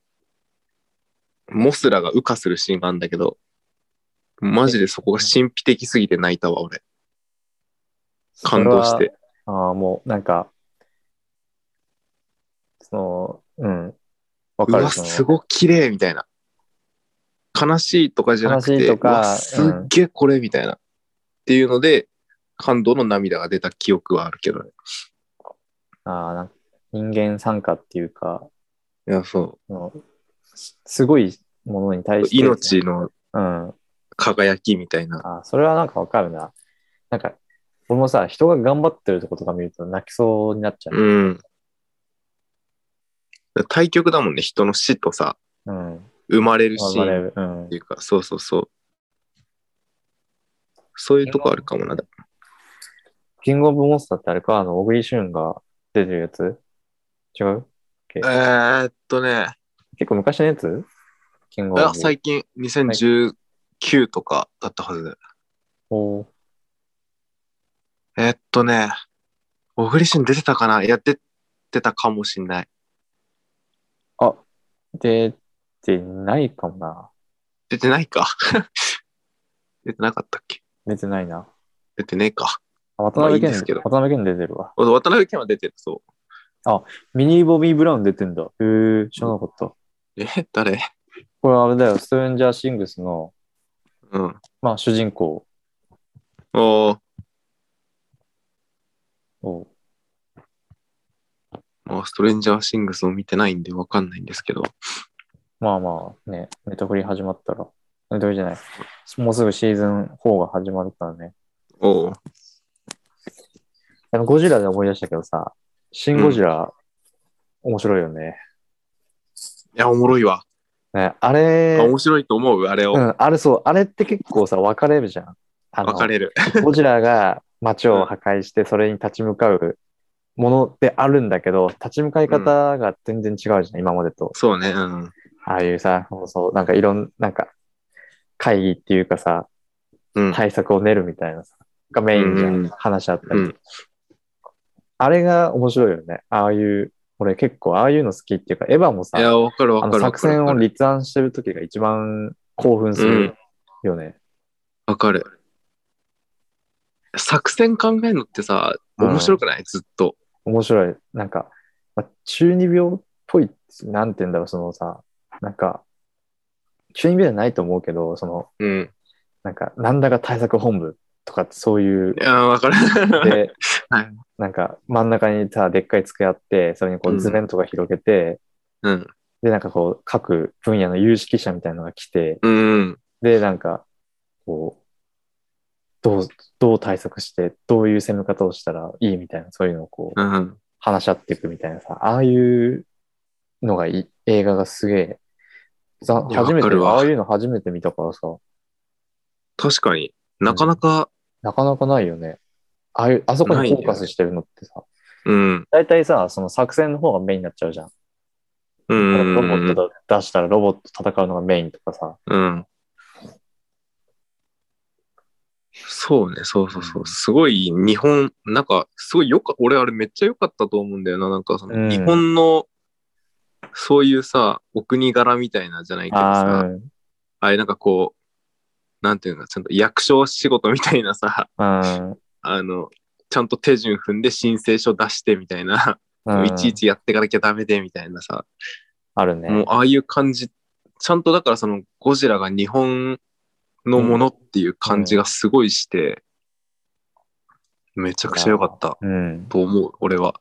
Speaker 2: モスラが羽化するシーンがあるんだけど、マジでそこが神秘的すぎて泣いたわ、俺。感動し
Speaker 1: それ
Speaker 2: て。
Speaker 1: は。ああ、もう、なんか、その、うん。わ
Speaker 2: う
Speaker 1: かる。
Speaker 2: わ、
Speaker 1: その
Speaker 2: すごく綺麗みたいな。悲しいとかじゃなく、
Speaker 1: 悲していと
Speaker 2: う
Speaker 1: か
Speaker 2: わ、すっげえこれみたいな。っていうので、感動の涙が出た記憶はあるけどね。
Speaker 1: ああ、なんか人間参加っていうか、
Speaker 2: いや、そ
Speaker 1: そのすすごいものに対
Speaker 2: う。
Speaker 1: して。
Speaker 2: 命の
Speaker 1: うん。
Speaker 2: 輝きみたいな。
Speaker 1: あ、それはなんかわかるな。なんか、俺もさ、人が頑張ってるとことか見ると泣きそうになっちゃう。
Speaker 2: うん。対極だもんね、人の死とさ、
Speaker 1: うん。
Speaker 2: 生まれるシ
Speaker 1: 頑張れ
Speaker 2: ーンっ
Speaker 1: る。うん
Speaker 2: て。いうか、そうそうそう。そういうとこあるかもな。
Speaker 1: キングオブモンスターってあれか、あの、小栗旬が出てるやつ違う
Speaker 2: えー、っとね、
Speaker 1: 結構昔のやつキングオブ。
Speaker 2: あ最近、2019とかだったはずだよ
Speaker 1: おー
Speaker 2: えっとね、小栗旬出てたかなやっててたかもしんない。
Speaker 1: あ、出てないかもな。
Speaker 2: 出てないか *laughs* 出てなかったっけ
Speaker 1: 出てないな。
Speaker 2: 出てねえか。
Speaker 1: あ渡辺
Speaker 2: まあいい
Speaker 1: 謙、
Speaker 2: ですけど
Speaker 1: 渡辺謙出てるわ。
Speaker 2: あと渡辺謙は出てる、そ
Speaker 1: ミニー・ボビー・ブラウン出てんだ。へえ、知らなかった。
Speaker 2: う。え、誰
Speaker 1: これあれだよ、ストレンジャー・シングスの、
Speaker 2: うん。
Speaker 1: まあ、主人公
Speaker 2: おー
Speaker 1: を、
Speaker 2: まあ、ストレンジャーシングスを見てないんでわかんないんですけど。
Speaker 1: まあまあね、ネタフリ始まったら、ネタフリじゃない、もうすぐシーズン4が始まるからね。
Speaker 2: おー
Speaker 1: あの、ゴジラで思い出したけどさ、シン・ゴジラ、面白いよね。
Speaker 2: いや、おもろいわ。
Speaker 1: ね、あ
Speaker 2: あ
Speaker 1: れ、
Speaker 2: 面白いと思う、あれを。
Speaker 1: うん、あれそう、あれって結構さ、分かれるじゃん。あの
Speaker 2: 分かれる。
Speaker 1: ゴジラが街を破壊して、それに立ち向かうものであるんだけど、立ち向かい方が全然違うじゃん、今までと。
Speaker 2: そうね、うん。
Speaker 1: ああいうさ、そうそう、なんかいろん、なんか、会議っていうかさ、
Speaker 2: うん。
Speaker 1: 対策を練るみたいなさ、がメインじゃ
Speaker 2: うんうんん。
Speaker 1: 話し合った
Speaker 2: う
Speaker 1: り
Speaker 2: ん。。
Speaker 1: あれが面白いよね。ああいう、俺結構ああいうの好きっていうか、エヴァも
Speaker 2: い
Speaker 1: さ、
Speaker 2: や、わかる
Speaker 1: あ
Speaker 2: わか
Speaker 1: の
Speaker 2: るわ
Speaker 1: 作
Speaker 2: かる
Speaker 1: 戦
Speaker 2: わ
Speaker 1: を
Speaker 2: かる。
Speaker 1: 立案してる時が一番興奮するよね。
Speaker 2: わかる。作戦考えるのってさ、面白くないずっと。
Speaker 1: 面白い。なんか、まあ、中二病っぽい、なんて言うんだろう、そのさ、なんか、中二病じゃないと思うけど、その、
Speaker 2: うん。
Speaker 1: なんか、なんだか対策本部とかってそういう
Speaker 2: い、や、わかる。
Speaker 1: で、
Speaker 2: *laughs* はい
Speaker 1: なんか、真ん中にさ、でっかい机あって、それにこ
Speaker 2: う
Speaker 1: う、
Speaker 2: ん
Speaker 1: 図面とか広げて、
Speaker 2: うん。
Speaker 1: で、なんかこう、各分野の有識者みたいなのが来て、
Speaker 2: うん。
Speaker 1: で、なんか、こう、どう、どう対策して、どういう攻め方をしたらいいみたいな、そういうのをこう、
Speaker 2: うん。
Speaker 1: 話し合っていくみたいなさ、ああいうのがいい映画がすげえ、ざ
Speaker 2: いや
Speaker 1: 初め
Speaker 2: わか
Speaker 1: て、
Speaker 2: るわ
Speaker 1: ああいうの初めて見たからさ、
Speaker 2: 確かになかなか、
Speaker 1: なかなかないよね。ああいう、あそこ
Speaker 2: ない
Speaker 1: に
Speaker 2: よ
Speaker 1: フォーカスしてるのってさ、
Speaker 2: うん。
Speaker 1: 大体さ、その作戦の方がメインになっちゃうじゃん。
Speaker 2: う
Speaker 1: ロボ
Speaker 2: ん
Speaker 1: ッ。トだ出したらロボットと戦うのがメインとかさ、
Speaker 2: うん。そうね、そうそうそう。すごい日本、なんか、すごいよか、俺あれめっちゃ良かったと思うんだよな。なんかその、
Speaker 1: うん
Speaker 2: 日本の、そういうさ、お国柄みたいなじゃないけど
Speaker 1: あ
Speaker 2: さ、
Speaker 1: あ、
Speaker 2: あ,、
Speaker 1: うん。
Speaker 2: れなんかこう、なんていうの、ちゃんと役所仕事みたいなさ、
Speaker 1: うん
Speaker 2: あの、ちゃんと手順踏んで申請書出してみたいな、
Speaker 1: うん。
Speaker 2: いちいちやってかなきゃダメでみたいなさ、
Speaker 1: あるね。
Speaker 2: もうああいう感じ、ちゃんとだからそのゴジラが日本のものっていう感じがすごいして、めちゃくちゃ良かった
Speaker 1: うん。
Speaker 2: と思う、俺は。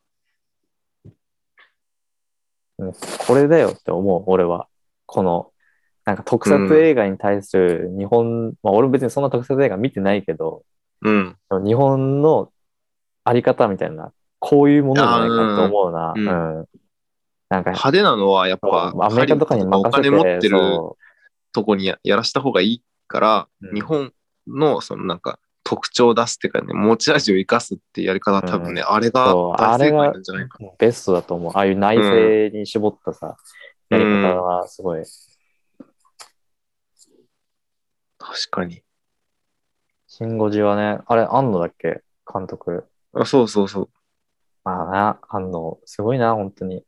Speaker 1: これだよって思う、俺は。この、なんか特撮映画に対する日本、まあ俺も別にそんな特撮映画見てないけど、
Speaker 2: うん。
Speaker 1: 日本のあり方みたいな、こういうものじゃないかと思うな。
Speaker 2: あーうん
Speaker 1: うん。なんか、
Speaker 2: 派手なのはやっぱ、
Speaker 1: アメリカとかに任せて、
Speaker 2: お金持ってる
Speaker 1: そ
Speaker 2: とこにややらした方がいいから、
Speaker 1: うん
Speaker 2: 日本のそのなんか特徴を出すっていうかね、持ち味を生かすっていうやり方は多分ね、あれが
Speaker 1: そう
Speaker 2: 大正解
Speaker 1: あれが
Speaker 2: なんじゃないか。
Speaker 1: うベストだと思う。ああいう内政に絞ったさ、
Speaker 2: うん
Speaker 1: やり方はすごい。
Speaker 2: 確かに。
Speaker 1: シン・ゴジはね、あれ、安野だっけ監督。
Speaker 2: あそうそうそう。
Speaker 1: まあな、安野、すごいな、本当に。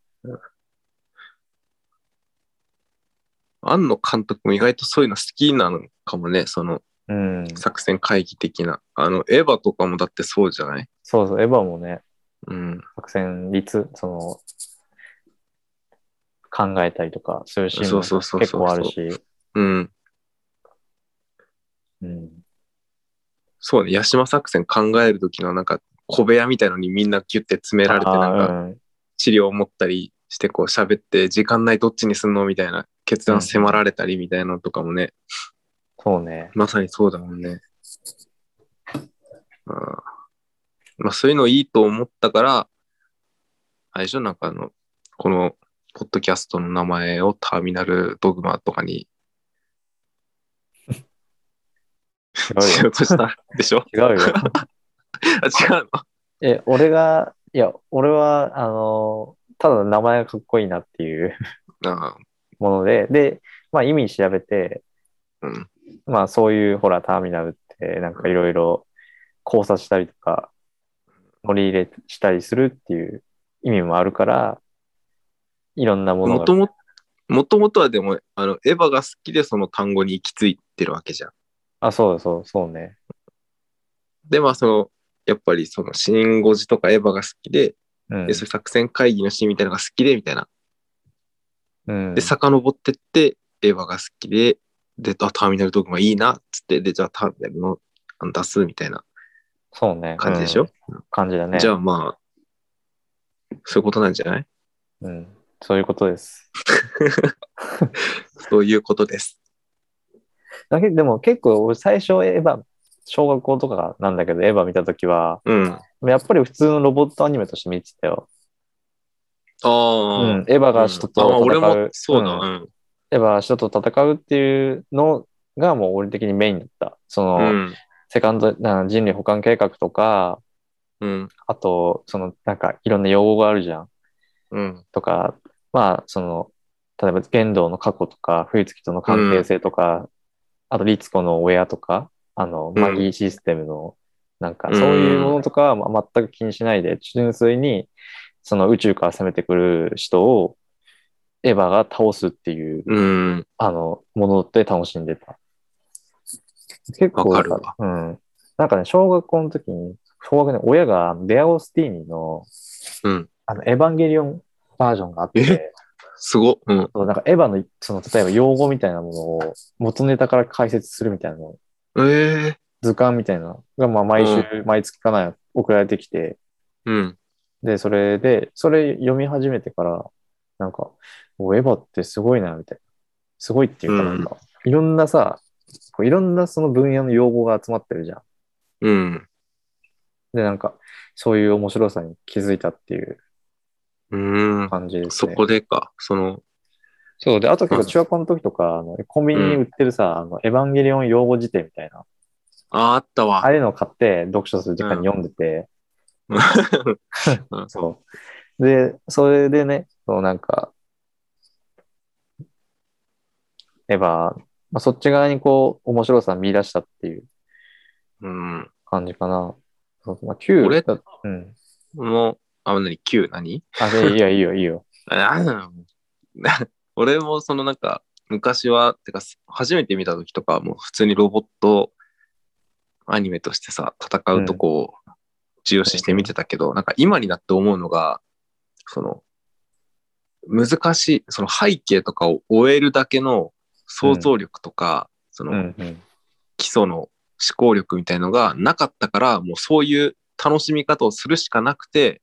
Speaker 2: 庵野監督も意外とそういうの好きなのかもね、その、
Speaker 1: うん。
Speaker 2: 作戦会議的な。あの、エヴァとかもだってそうじゃない
Speaker 1: そうそう、エヴァもね、
Speaker 2: うん。
Speaker 1: 作戦率、その、考えたりとか、そういうシーン
Speaker 2: そ
Speaker 1: も
Speaker 2: うそうそうそう
Speaker 1: 結構あるし。
Speaker 2: うん。
Speaker 1: うん。
Speaker 2: そうね、八島作戦考える時のなんか、小部屋みたいのにみんなギュッて詰められて、なん
Speaker 1: あ
Speaker 2: か、
Speaker 1: ーうん
Speaker 2: 資料を持ったりして、こう喋って、時間内どっちにすんのみたいな、決断迫られたりみたいなのとかもね、
Speaker 1: そうね。
Speaker 2: まさにそうだもんね。あーまあ、そういうのいいと思ったから、あれでしょ、なんかあの、この、ポッドキャストの名前をターミナルドグマとかにしようとしたでしょ
Speaker 1: 違う
Speaker 2: *laughs*
Speaker 1: よ。
Speaker 2: あ、違う
Speaker 1: え、俺が、いや、俺は、あの、ただ名前がかっこいいなっていう *laughs*
Speaker 2: のあー
Speaker 1: もので、で、まあ意味調べて、
Speaker 2: うん。
Speaker 1: まあそういう、ほら、ターミナルって、なんかいろいろ考察したりとか、乗り入れしたりするっていう意味もあるから、いろんなもの
Speaker 2: も
Speaker 1: が
Speaker 2: と、も、もともとはでも、あの、エヴァが好きでその単語に行き着いてるわけじゃん。
Speaker 1: あ、そうだそう、そうね。
Speaker 2: で、まあ、その、やっぱりその、シン・ゴジとかエヴァが好きで、
Speaker 1: うん
Speaker 2: で、。そういう作戦会議のシーンみたいなのが好きで、みたいな。
Speaker 1: うん
Speaker 2: で、遡ってって、エヴァが好きで、で、あ、ターミナルドグマいいな、っつって、で、じゃあターミナルのあの出す、みたいな
Speaker 1: そうね。
Speaker 2: 感じでしょ、
Speaker 1: うん感じだね。
Speaker 2: じゃあまあ、そういうことなんじゃない
Speaker 1: うん。そういうことです。
Speaker 2: そういうことです。
Speaker 1: だけでも結構俺最初エヴァ、小学校とかなんだけど、エヴァ見たときは、
Speaker 2: うん。あ
Speaker 1: やっぱり普通のロボットアニメとして見てたよ。う
Speaker 2: あ、
Speaker 1: ん、エヴァが人と
Speaker 2: あまあ
Speaker 1: 戦う、
Speaker 2: 俺もそうだ、
Speaker 1: ん
Speaker 2: うん。
Speaker 1: エヴァが人と戦うっていうのがもう俺的にメインだった。そうの、
Speaker 2: ん。
Speaker 1: セカンドな人類保管計画とか、
Speaker 2: うん。
Speaker 1: あと、そのなんかいろんな用語があるじゃん。
Speaker 2: うん。
Speaker 1: とか、まあその、例えば剣道の過去とか、冬月との関係性とか、あと、リツコのウェアとか、あの、
Speaker 2: うん
Speaker 1: マギーシステムの、なんか、
Speaker 2: うん
Speaker 1: そういうものとかはま全く気にしないで、純粋に、その宇宙から攻めてくる人を、エヴァが倒すっていう、
Speaker 2: うん。
Speaker 1: あの、もので楽しんでた。結構
Speaker 2: わ
Speaker 1: だ
Speaker 2: か
Speaker 1: ら
Speaker 2: るわ
Speaker 1: うん。なんかね、小学校の時に、小学年、親がデアオスティーニの、
Speaker 2: うん。
Speaker 1: あの、エヴァンゲリオンバージョンがあって、
Speaker 2: すごっ。うん。
Speaker 1: そうなんかエヴァの、その、例えば用語みたいなものを元ネタから解説するみたいなの、
Speaker 2: ええ
Speaker 1: 図鑑みたいなのが、まあ、毎週、毎月かな、送られてきて、
Speaker 2: うん。
Speaker 1: で、それで、それ読み始めてから、なんか、おエヴァってすごいな、みたいな。すごいっていうか、なんか、いろんなさ、こういろんなその分野の用語が集まってるじゃん。
Speaker 2: うん。
Speaker 1: で、なんか、そういう面白さに気づいたっていう
Speaker 2: うん。
Speaker 1: 感じです
Speaker 2: そ
Speaker 1: ね。
Speaker 2: こでか。その、
Speaker 1: そうで、あと結構中学校の時とか、あのコンビニに売ってるさ、あの、エヴァンゲリオン用語辞典みたいな、
Speaker 2: あ、あった
Speaker 1: あ
Speaker 2: わ
Speaker 1: あ。いうのを買って読書する時間に読んでて、 *laughs* そう。で、それでね、そうなんか、エヴァ、まあ、そっち側にこう、面白さを見出したっていう
Speaker 2: うん。
Speaker 1: 感じかな。そうまあ、9
Speaker 2: 俺
Speaker 1: だうん。
Speaker 2: もう、あ、なに、9、何
Speaker 1: あ、でいいよ、いいよ、いいよ。
Speaker 2: あの *laughs* 俺もそのなんか昔はてか初めて見た時とかはもう普通にロボットアニメとしてさ戦うとこを重要視して見てたけど、なんか今になって思うのがその難しいその背景とかを終えるだけの想像力とか、そうの
Speaker 1: ん、うん。
Speaker 2: 基礎の思考力みたいのがなかったから、もうそういう楽しみ方をするしかなくて、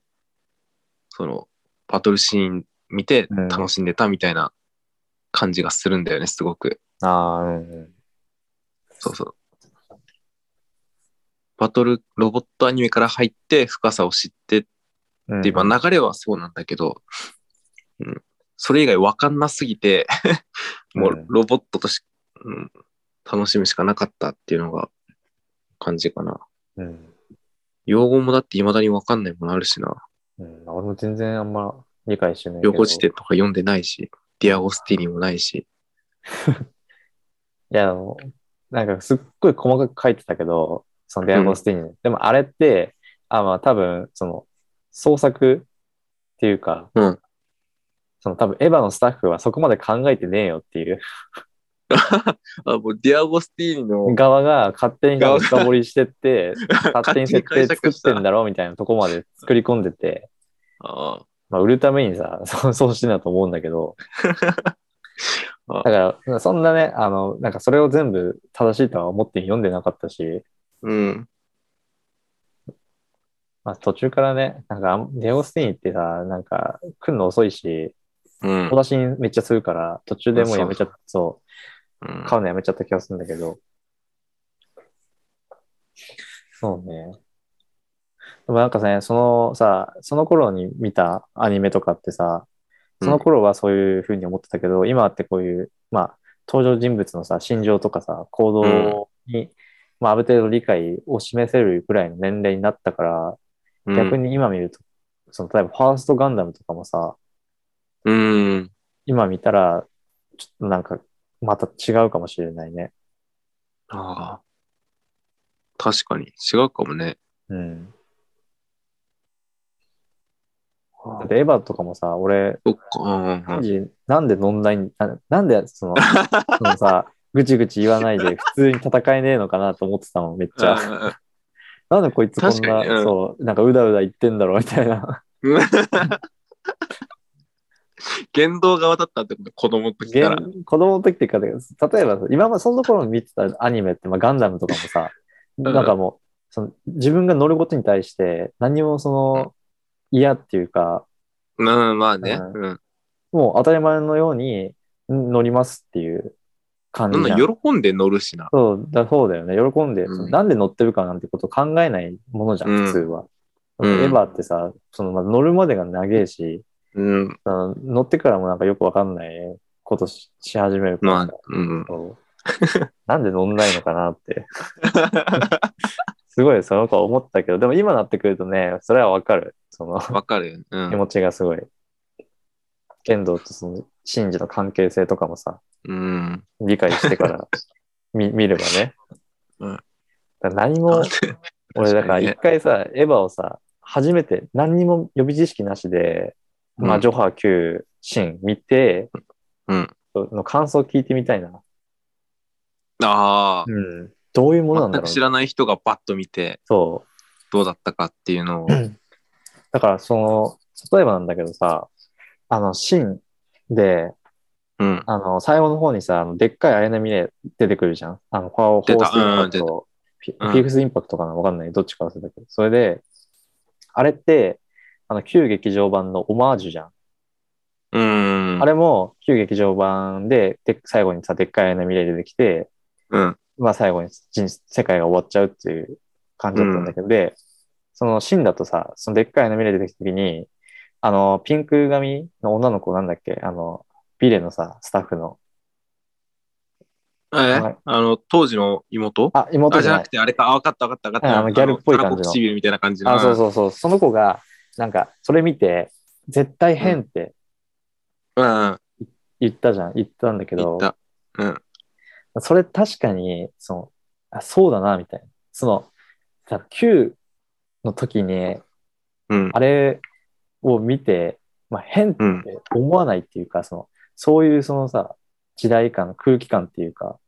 Speaker 2: その、バトルシーン見て
Speaker 1: うん
Speaker 2: 楽しんでたみたいな感じがするんだよね、すごく。
Speaker 1: ああ、うんうん。
Speaker 2: そうそう。バトル、ロボットアニメから入って深さを知ってっ
Speaker 1: うん
Speaker 2: ていう、まあ流れはそうなんだけど、うん。それ以外わかんなすぎて、も
Speaker 1: うん
Speaker 2: うロボットとし、うん、楽しむしかなかったっていうのが感じかな。
Speaker 1: うん。
Speaker 2: 用語もだって未だに分かんないものあるしな。
Speaker 1: うん、俺も全然あんま理解してないけど。
Speaker 2: 横地点とか読んでないし、ディアゴスティーニもないし。
Speaker 1: いや、もうなんかすっごい細かく書いてたけど、そのデアゴスティーニ、でもあれって、あ、まあ多分、その、創作っていうか、
Speaker 2: うん
Speaker 1: その多分エヴァのスタッフはそこまで考えてねえよっていう
Speaker 2: あ、もうディアゴスティーニの、
Speaker 1: 側が勝手に
Speaker 2: 側が
Speaker 1: 深掘りしてって、
Speaker 2: *laughs*
Speaker 1: 勝手に設定作ってん
Speaker 2: だ。
Speaker 1: だろみたいなとこまで作り込んでて、
Speaker 2: ああ、
Speaker 1: まあ売るためにさ、そうそうしてんだと思うんだけど
Speaker 2: *laughs*
Speaker 1: だ
Speaker 2: あ
Speaker 1: から、そんなね、あの、なんかそれを全部正しいとは思って読んでなかったし、
Speaker 2: うん。
Speaker 1: まあ、途中からね、なんかあん、ディアゴスティーニってさ、なんか、来るの遅いし、
Speaker 2: うん
Speaker 1: 小。出しめっちゃするから、途中でもうやめちゃった、そうう、
Speaker 2: ん
Speaker 1: 買うのやめちゃった気がするんだけど。そうね。でもなんかね、そのさ、その頃に見たアニメとかってさ、その頃はそういう風に思ってたけど、今ってこういう、まあ、登場人物のさ、心情とかさ、行動に、まあ、ある程度理解を示せるくらいの年齢になったから、
Speaker 2: うん
Speaker 1: 逆。に今見ると、その例えばファーストガンダムとかもさ、
Speaker 2: うん。
Speaker 1: 今見たら、ちょっとなんか、また違うかもしれないね。
Speaker 2: ああ。確かに。違うかもね。
Speaker 1: うん。だってエヴァとかもさ、俺、
Speaker 2: そっか。うんうんうん
Speaker 1: なんで飲んないんななんでそ
Speaker 2: *laughs*
Speaker 1: の、そのさ、ぐちぐち言わないで普通に戦えねえのかなと思ってたの、めっちゃ。
Speaker 2: ああ
Speaker 1: なんでこいつこん
Speaker 2: 確か
Speaker 1: な、
Speaker 2: にねうん
Speaker 1: そう、なんかうだうだ言ってんだろうみたいな。
Speaker 2: *laughs* うん言動側だったってこと子供の時から。
Speaker 1: 現子供の時っていうか、例えばさ、今までその頃見てたアニメって、まあ、ガンダムとかもさ、
Speaker 2: ん
Speaker 1: なんかもう、その自分が乗ることに対して何もその嫌っていうか、
Speaker 2: うん、まあね。
Speaker 1: う
Speaker 2: うん。
Speaker 1: もう当たり前のようにん乗りますっていう感
Speaker 2: な
Speaker 1: じ
Speaker 2: ん
Speaker 1: じゃ
Speaker 2: だ、
Speaker 1: ん。
Speaker 2: 喜んで乗るしな。
Speaker 1: そうだそうだよね。喜んで、
Speaker 2: うん
Speaker 1: そのなんで乗ってるかなんてことを考えないものじゃん、
Speaker 2: うん
Speaker 1: 普通は。
Speaker 2: うん
Speaker 1: エヴァってさ、そのまあ乗るまでが長えし、
Speaker 2: うん。
Speaker 1: その乗ってからもなんかよくわかんないことしし始めるから
Speaker 2: まあ
Speaker 1: さ、
Speaker 2: うん。
Speaker 1: そうなんで飲んないのかな
Speaker 2: *laughs*
Speaker 1: って、すごいその子は思ったけど、でも今なってくるとね、それはわかる。その
Speaker 2: わかるよね。うん
Speaker 1: 気持ちがすごい。剣道とその、シンジの関係性とかもさ、
Speaker 2: うん。
Speaker 1: 理解してから見見ればね。
Speaker 2: うん
Speaker 1: だから何も、俺だから一
Speaker 2: ね
Speaker 1: 回さ、エヴァをさ、初めて何にも予備知識なしで、ま
Speaker 2: う
Speaker 1: あ、
Speaker 2: ん
Speaker 1: ジョハ Q、シン見て、
Speaker 2: うん
Speaker 1: の感想を聞いてみたいな。
Speaker 2: ああ、
Speaker 1: うん。どういうものなんだ
Speaker 2: 全
Speaker 1: ろ
Speaker 2: く
Speaker 1: う
Speaker 2: 知らない人がバッと見て、
Speaker 1: そう。
Speaker 2: どうだったかっていうのを。
Speaker 1: だから、その、例えばなんだけどさ、あの、シンで、
Speaker 2: うん。
Speaker 1: あの、最後の方にさ、あのでっかい綾波レイ出てくるじゃん。あの、ファオ、フォ
Speaker 2: 出
Speaker 1: ー
Speaker 2: た
Speaker 1: スインパク
Speaker 2: うん
Speaker 1: ト、フィ
Speaker 2: うん
Speaker 1: フィフスインパクトかなわかんない。どっちか忘れたけど。それで、あれって、あの、旧劇場版のオマージュじゃん。
Speaker 2: うん。
Speaker 1: あれも、旧劇場版で、で、最後にさ、でっかい綾波レイ出てきて、
Speaker 2: うん。
Speaker 1: まあ最後に人世界が終わっちゃうっていう感じだったんだけど、で、そのシンだとさ、そのでっかいの見れてきた時に、あの、ピンク髪の女の子なんだっけあの、ビレのさ、スタッフの。
Speaker 2: え、
Speaker 1: はい
Speaker 2: あの、当時の妹
Speaker 1: あ、妹
Speaker 2: あ、
Speaker 1: じ
Speaker 2: じ
Speaker 1: ゃ
Speaker 2: ゃ
Speaker 1: ない
Speaker 2: なくて、あれか、あ、分かった分かった分かっ
Speaker 1: うん
Speaker 2: た。
Speaker 1: あのギャルっぽい感じの
Speaker 2: タラコ唇みたいな感じの。
Speaker 1: あ、そうそうそう。その子が、なんか、それ見て、絶対変って
Speaker 2: うん。うん。
Speaker 1: 言ったじゃん。言ったんだけ
Speaker 2: 言
Speaker 1: ど
Speaker 2: っ、た。うん。
Speaker 1: それ確かに、その、あ、そうだな、みたいな。その、さ、Q の時に、
Speaker 2: うん。
Speaker 1: あれを見て、まあ、変って
Speaker 2: うん。
Speaker 1: 思わないっていうか、その、そういうそのさ、時代感、空気感っていうか、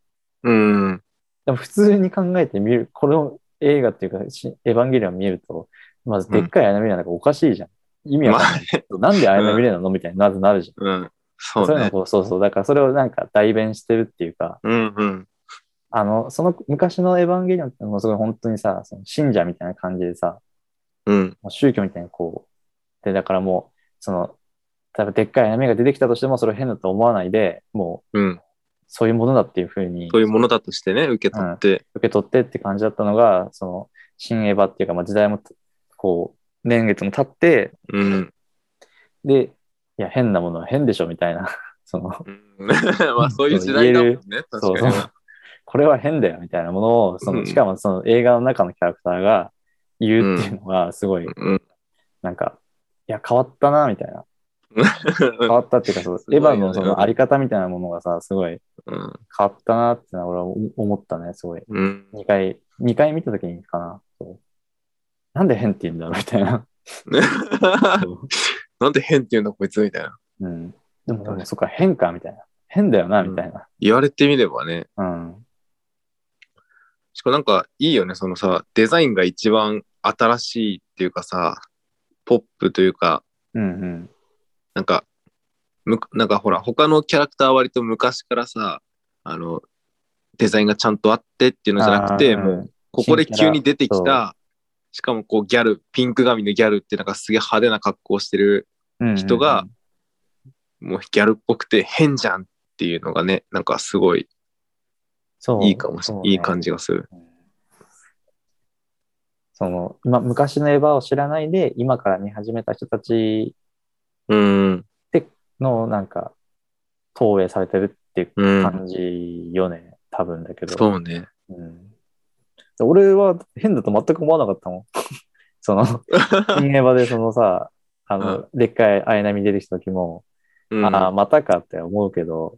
Speaker 2: うん。
Speaker 1: でも普通に考えてみる、この映画っていうか、しエヴァンゲリオン見ると、まずでっかい綾波レイなんかおかしいじゃん。意味わ
Speaker 2: ま
Speaker 1: かん
Speaker 2: あ
Speaker 1: ない。
Speaker 2: ね。
Speaker 1: なんで綾波レイなのみたいになるなるじゃん。
Speaker 2: うん。そ
Speaker 1: そうい
Speaker 2: う
Speaker 1: うの
Speaker 2: ね。
Speaker 1: こう、そうそう。だからそれをなんか代弁してるっていうか、
Speaker 2: うんうん。
Speaker 1: あの、その昔のエヴァンゲリオンってのもすごい本当にさ、その信者みたいな感じでさ、
Speaker 2: うん。
Speaker 1: もう宗教みたいにこう、で、だからもう、その、例えばでっかい闇が出てきたとしても、それを変だと思わないで、もう、
Speaker 2: うん。
Speaker 1: そういうものだっていうふうに
Speaker 2: そうい
Speaker 1: 受
Speaker 2: うものだとしてね、受け取って。
Speaker 1: け取ってって感じだったのが、その、新エヴァっていうか、まあ、時代も、こう、年月も経って、
Speaker 2: うん。
Speaker 1: で、いや、変なものは変でしょ、みたいな、 *laughs* その、
Speaker 2: うん *laughs* まあ、そういう時代だもんね。
Speaker 1: そ
Speaker 2: 確
Speaker 1: う
Speaker 2: か
Speaker 1: そ
Speaker 2: に
Speaker 1: う。これは変だよ、みたいなものを、そうの、
Speaker 2: ん
Speaker 1: しかもその映画の中のキャラクターが言うっていうのが、すごい、
Speaker 2: うん。
Speaker 1: なんか、いや、変わったな、みたいな。変わったっていうか、その
Speaker 2: すごい
Speaker 1: エ
Speaker 2: よ
Speaker 1: ヴ
Speaker 2: ね
Speaker 1: ァのそのあり方みたいなものがさ、すごい
Speaker 2: うん。
Speaker 1: 変わったなってのは俺は思思ったね、すごい。
Speaker 2: うん。
Speaker 1: 2回、二回見た時にかな。そうなんで変って言うんだろうみたいな。
Speaker 2: *laughs* なんで変って言うんだ、こいつみたいな。
Speaker 1: うん。でも、でもそっか、変か、みたいな。変だよな、みたいな。
Speaker 2: 言われてみればね。
Speaker 1: うん。
Speaker 2: しかもなんか、いいよね、そのさ、デザインが一番新しいっていうかさ、ポップというか、
Speaker 1: うんうん。
Speaker 2: なんか、むなんかほら、他のキャラクターは割と昔からさ、あの、デザインがちゃんとあってっていうのじゃなくて、
Speaker 1: あー
Speaker 2: もう、ここで急に出てきた、しかもこうギャル、ピンク髪のギャルってなんかすげえ派手な格好をしてる、
Speaker 1: うんうん
Speaker 2: 人が、もうギャルっぽくて変じゃんっていうのがね、なんかすごい
Speaker 1: そう
Speaker 2: いいかもしれない、いい感。じがする。
Speaker 1: そうねうんその、ま、昔のエヴァを知らないで、今から見始めた人たち
Speaker 2: うん、
Speaker 1: の、なんか、投影されてるっていう
Speaker 2: うん、
Speaker 1: 感じよね、多分だけど。
Speaker 2: そうね。
Speaker 1: うん、俺は変だと全く思わなかったもん。 *laughs* その、新エヴァでそのさ、あの、でっかい綾波出てきた時も、
Speaker 2: うん、
Speaker 1: ああ、またかって思うけど、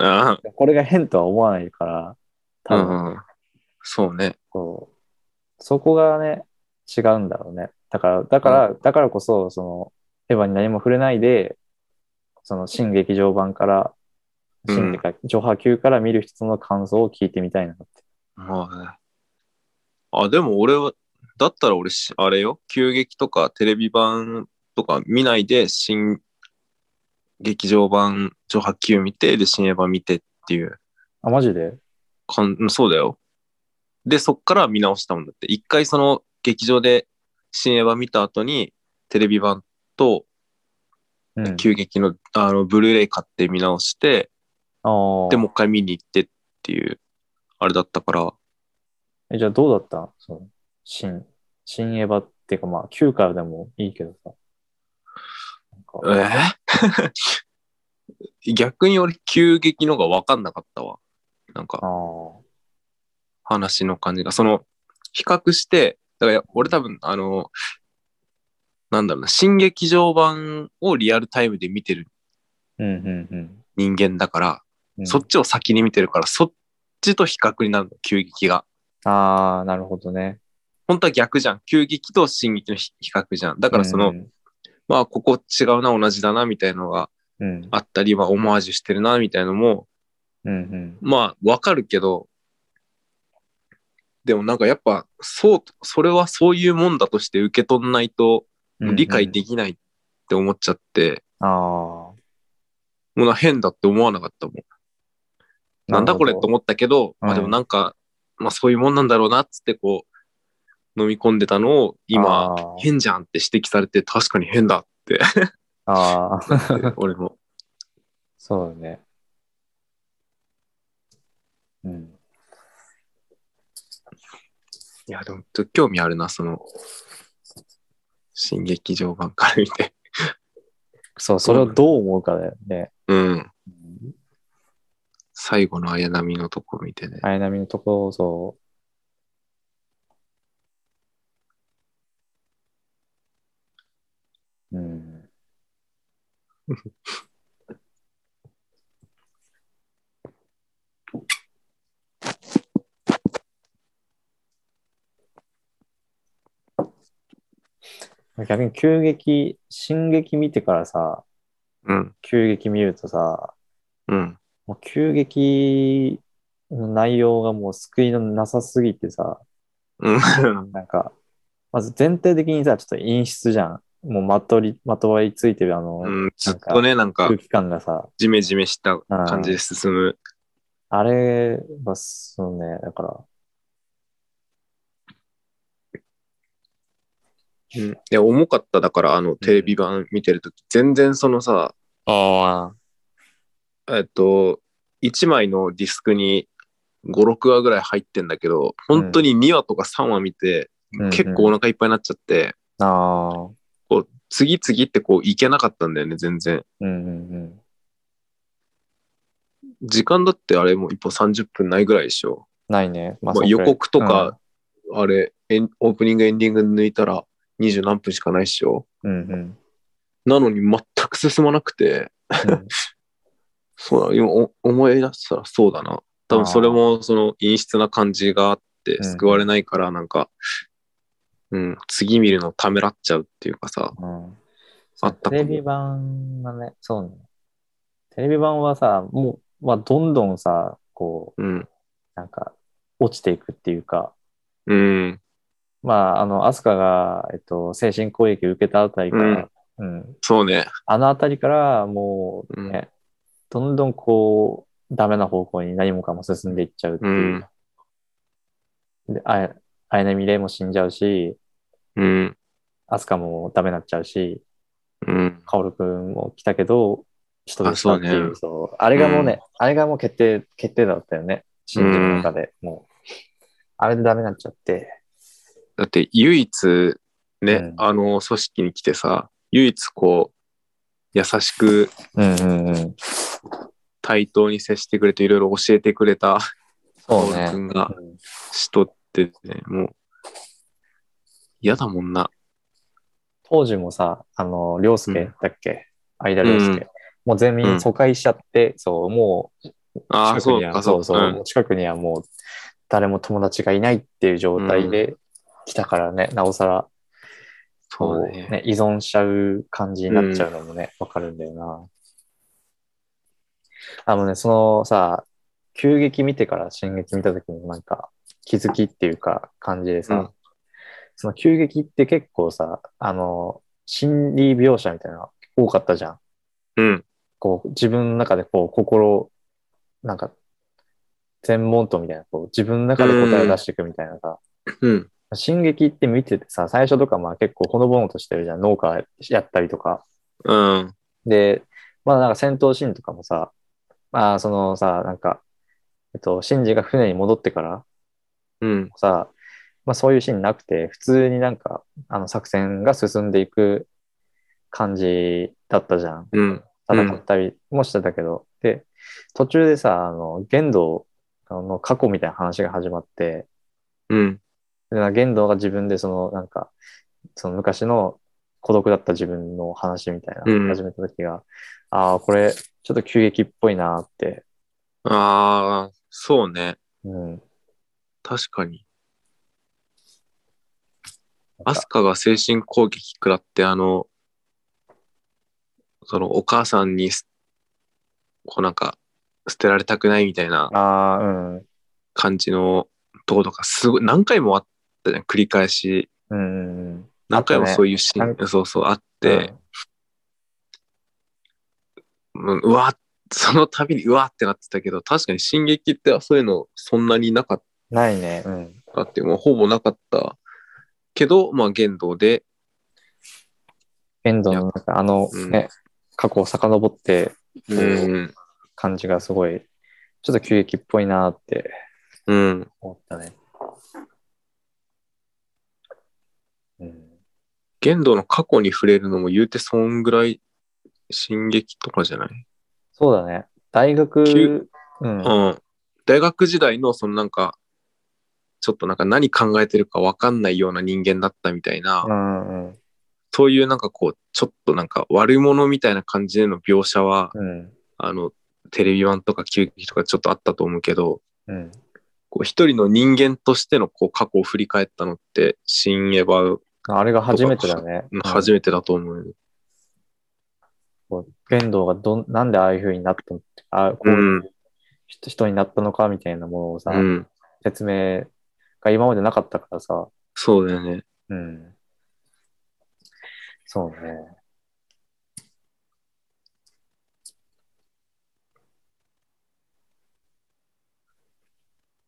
Speaker 2: あ
Speaker 1: これが変とは思わないから、
Speaker 2: あ、
Speaker 1: 多分
Speaker 2: うん、そうね。
Speaker 1: こう、そこがね、違うんだろうね。だから、だから、だからこそ、その、エヴァに何も触れないで、その、新劇場版から、
Speaker 2: うん
Speaker 1: 新ってか、上波級から見る人の感想を聞いてみたいなって。
Speaker 2: まあ、あ、でも俺は、だったら俺し、あれよ、急劇とかテレビ版とか見ないで、新劇場版、上波級見て、で、新エヴァ見てっていう
Speaker 1: あ、マジで
Speaker 2: かん、そうだよ。で、そっから見直したもんだって。一回その劇場で新エヴァ見た後に、テレビ版と
Speaker 1: うん。
Speaker 2: 急激の、あの、ブルーレイ買って見直して、
Speaker 1: ああ。
Speaker 2: で、もう一回見に行ってっていう、あれだったから、
Speaker 1: え、じゃあどうだったその、新、新エヴァっていうかまあ、9からでもいいけどさ。なんか
Speaker 2: えー *laughs* 逆に俺、急激のが分かんなかったわ。なん
Speaker 1: あ
Speaker 2: か、
Speaker 1: あ。
Speaker 2: 話の感じが。その、比較して、だから俺多分、あの、なんだろうな、新劇場版をリアルタイムで見てる
Speaker 1: うんうんうん
Speaker 2: 人間だから、
Speaker 1: うん。
Speaker 2: そっちを先に見てるから、そっちと比較になるの、急激が。
Speaker 1: ああ、なるほどね。
Speaker 2: 本当は逆じゃん。急激と進撃の比比較じゃん。だからその、
Speaker 1: うん
Speaker 2: まあ、ここ違うな、同じだな、みたいなのが
Speaker 1: うん。
Speaker 2: あったり、まあ、オマージュしてるな、みたいなのも、
Speaker 1: うんうん。
Speaker 2: まあ、わかるけど、でもなんかやっぱ、そう、それはそういうもんだとして受け取んないと
Speaker 1: うん
Speaker 2: 理解できないって思っちゃって、
Speaker 1: うんあ
Speaker 2: もうな変だって思わなかったもん。
Speaker 1: あ。
Speaker 2: なんだこれって
Speaker 1: と
Speaker 2: 思ったけど、まあでもなんか、まあそういうもんなんだろうなっつってこう、飲み込んでたのを今、変じゃんって指摘されて確かに変だって、
Speaker 1: あーあー。*laughs*
Speaker 2: 俺も。
Speaker 1: そうだね。うん。
Speaker 2: いや、でもちょっと興味あるな、その、新劇場版から見て。
Speaker 1: そう、それをどう思うかだよね。
Speaker 2: うん。
Speaker 1: うん
Speaker 2: 最後の綾波のとこ見てね。
Speaker 1: 綾波のところそう。うん。 *laughs* 逆に急激、進撃見てからさ、
Speaker 2: うん。
Speaker 1: 急激見るとさ、
Speaker 2: うん。
Speaker 1: もう急激の内容がもう救いのなさすぎてさ、 *laughs*
Speaker 2: うん。
Speaker 1: なんか、まず前提的にさ、ちょっと陰湿じゃん。もうまとり、まとわりついてるあの、
Speaker 2: うん、ずっとね、なんか
Speaker 1: 空、気感がさ、
Speaker 2: ジメジメした感じで進む。
Speaker 1: あれは、そうね、だから、
Speaker 2: うん、で重かっただから、あの、テレビ版見てるとき、全然そのさ、
Speaker 1: あ
Speaker 2: えっと、1枚のディスクに5、6話ぐらい入ってんだけど、本当に2話とか3話見て、
Speaker 1: うん
Speaker 2: 結構お腹いっぱいになっちゃって、
Speaker 1: あ、ああ、
Speaker 2: 次々ってこういけなかったんだよね、全然。
Speaker 1: うんうんうん。
Speaker 2: 時間だってあれもう1本30分ないぐらいでしょ。
Speaker 1: ないね。ま
Speaker 2: まあ、
Speaker 1: そんく
Speaker 2: 予
Speaker 1: らい
Speaker 2: 告とか、あれエン、オープニング、エンディング抜いたら20何分しかないっしょ。
Speaker 1: うんうん
Speaker 2: *laughs*
Speaker 1: うん。
Speaker 2: なのに全く進まなくて、
Speaker 1: うん
Speaker 2: そうだ、今お思い出したらそうだな。多分それもその陰湿な感じがあって
Speaker 1: うん
Speaker 2: 救われないからなんか、うん、次見るのためらっちゃうっていうかさ、
Speaker 1: うん
Speaker 2: あった
Speaker 1: テ
Speaker 2: かも
Speaker 1: レビ版がね、そうね。テレビ版はさ、もう、まあ、どんどんさ、こう、
Speaker 2: うん、
Speaker 1: なんか、落ちていくっていうか、
Speaker 2: うん、
Speaker 1: まあ、あの、アスカが、えっと、精神攻撃を受けたあたりから、うん、
Speaker 2: そうね。
Speaker 1: あのあたりから、もうね、どんどんこう、ダメな方向に何もかも進んでいっちゃうっていう。で、あや、あやなみれも死んじゃうし、
Speaker 2: うん、
Speaker 1: アスカもダメになっちゃうし、
Speaker 2: うん、
Speaker 1: カオルくんも来たけど、人でしたってい
Speaker 2: あそう
Speaker 1: う、
Speaker 2: ね
Speaker 1: そうあれがもうね、あれがもう決定、決定だったよね。信じの中で、もう。あれでダメになっちゃって。
Speaker 2: だって唯一ね、
Speaker 1: うん
Speaker 2: あの組織に来てさ、唯一こう、優しく
Speaker 1: うんうんうん。
Speaker 2: 対等に接してくれていろいろ教えてくれた、
Speaker 1: そう
Speaker 2: 薫
Speaker 1: ね。
Speaker 2: 君がしとってね、もう、嫌だもんな。
Speaker 1: 当時もさ、あの、凌介だっけ、間
Speaker 2: うん
Speaker 1: 凌介。もう全員疎開しちゃって、そう、もう
Speaker 2: あ
Speaker 1: 近
Speaker 2: あ、そ
Speaker 1: く
Speaker 2: う
Speaker 1: には、
Speaker 2: か、
Speaker 1: そ
Speaker 2: そうう
Speaker 1: そう、
Speaker 2: か。うん
Speaker 1: もう近くにはもう誰も友達がいないっていう状態で来たからね、なおさら、
Speaker 2: そ
Speaker 1: こ
Speaker 2: う
Speaker 1: う、
Speaker 2: ね。
Speaker 1: ね、依存しちゃう感じになっちゃうのもね、わ、かるんだよな。あのね、そのさ、急激見てから進撃見た時になんか気づきっていうか感じでさ、
Speaker 2: うん
Speaker 1: その急激って結構さ、あの、心理描写みたいなの多かったじゃん。
Speaker 2: うん。
Speaker 1: こう、自分の中でこう、心、なんか、全問答みたいな、こう、自分の中で答えを出していくみたいなさ、
Speaker 2: うん。
Speaker 1: 進撃って見ててさ、最初とかまあ結構ほのぼのとしてるじゃん。農家やったりとか。
Speaker 2: うん。
Speaker 1: で、まあなんか戦闘シーンとかもさ、まあそのさ、なんか、えっと、シンジが船に戻ってから
Speaker 2: うん。
Speaker 1: さ、まあそういうシーンなくて、普通になんか、あの作戦が進んでいく感じだったじゃん。
Speaker 2: うん。
Speaker 1: 戦ったりもしてたけど、で、途中でさ、あの、玄道の過去みたいな話が始まって、
Speaker 2: うん。
Speaker 1: で玄道が自分でその、なんか、その昔の孤独だった自分の話みたいな、
Speaker 2: うん
Speaker 1: 始めた時が、ああ、これ、ちょっと急激っぽいなって、
Speaker 2: ああ、そうね。
Speaker 1: うん。
Speaker 2: 確かに。
Speaker 1: な
Speaker 2: ア
Speaker 1: ん
Speaker 2: ス
Speaker 1: か
Speaker 2: カが精神攻撃食らって、あの、そのお母さんにす、こうなんか、捨てられたくないみたいな
Speaker 1: ああ、うん。うん
Speaker 2: 感じのとことか、すごい、何回もあったじゃん、繰り返し。
Speaker 1: うんうん。
Speaker 2: 何回もそういうシー
Speaker 1: あ
Speaker 2: ン、
Speaker 1: と
Speaker 2: そうそう、あって、うんうわその度にうわってなってたけど、確かに進撃ってそういうのそんなになかっ
Speaker 1: うん、ないね。うん。
Speaker 2: たっていう、もうほぼなかったけど、まあ言動で、
Speaker 1: エンドの中、あの、
Speaker 2: うん
Speaker 1: ね、過去を遡って
Speaker 2: う
Speaker 1: うん
Speaker 2: ん、
Speaker 1: 感じがすごい、ちょっと急激っぽいなーって
Speaker 2: うん、
Speaker 1: 思ったね。うん。
Speaker 2: 言動の過去に触れるのも言うてそんぐらい進撃とかじゃない、
Speaker 1: そうだね。大
Speaker 2: 急
Speaker 1: 学、うん。
Speaker 2: うん、大学時代のそのなんか、ちょっとなんか何考えてるかわかんないような人間だったみたいな、
Speaker 1: うんうん
Speaker 2: そういうなんかこう、ちょっとなんか悪者みたいな感じでの描写は、
Speaker 1: うん。
Speaker 2: あの、テレビ版とか急激とかちょっとあったと思うけど、
Speaker 1: うん。
Speaker 2: こう一人の人間としてのこう過去を振り返ったのって、新エヴ
Speaker 1: あれが初めてだね。
Speaker 2: ァ初めてだと思うよ。
Speaker 1: こう剣道がどん、なんでああいう風になったのあこう
Speaker 2: う
Speaker 1: い
Speaker 2: ん
Speaker 1: う人人になったのかみたいなものをさ、
Speaker 2: うん。
Speaker 1: 説明が今までなかったからさ、
Speaker 2: そうだよね。
Speaker 1: うん。そうね。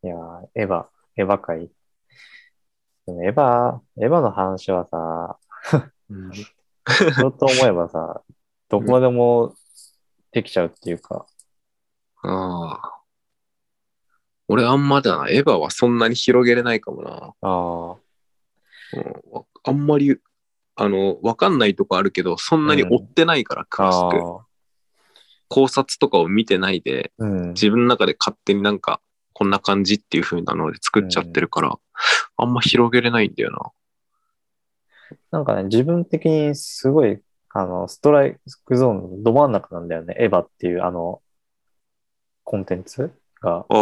Speaker 1: いやー、エヴァ、エヴァ界。でもエヴァ、エヴァの話はさ、
Speaker 2: うん
Speaker 1: しようと思えばさ、どこまでもできちゃうっていうか、
Speaker 2: ああ。俺あんまだな。エヴァはそんなに広げれないかもな。
Speaker 1: ああ、
Speaker 2: うんあんまり、あの、わかんないとこあるけど、そんなに追ってないから、詳
Speaker 1: あ
Speaker 2: しく。
Speaker 1: あ、
Speaker 2: 考察とかを見てないで、
Speaker 1: うん。
Speaker 2: 自分の中で勝手になんか、こんな感じっていう風なので作っちゃってるから、あんま広げれないんだよな。
Speaker 1: なんかね、自分的にすごい、あの、ストライクゾーンのど真ん中なんだよね。エヴァっていう、あの、コンテンツが。
Speaker 2: あえ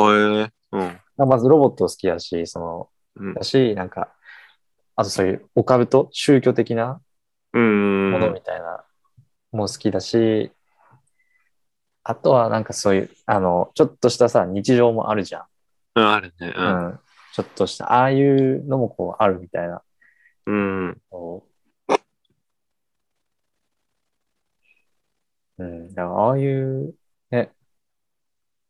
Speaker 2: ー、
Speaker 1: まずロボット好きだし、その、
Speaker 2: うん。
Speaker 1: だし、なんか、あとそういうオカルト、宗教的な
Speaker 2: うん。
Speaker 1: も
Speaker 2: う
Speaker 1: の
Speaker 2: ん
Speaker 1: みたいな、も好きだし、あとはなんかそういう、あの、ちょっとしたさ、日常もあるじゃん。
Speaker 2: あるね。
Speaker 1: うん。ちょっとした、ああいうのもこう、あるみたいな。
Speaker 2: うん。うん。
Speaker 1: そう。うん。だからああいう、ね、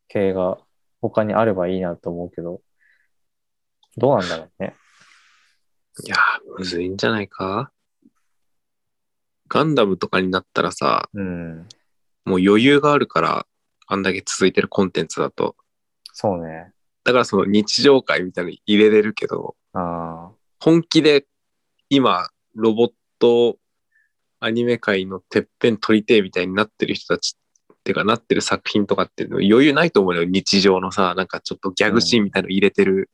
Speaker 1: 系が他にあればいいなと思うけど、どうなんだろうね。
Speaker 2: いやー、むずいんじゃないかガンダムとかになったらさ、
Speaker 1: うん。
Speaker 2: もう余裕があるから、あんだけ続いてるコンテンツだと。
Speaker 1: そうね。
Speaker 2: だからその日常会みたいに入れれるけど、
Speaker 1: あ
Speaker 2: 本気で今、ロボットアニメ界のてっぺん取りてえみたいになってる人たち、ってかなってる作品とかっていうの余裕ないと思うよ。日常のさ、なんかちょっとギャグシーンみたいの入れてる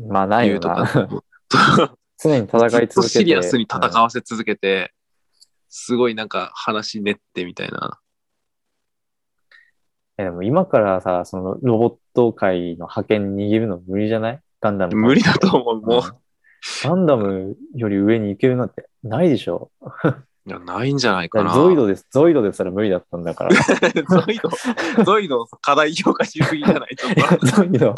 Speaker 1: あ。まあ、ない
Speaker 2: 理由
Speaker 1: よ
Speaker 2: とか。
Speaker 1: な。常に *laughs* 戦い続け。
Speaker 2: ず *laughs* ってとシリアスに戦
Speaker 1: うん
Speaker 2: わせ続けて、すごいなんか話練ってみたいな。
Speaker 1: えでも今からさ、そのロボット界の派遣に逃げるの無理じゃないガンダム。
Speaker 2: 無理だと思う、もう。
Speaker 1: んガンダムより上に行けるなんてないでしょ。
Speaker 2: いや、ないんじゃな
Speaker 1: だ
Speaker 2: いか
Speaker 1: か
Speaker 2: な。
Speaker 1: らゾイドです。ゾイドですら無理だったんだから。
Speaker 2: *laughs* ゾイド、ゾイドの課題評価しすぎじゃないとか。
Speaker 1: *laughs* ゾイド、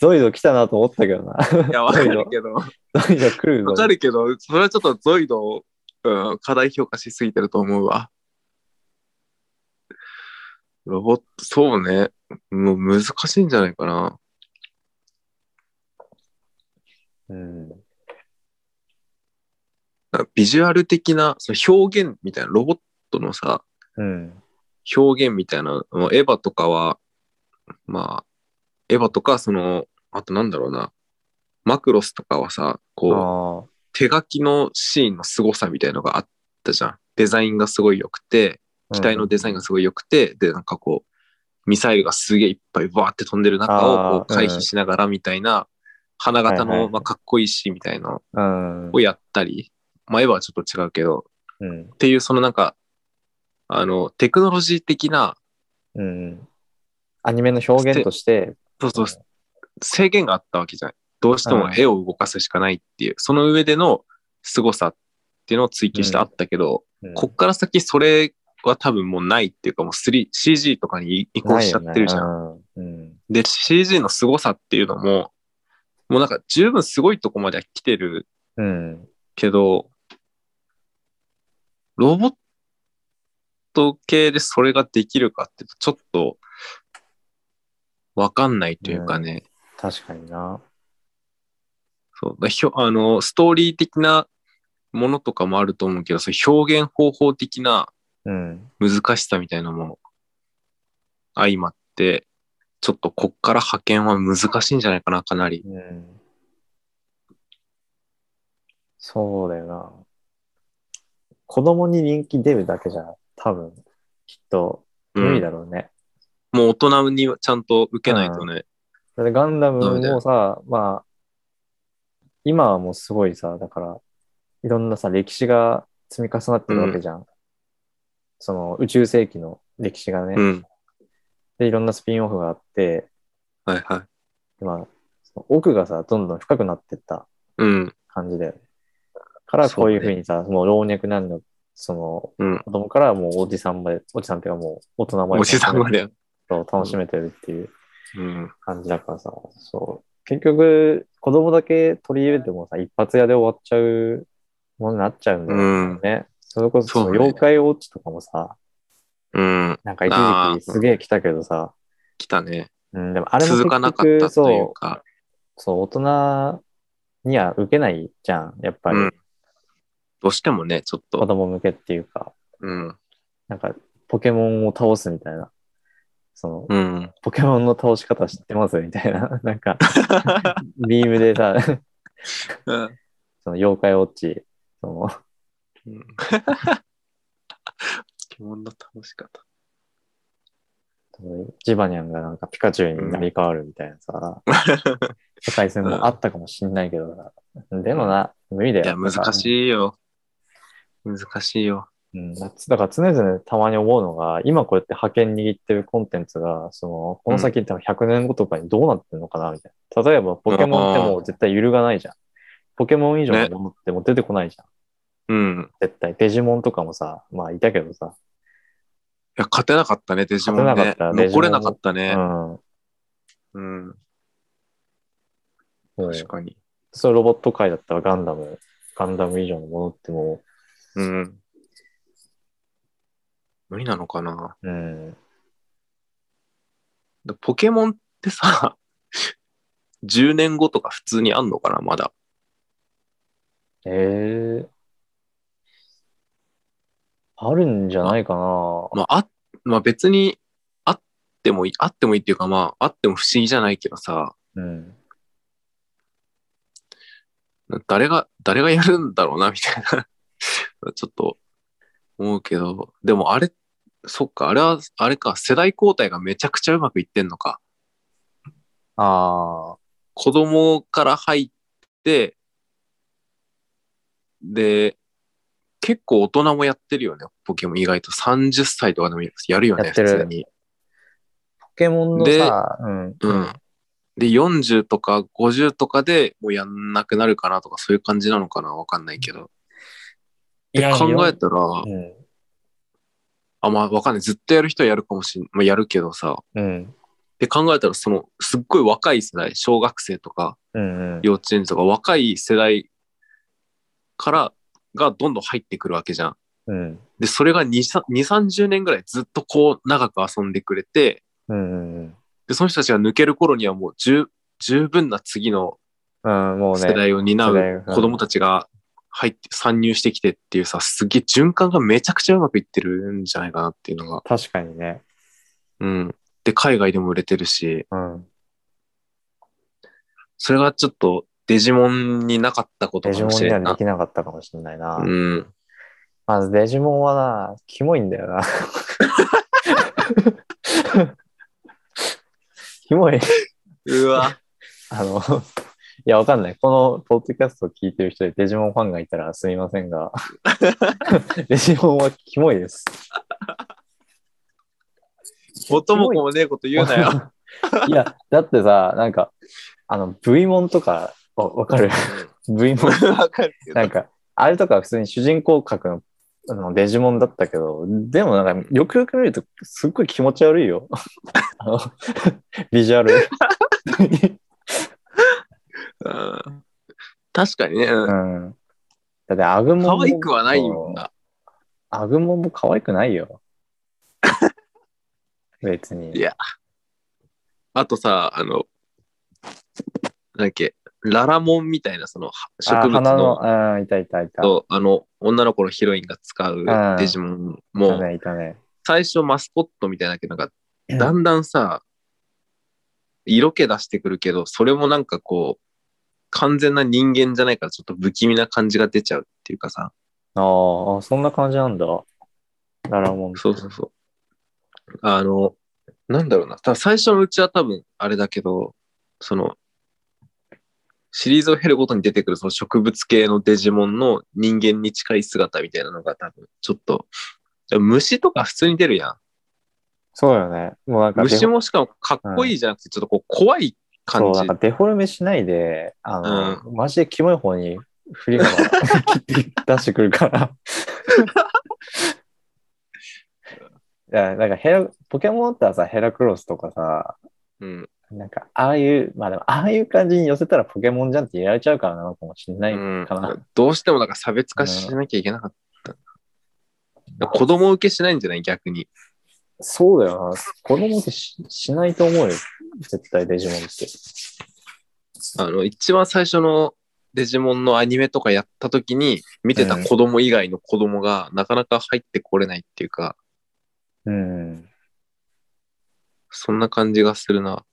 Speaker 1: ゾイド来たなと思ったけどな。
Speaker 2: いや、わかるけど、
Speaker 1: ゾイド来るぞ。
Speaker 2: わかるけど、それはちょっとゾイドを、うん、課題評価しすぎてると思うわ。ロボット、そうね。もう難しいんじゃないかな。
Speaker 1: うん。
Speaker 2: なんかビジュアル的な、その表現みたいな、ロボットのさ、
Speaker 1: うん。
Speaker 2: 表現みたいな、まあエヴァとかは、まあ、エヴァとか、その、あとなんだろうな、マクロスとかはさ、こう、
Speaker 1: あ
Speaker 2: 手書きのシーンの凄さみたいのがあったじゃん。デザインがすごい良くて、
Speaker 1: あ。
Speaker 2: 機体のデザインがすごい良くて、で、なんかこう、ミサイルがすげえいっぱいバーって飛んでる中をこう
Speaker 1: あーう
Speaker 2: 回
Speaker 1: ん
Speaker 2: 避しながらみたいな、花形
Speaker 1: はいはいは
Speaker 2: の
Speaker 1: い
Speaker 2: まあかっこいいシーンみたいの
Speaker 1: うん。
Speaker 2: をやったり、まあ、エヴァはちょっと違うけど、
Speaker 1: うん
Speaker 2: っ。ていうそのなんか、あの、テクノロジー的な、
Speaker 1: うん。アニメの表現として、
Speaker 2: そうそう、制限があったわけじゃない。どうしても絵を動かすしかないっていう、その上での凄さっていうのを追求してあったけど、
Speaker 1: うん
Speaker 2: こっから先それは多分もうないっていうかもう 3- CG とかに移行しちゃってるじゃん。
Speaker 1: ん。うん。
Speaker 2: で、CG の凄さっていうのも、もうなんか十分すごいとこまでは来てる
Speaker 1: うん。
Speaker 2: けど、ロボット系でそれができるかっていうと、ちょっと、わかんないというかね、
Speaker 1: 確かにな。
Speaker 2: そうだひょあの、ストーリー的なものとかもあると思うけど、そう表現方法的な
Speaker 1: うん。
Speaker 2: 難しさみたいなもの、相まって、ちょっとこっから派遣は難しいんじゃないかな、かなり。
Speaker 1: うん。そうだよな。子供に人気出るだけじゃ、多分、きっと無理だろうね。
Speaker 2: もう大人にはちゃんと受けないとね。
Speaker 1: だってガンダム
Speaker 2: ダメだよ
Speaker 1: もさ、まあ、今はもうすごいさ、だから、いろんなさ、歴史が積み重なってるわけじゃん。その宇宙世紀の歴史がね、
Speaker 2: うん。
Speaker 1: で、いろんなスピンオフがあって、
Speaker 2: はいはい。
Speaker 1: まあ、その奥がさ、どんどん深くなってった
Speaker 2: うん。
Speaker 1: 感じだよね。から、こういうふうにさ、もう老若男女、その、
Speaker 2: うん
Speaker 1: 子供からもうおじさんまで、おじさんっていうかもう大人まで、
Speaker 2: おじさんまで。
Speaker 1: そう楽しめてるっていう
Speaker 2: うん。
Speaker 1: 感じだからさ、そう。結局、子供だけ取り入れてもさ、一発屋で終わっちゃうものになっちゃうんだよ
Speaker 2: うん。
Speaker 1: ね。それこそ
Speaker 2: そうね
Speaker 1: 妖怪ウォッチとかもさ、
Speaker 2: うん。
Speaker 1: なんか一時期すげえ来たけどさ、
Speaker 2: 来たね。
Speaker 1: うん、でもあれも結
Speaker 2: 続
Speaker 1: 局
Speaker 2: かなかったという
Speaker 1: そう、
Speaker 2: か。
Speaker 1: そう、大人には受けないじゃん、やっぱり。
Speaker 2: うんどうしてもね、ちょっ
Speaker 1: 子
Speaker 2: と。
Speaker 1: 供向けっていうか、
Speaker 2: うん。
Speaker 1: なんか、ポケモンを倒すみたいな。その、
Speaker 2: うん。
Speaker 1: ポケモンの倒し方知ってますみたいな。 *laughs* なんか、ビームでさ、 *laughs* その妖怪ウォッチ、その、
Speaker 2: うん *laughs* ポケモンの倒し方。
Speaker 1: ジバニャンがなんかピカチュウになり変わるみたいなさ、世界線もあったかもしんないけどな、でもな、無理だ
Speaker 2: いや、
Speaker 1: よ。
Speaker 2: 難
Speaker 1: い。
Speaker 2: しいよ。難しいよ。
Speaker 1: うん、だから常々たまに思うのが、今こうやって派遣握ってるコンテンツが、その、この先多分100年後とかにどうなってるのかな、みたいな。例えばポケモンってもう絶対揺るがないじゃん。ポケモン以上のものってもう出てこないじゃん。
Speaker 2: うん。
Speaker 1: 絶対。デジモンとかもさ、まあいたけどさ。
Speaker 2: いや、勝てなかったね、デジモン
Speaker 1: 勝
Speaker 2: ね
Speaker 1: てな。かったデジモン
Speaker 2: 残れなかった
Speaker 1: う
Speaker 2: ね。
Speaker 1: ん。
Speaker 2: うん。
Speaker 1: もう
Speaker 2: 確かに。
Speaker 1: そのロボット界だったらガンダム、ガンダム以上のものっても
Speaker 2: うん。無理なのかな。
Speaker 1: う、うん。
Speaker 2: でポケモンってさ、10年後とか普通にあんのかな、まだ。
Speaker 1: ええあるんじゃないかな。
Speaker 2: まあ、あ、まあ別に、あってもいい、あってもいいっていうか、まあ、あっても不思議じゃないけどさ、
Speaker 1: うん。
Speaker 2: 誰が、誰がやるんだろうな、み *laughs* たいな、ちょっと思うけど、でもあれ、そっか、あれは、あれか、世代交代がめちゃくちゃうまくいってんのか。
Speaker 1: ああ。
Speaker 2: 子供から入って、で、結構大人もやってるよね、ポケモン意外と。30歳とかでもやるよね、
Speaker 1: やって
Speaker 2: 普
Speaker 1: る
Speaker 2: 通に。
Speaker 1: ポケモンの
Speaker 2: で
Speaker 1: さ、うん。
Speaker 2: うん。で、40とか50とかでもうやんなくなるかなとか、そういう感じなのかなわかんないけど。
Speaker 1: いや
Speaker 2: 考えたら、
Speaker 1: うん。
Speaker 2: あ、まあわかんない。ずっとやる人はやるかもしん、まあ、やるけどさ。
Speaker 1: うん。
Speaker 2: で、考えたら、その、すっごい若い世代、小学生とか、
Speaker 1: うん、うん。
Speaker 2: 幼稚園児とか、若い世代から、がどんどん入ってくるわけじゃん。
Speaker 1: うん。
Speaker 2: で、それが2、さ2 30年ぐらいずっとこう長く遊んでくれて、
Speaker 1: うん。うん。
Speaker 2: で、その人たちが抜ける頃にはもう十十分な次の
Speaker 1: うん、もう
Speaker 2: 世
Speaker 1: ね。
Speaker 2: 代を担
Speaker 1: 世代
Speaker 2: う
Speaker 1: が
Speaker 2: 子供たちが入って、参入してきてっていうさ、すげえ循環がめちゃくちゃうまくいってるんじゃないかなっていうのが。
Speaker 1: 確かにね。
Speaker 2: うん。で、海外でも売れてるし、
Speaker 1: うん。
Speaker 2: それがちょっとデジモンになかったこと
Speaker 1: デ
Speaker 2: か
Speaker 1: ジモ
Speaker 2: も
Speaker 1: ン
Speaker 2: し
Speaker 1: に
Speaker 2: れ
Speaker 1: は
Speaker 2: んな
Speaker 1: できなかったかもしれないな。
Speaker 2: うん。
Speaker 1: まずデジモンはな、キモいんだよな。 *laughs* キモい。
Speaker 2: うわ。
Speaker 1: あの、いや、わかんない。このポッドキャストを聞いてる人でデジモンファンがいたらすみません
Speaker 2: *laughs*
Speaker 1: が、デジモンはキモいです。
Speaker 2: 元も子もねえこと言うなよ。
Speaker 1: *laughs* いや、だってさ、なんか、あの、V モンとか、わわかる ?V モン。
Speaker 2: *laughs* わかるけど
Speaker 1: なんか、あれとかは普通に主人公格のあのデジモンだったけど、でもなんか、よくよく見ると、すっごい気持ち悪いよ。 *laughs* あのビジュア
Speaker 2: *laughs*
Speaker 1: ル。
Speaker 2: うん確かにね、
Speaker 1: うん。だって、アグモン
Speaker 2: 可
Speaker 1: も。
Speaker 2: 愛くはないもんな。
Speaker 1: アグモンも可愛くない
Speaker 2: *laughs*
Speaker 1: よ。別に。
Speaker 2: いやあとさ、あの、なんだっけ、ララモンみたいな、そのは植
Speaker 1: あ
Speaker 2: 物
Speaker 1: 花
Speaker 2: の、
Speaker 1: の、うん、いたいたいた。
Speaker 2: とあの、女の子のヒロインが使う
Speaker 1: あー
Speaker 2: デジモン
Speaker 1: い
Speaker 2: も
Speaker 1: た、ね、いたね。
Speaker 2: 最初マスコットみたいだけど、なんか、だんだんさ、色気出してくるけど、それもなんかこう、完全な人間じゃないから、ちょっと不気味な感じが出ちゃうっていうかさ、
Speaker 1: あーあ、そんな感じなんだ。ララモン。
Speaker 2: そうそうそう。あの、なんだろうな。た最初のうちは多分、あれだけど、その、シリーズを経るごとに出てくるその植物系のデジモンの人間に近い姿みたいなのが多分、ちょっと、虫とか普通に出るやん。
Speaker 1: そうよね。もうなんかデフォ、
Speaker 2: 虫もしかもかっこいいじゃなくて、ちょっとこう怖い
Speaker 1: そ
Speaker 2: 感
Speaker 1: う、
Speaker 2: じ
Speaker 1: なんか。デフォルメしないで、あの、マジでキモい方に振り幅 *laughs* 切って出してくる
Speaker 2: *laughs*
Speaker 1: から。いや、なんかヘラ、ポケモンだったらさ、ヘラクロスとかさ、
Speaker 2: うん。
Speaker 1: なんか、ああいう、まあでも、ああいう感じに寄せたらポケモンじゃんって言られちゃうからなのかもしれな
Speaker 2: う
Speaker 1: い
Speaker 2: ん
Speaker 1: かな。
Speaker 2: どうしてもなんか差別化しなきゃいけなかった。子供受けしないんじゃない逆に。
Speaker 1: そうだよな。子供ってししないと思うよ。絶対デジモンって。
Speaker 2: あの、一番最初のデジモンのアニメとかやった時に見てた子供以外の子供がなかなか入ってこれないっていうか、
Speaker 1: うん。
Speaker 2: そんな感じがするな。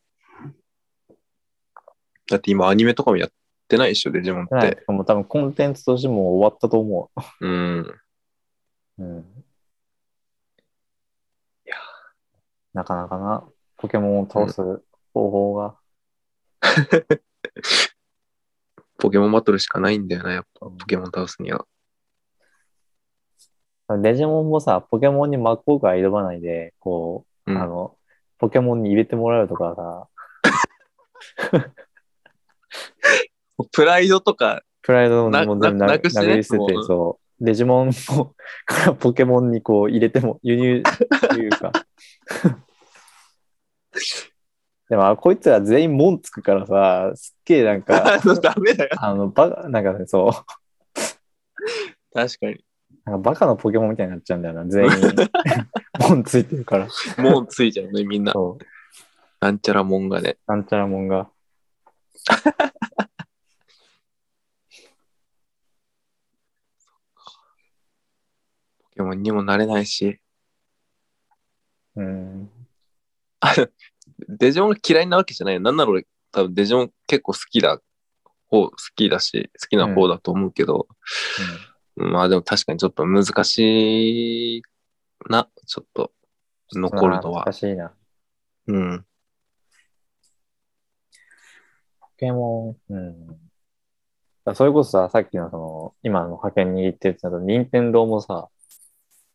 Speaker 2: だって今アニメとかもやってないでしょ、デジモンっ
Speaker 1: ない
Speaker 2: て。。
Speaker 1: もう多分コンテンツとしてもう終わったと思
Speaker 2: うん。
Speaker 1: う。うん。いやなかなかな、ポケモンを倒す方法が。
Speaker 2: ポケモンバトルしかないんだよな、やっぱ。ポケモン倒すには。
Speaker 1: デジモンもさ、ポケモンに真っ向から挑まないで、こう、
Speaker 2: うん
Speaker 1: あの、ポケモンに入れてもらうとかさ、
Speaker 2: プライドとか、
Speaker 1: プライドの
Speaker 2: な
Speaker 1: も全部
Speaker 2: な
Speaker 1: な
Speaker 2: なくしてね
Speaker 1: 殴り捨てて
Speaker 2: も、う
Speaker 1: そう。デジモンも *laughs* からポケモンにこう入れても、輸入というか。 *laughs* でも、あこいつら全員門つくからさ、すっげえなんか
Speaker 2: あ、 *laughs* のダメだよ。
Speaker 1: あの、バカ、なんかね、そう、
Speaker 2: 確かに。
Speaker 1: なんかバカのポケモンみたいになっちゃうんだよな、
Speaker 2: *laughs*
Speaker 1: 全員。門ついてるから。
Speaker 2: もうついちゃうね、みんな。
Speaker 1: そう。
Speaker 2: なんちゃらもんがね。
Speaker 1: なんちゃらもんが。
Speaker 2: ポケモンにもなれないし。
Speaker 1: うん。
Speaker 2: あのデジモンが嫌いなわけじゃないよ。なんなら俺、多分デジモン結構好きだ、方、好きだし、好きな方だと思うけど、まあでも確かにちょっと難しいな、ちょっと、残るの
Speaker 1: まあ
Speaker 2: は
Speaker 1: 難。しいな。
Speaker 2: うん。
Speaker 1: ポケモン。うん。だからそれこそさ、さっきのその、今の派遣握ってるってなると、任天堂もさ、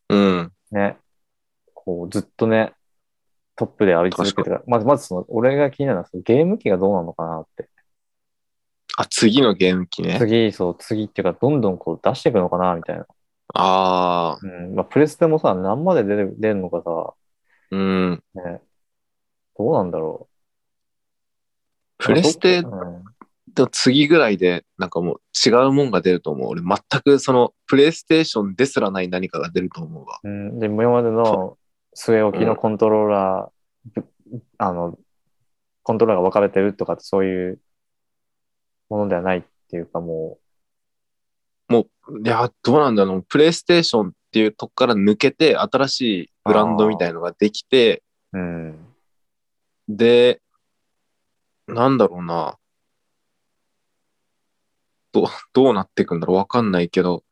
Speaker 2: うん。
Speaker 1: ね、こう、ずっとね、トップで歩き続けてたから、まず、まずその、俺が気になるのは、そのゲーム機がどうなのかなって。
Speaker 2: あ、次のゲーム機ね。
Speaker 1: 次、そう、次っていうか、どんどんこう出していくのかな、みたいな。
Speaker 2: ああ、
Speaker 1: うん。まあ、プレステもさ、何まで出る出るのかさ、
Speaker 2: うん。
Speaker 1: ね、どうなんだろう。
Speaker 2: プレステ
Speaker 1: うん
Speaker 2: の次ぐらいで、なんかもう違うもんが出ると思う。俺、全くその、プレイステーションですらない何かが出ると思うわ。
Speaker 1: うん、で、今までの据え置きのコントローラー、ぶあの、コントローラーが分かれてるとか、そういうものではないっていうか、も
Speaker 2: もう、いや、どうなんだろう。プレイステーションっていうとこから抜けて、新しいブランドみたいのができて、
Speaker 1: う、うん、
Speaker 2: で、なんだろうな。どう、どうなっていくんだろうわかんないけど。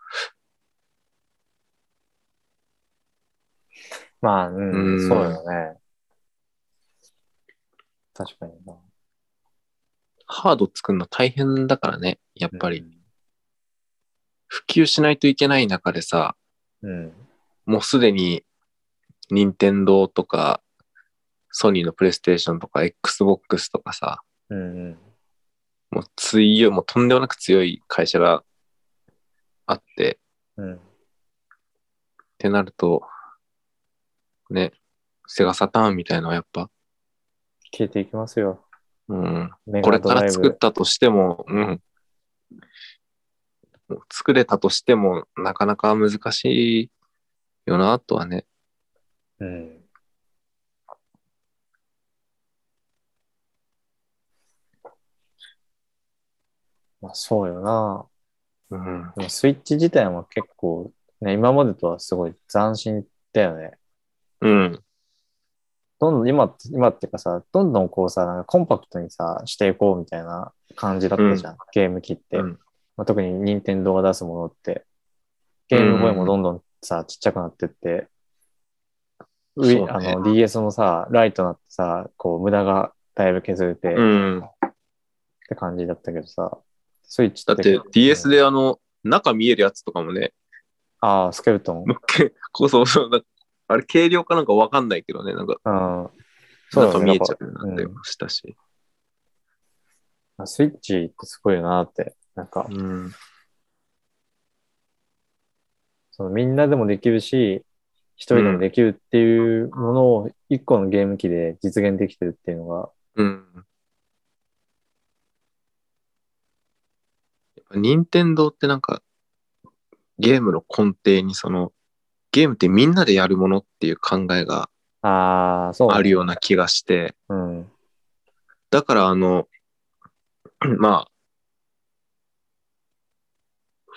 Speaker 1: まあ、うん、
Speaker 2: うん
Speaker 1: そうだよね。確かにな。や
Speaker 2: ハード作るの大変だからね。やっぱり。。普及しないといけない中でさ、
Speaker 1: うん。
Speaker 2: もうすでに、任天堂とか、ソニーのプレイステーションとか XBOX とかさ、
Speaker 1: うんうん。
Speaker 2: もう強い、もうとんでもなく強い会社があって、
Speaker 1: うん。
Speaker 2: ってなると、ね、セガサターンみたいなのはやっぱ、
Speaker 1: 消えていきますよ。
Speaker 2: うん、
Speaker 1: メ
Speaker 2: こ
Speaker 1: ガ
Speaker 2: れ
Speaker 1: ド
Speaker 2: か
Speaker 1: ラ
Speaker 2: ら
Speaker 1: イ
Speaker 2: 作っ
Speaker 1: ブ。
Speaker 2: たとしても、うん、もう作れたとしても、なかなか難しいよな、とはね。
Speaker 1: うん。まあそうよな。
Speaker 2: うん、
Speaker 1: でもスイッチ自体も結構、ね、今までとはすごい斬新だよね。
Speaker 2: うん、
Speaker 1: どんどん今、今っていうかさ、どんどんこうさ、なんかコンパクトにさ、していこうみたいな感じだったじゃん。ゲーム機って。
Speaker 2: うん、
Speaker 1: まあ、特に任天堂が出すものって、ゲームボーイもどんどんさ、ちっちゃくなってって、
Speaker 2: うん
Speaker 1: ウィ
Speaker 2: そう
Speaker 1: あ
Speaker 2: ね
Speaker 1: の DS もさ、ライトになってさ、こう無駄がだいぶ削れてっ
Speaker 2: うん。
Speaker 1: て感じだったけどさ、スイッチ
Speaker 2: だって
Speaker 1: うん
Speaker 2: DS であの、中見えるやつとかもね、
Speaker 1: ああ、スケルトン。
Speaker 2: もうけこうそうそう、なんかあれ軽量かなんかわかんないけどね、なんか、
Speaker 1: うん。そう
Speaker 2: な
Speaker 1: だ
Speaker 2: んか
Speaker 1: ね。
Speaker 2: 見
Speaker 1: なん
Speaker 2: えちゃ
Speaker 1: か
Speaker 2: うようになったりもしたし。
Speaker 1: あスイッチってすごいよなって。なんか、
Speaker 2: うん、
Speaker 1: そのみんなでもできるし、一人でもできるっていうものを一個のゲーム機で実現できてるっていうのが、
Speaker 2: うん。やっぱ任天堂ってなんか、ゲームの根底にその、ゲームってみんなでやるものっていう考えが
Speaker 1: ああ、そう、
Speaker 2: ある。ような気がして、
Speaker 1: うん。
Speaker 2: だからあの、 *clears throat* まあ、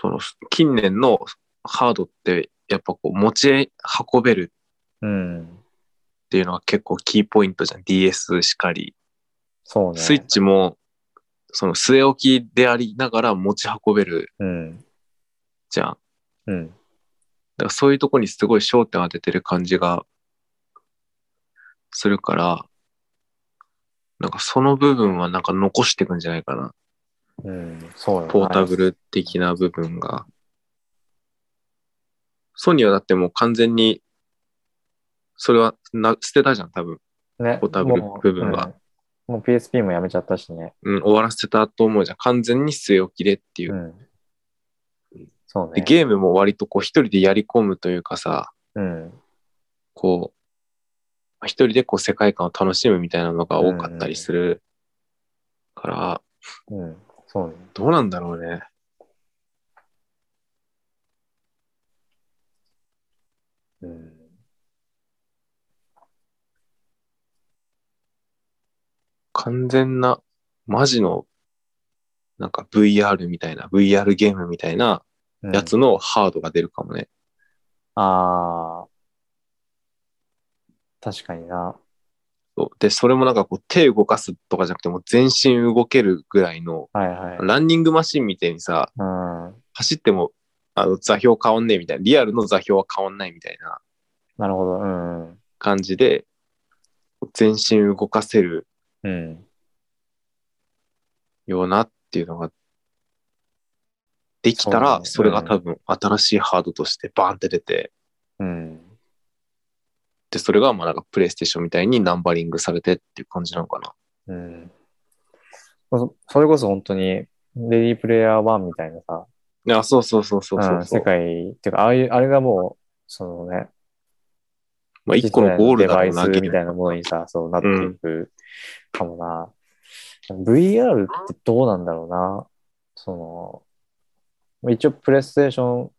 Speaker 2: その近年のハードってやっぱこう持ち運べる
Speaker 1: うん。
Speaker 2: っていうのは結構キーポイントじゃん。DS しかり。
Speaker 1: そうね。
Speaker 2: スイッチもその据え置きでありながら持ち運べる
Speaker 1: うん。
Speaker 2: じゃん。だ
Speaker 1: うん。
Speaker 2: からそういうとこにすごい焦点当ててる感じがするから、なんかその部分はなんか残していくんじゃないかな。
Speaker 1: うん。そうよ
Speaker 2: ポータブ。ル的な部分が。ソニーはだってもう完全に、それはな捨てたじゃん、多分。
Speaker 1: ね、
Speaker 2: ポータブル部分は
Speaker 1: もう,うん、もう PSP もやめちゃったしね。
Speaker 2: うん、終わらせたと思うじゃん。完全に据え置きでっていうう。
Speaker 1: ん。そう
Speaker 2: で
Speaker 1: ね。
Speaker 2: ゲームも割とこう一人でやり込むというかさ、
Speaker 1: うん。
Speaker 2: こう、一人でこう世界観を楽しむみたいなのが多かったりするから、
Speaker 1: うん。そうね。
Speaker 2: どうなんだろうね。
Speaker 1: うん。
Speaker 2: 完全な、マジの、なんか VR みたいな、VR ゲームみたいな
Speaker 1: うん
Speaker 2: やつのハードが出るかもね。
Speaker 1: ああ。確かにな。
Speaker 2: そうで、それもなんかこう手動かすとかじゃなくてもう全身動けるぐらいの、
Speaker 1: はいはい。
Speaker 2: ランニングマシンみたいにさ、
Speaker 1: うん。
Speaker 2: 走ってもあの座標変わんねえみたいな、リアルの座標は変わんないみたいな
Speaker 1: なるほど。うん。うん
Speaker 2: 感じで、全身動かせる
Speaker 1: うん。
Speaker 2: ようなっていうのが、できた
Speaker 1: そうだ
Speaker 2: ら、
Speaker 1: ね
Speaker 2: それが多分新しいハードとしてバーンって出て、
Speaker 1: うん。
Speaker 2: で、それがまあなんかプレイステーションみたいにナンバリングされてっていう感じなのかな。
Speaker 1: うん。そそれこそ本当に、レディープレイヤー1みたいなさ、
Speaker 2: いや、そうそうそうそうそううんそう
Speaker 1: 世界、っていうか、ああいう、あれがもう、そのね、
Speaker 2: まあ一個のゴールだろうな、
Speaker 1: デバイスみた
Speaker 2: ゲー
Speaker 1: い
Speaker 2: ム
Speaker 1: なものにさ、そうなっていくかもな。VR ってどうなんだろうな。その、一応プレイステーション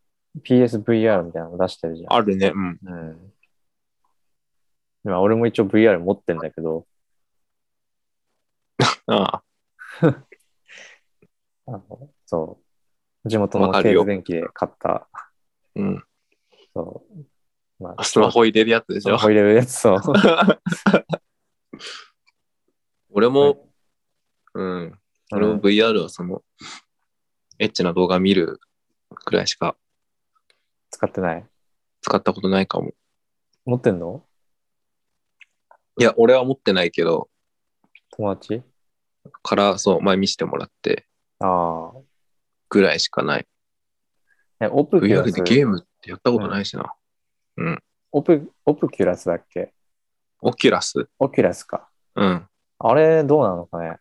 Speaker 1: PSVR みたいなの出してるじゃん。
Speaker 2: あるね、うん。
Speaker 1: うん。でも俺も一応 VR 持ってんだけど、
Speaker 2: あ
Speaker 1: あのそう、地元の
Speaker 2: わか
Speaker 1: ケー
Speaker 2: るよ
Speaker 1: ズ電機で買った、
Speaker 2: うん。
Speaker 1: そう、ま
Speaker 2: あスマホ入れるやつでし
Speaker 1: スマ
Speaker 2: ょ。
Speaker 1: ホ入れるやつ、
Speaker 2: *laughs*
Speaker 1: そう。
Speaker 2: 俺も、うん。俺も VR はその、エッチな動画見るくらいしか
Speaker 1: 使ってない。
Speaker 2: 使ったことないかも。
Speaker 1: 持ってんの
Speaker 2: いや、俺は持ってないけど、
Speaker 1: 友達
Speaker 2: から、そう、前見せてもらって、
Speaker 1: ああ。
Speaker 2: ぐらいしかない。
Speaker 1: え、オプキュラ
Speaker 2: VR
Speaker 1: ス
Speaker 2: でゲームってやったことないしな。
Speaker 1: オプ、オプキュラスだっけ
Speaker 2: オキュラス
Speaker 1: オキュラスか。
Speaker 2: うん。
Speaker 1: あれ、どうなのかね。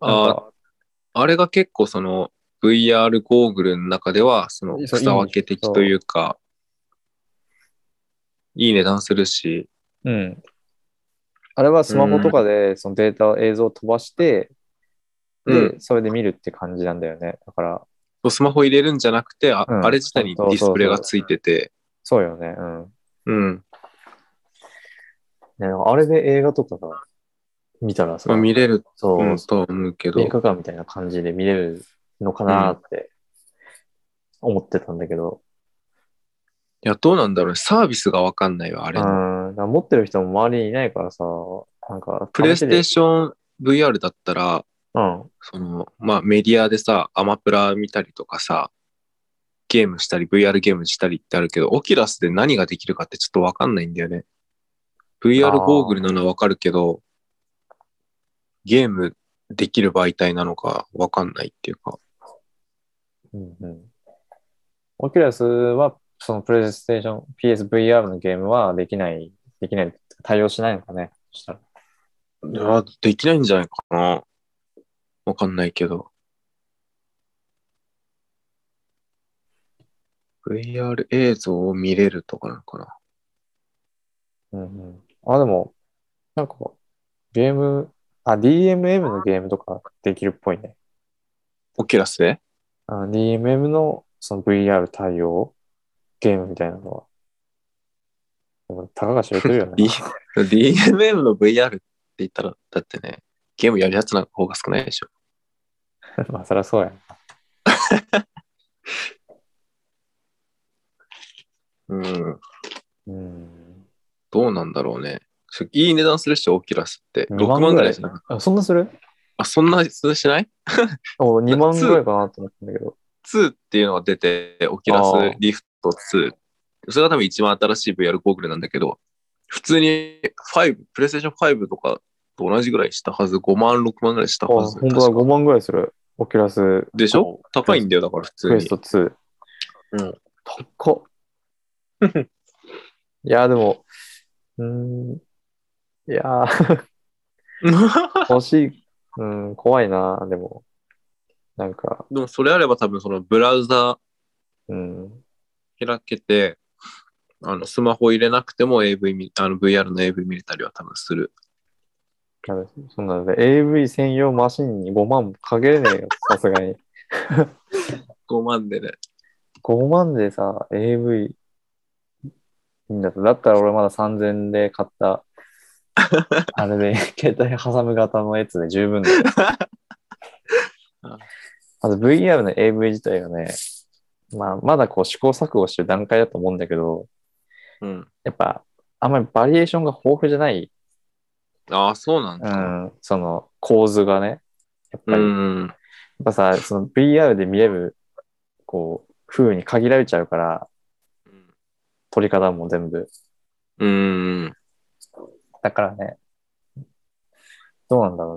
Speaker 1: なん
Speaker 2: あ
Speaker 1: か
Speaker 2: あれが結構その VR ゴーグルの中ではその
Speaker 1: そう
Speaker 2: 草分け的というか、いい値段するし、
Speaker 1: うん。あれはスマホとかで、そのデータ、映像を飛ばして、
Speaker 2: うん
Speaker 1: で、それで見るって感じなんだよね。だから、
Speaker 2: そうスマホ入れるんじゃなくて、あ,、
Speaker 1: うん
Speaker 2: あれ自体にディスプレイがついてて、
Speaker 1: そうよね。うん。
Speaker 2: うん。
Speaker 1: ね、あれで映画とかが見たらさ、
Speaker 2: まあ、見れる
Speaker 1: そう、
Speaker 2: うんとは思うけど
Speaker 1: 映、画館みたいな感じで見れるのかなって思ってたんだけど、
Speaker 2: いや、どうなんだろうね。サービスがわかんないわ、あ
Speaker 1: う
Speaker 2: れの。
Speaker 1: ん、だから持ってる人も周りにいないからさ、なんか、
Speaker 2: プレイステー
Speaker 1: シ
Speaker 2: ション VR だったら、
Speaker 1: ョン、
Speaker 2: その、まあメディアでさ、アマプラ見たりとかさ、ゲームしたり、VR ゲームしたりってあるけど、オキュラスで何ができるかってちょっとわかんないんだよね。
Speaker 1: あ
Speaker 2: VR
Speaker 1: ー
Speaker 2: ゴーグルなのはわかるけど、ゲームできる媒体なのかわかんないっていうか。
Speaker 1: うん、うん、うん。オキュラスは、そのプレイステーション、PSVR のゲームはできない、できない、対応しないのかね。そしたら。
Speaker 2: いやできないんじゃないかな。わかんないけど。VR 映像を見れるとかなのかな。
Speaker 1: うん、うん。あ、でも、なんか、ゲーム、あ、DMM のゲームとかできるっぽいね。
Speaker 2: オキュラスで
Speaker 1: あ DMM のその VR 対応ゲームみたいなのは。でも、たかが知れてるよね。
Speaker 2: D- DMM の VR って言ったら、だってね、ゲームやるやつの方が少ないでしょ。
Speaker 1: *laughs* まあ、そりゃそうや。
Speaker 2: うん。
Speaker 1: うん。
Speaker 2: どうなんだろうね。そいい値段するでしょ、オキュラスって。
Speaker 1: 2
Speaker 2: 6
Speaker 1: 万
Speaker 2: 万
Speaker 1: ぐ
Speaker 2: ぐ
Speaker 1: ら
Speaker 2: ら
Speaker 1: い
Speaker 2: いじゃない
Speaker 1: あ、そんなする
Speaker 2: あ、そんな数しない
Speaker 1: お、2万
Speaker 2: ツー
Speaker 1: ぐらいかなと思ったんだけど。
Speaker 2: ?2 っていうのが出て、オキュラ
Speaker 1: あー
Speaker 2: スリフト2。それが多分一番新しい VR ゴーグルなんだけど、普通に5、プレイステーション5とかと同じぐらいしたはず、5万、6万ぐらいした
Speaker 1: あ、
Speaker 2: は
Speaker 1: 本
Speaker 2: ず。
Speaker 1: 当だ、
Speaker 2: 確か
Speaker 1: 5万ぐらいする。オキュラス。
Speaker 2: でしょ高いんだよ、だから普
Speaker 1: ク
Speaker 2: 通
Speaker 1: エス
Speaker 2: に
Speaker 1: ト。2。
Speaker 2: うん。
Speaker 1: 高っ。
Speaker 2: *laughs*
Speaker 1: いや、でも、うーん。いや
Speaker 2: *laughs*
Speaker 1: ー、欲しい。うん、怖いな、でも。なんか、
Speaker 2: *laughs* でもそれあれば多分そのブラウザー、
Speaker 1: うん。
Speaker 2: 開けて、あのスマホ入れなくても AV 見あの VR の AV 見れたりは多分する。
Speaker 1: なんかそんなので、AV 専用マシンに5万かけれねえよ、さすがに。
Speaker 2: 5万でね。
Speaker 1: 5万でさ、AV、いいんだと。だったら俺まだ3000で買
Speaker 2: *laughs*
Speaker 1: った、あれで、携帯挟む型のやつで十分
Speaker 2: *laughs*
Speaker 1: だよ
Speaker 2: あ
Speaker 1: まず VR の AV 自体はね、まあ、まだこう試行錯誤してる段階だと思うんだけど、
Speaker 2: うん。
Speaker 1: やっぱ、あんまりバリエーションが豊富じゃない、
Speaker 2: ああ、そうなん
Speaker 1: う
Speaker 2: だ。
Speaker 1: ん、その構図がね、やっ
Speaker 2: う
Speaker 1: ぱり、やっ
Speaker 2: ん。
Speaker 1: ぱさ、その VR で見れる、こう、風に限られちゃうから、撮り方も全部。
Speaker 2: うん。
Speaker 1: だからね、どうなんだろ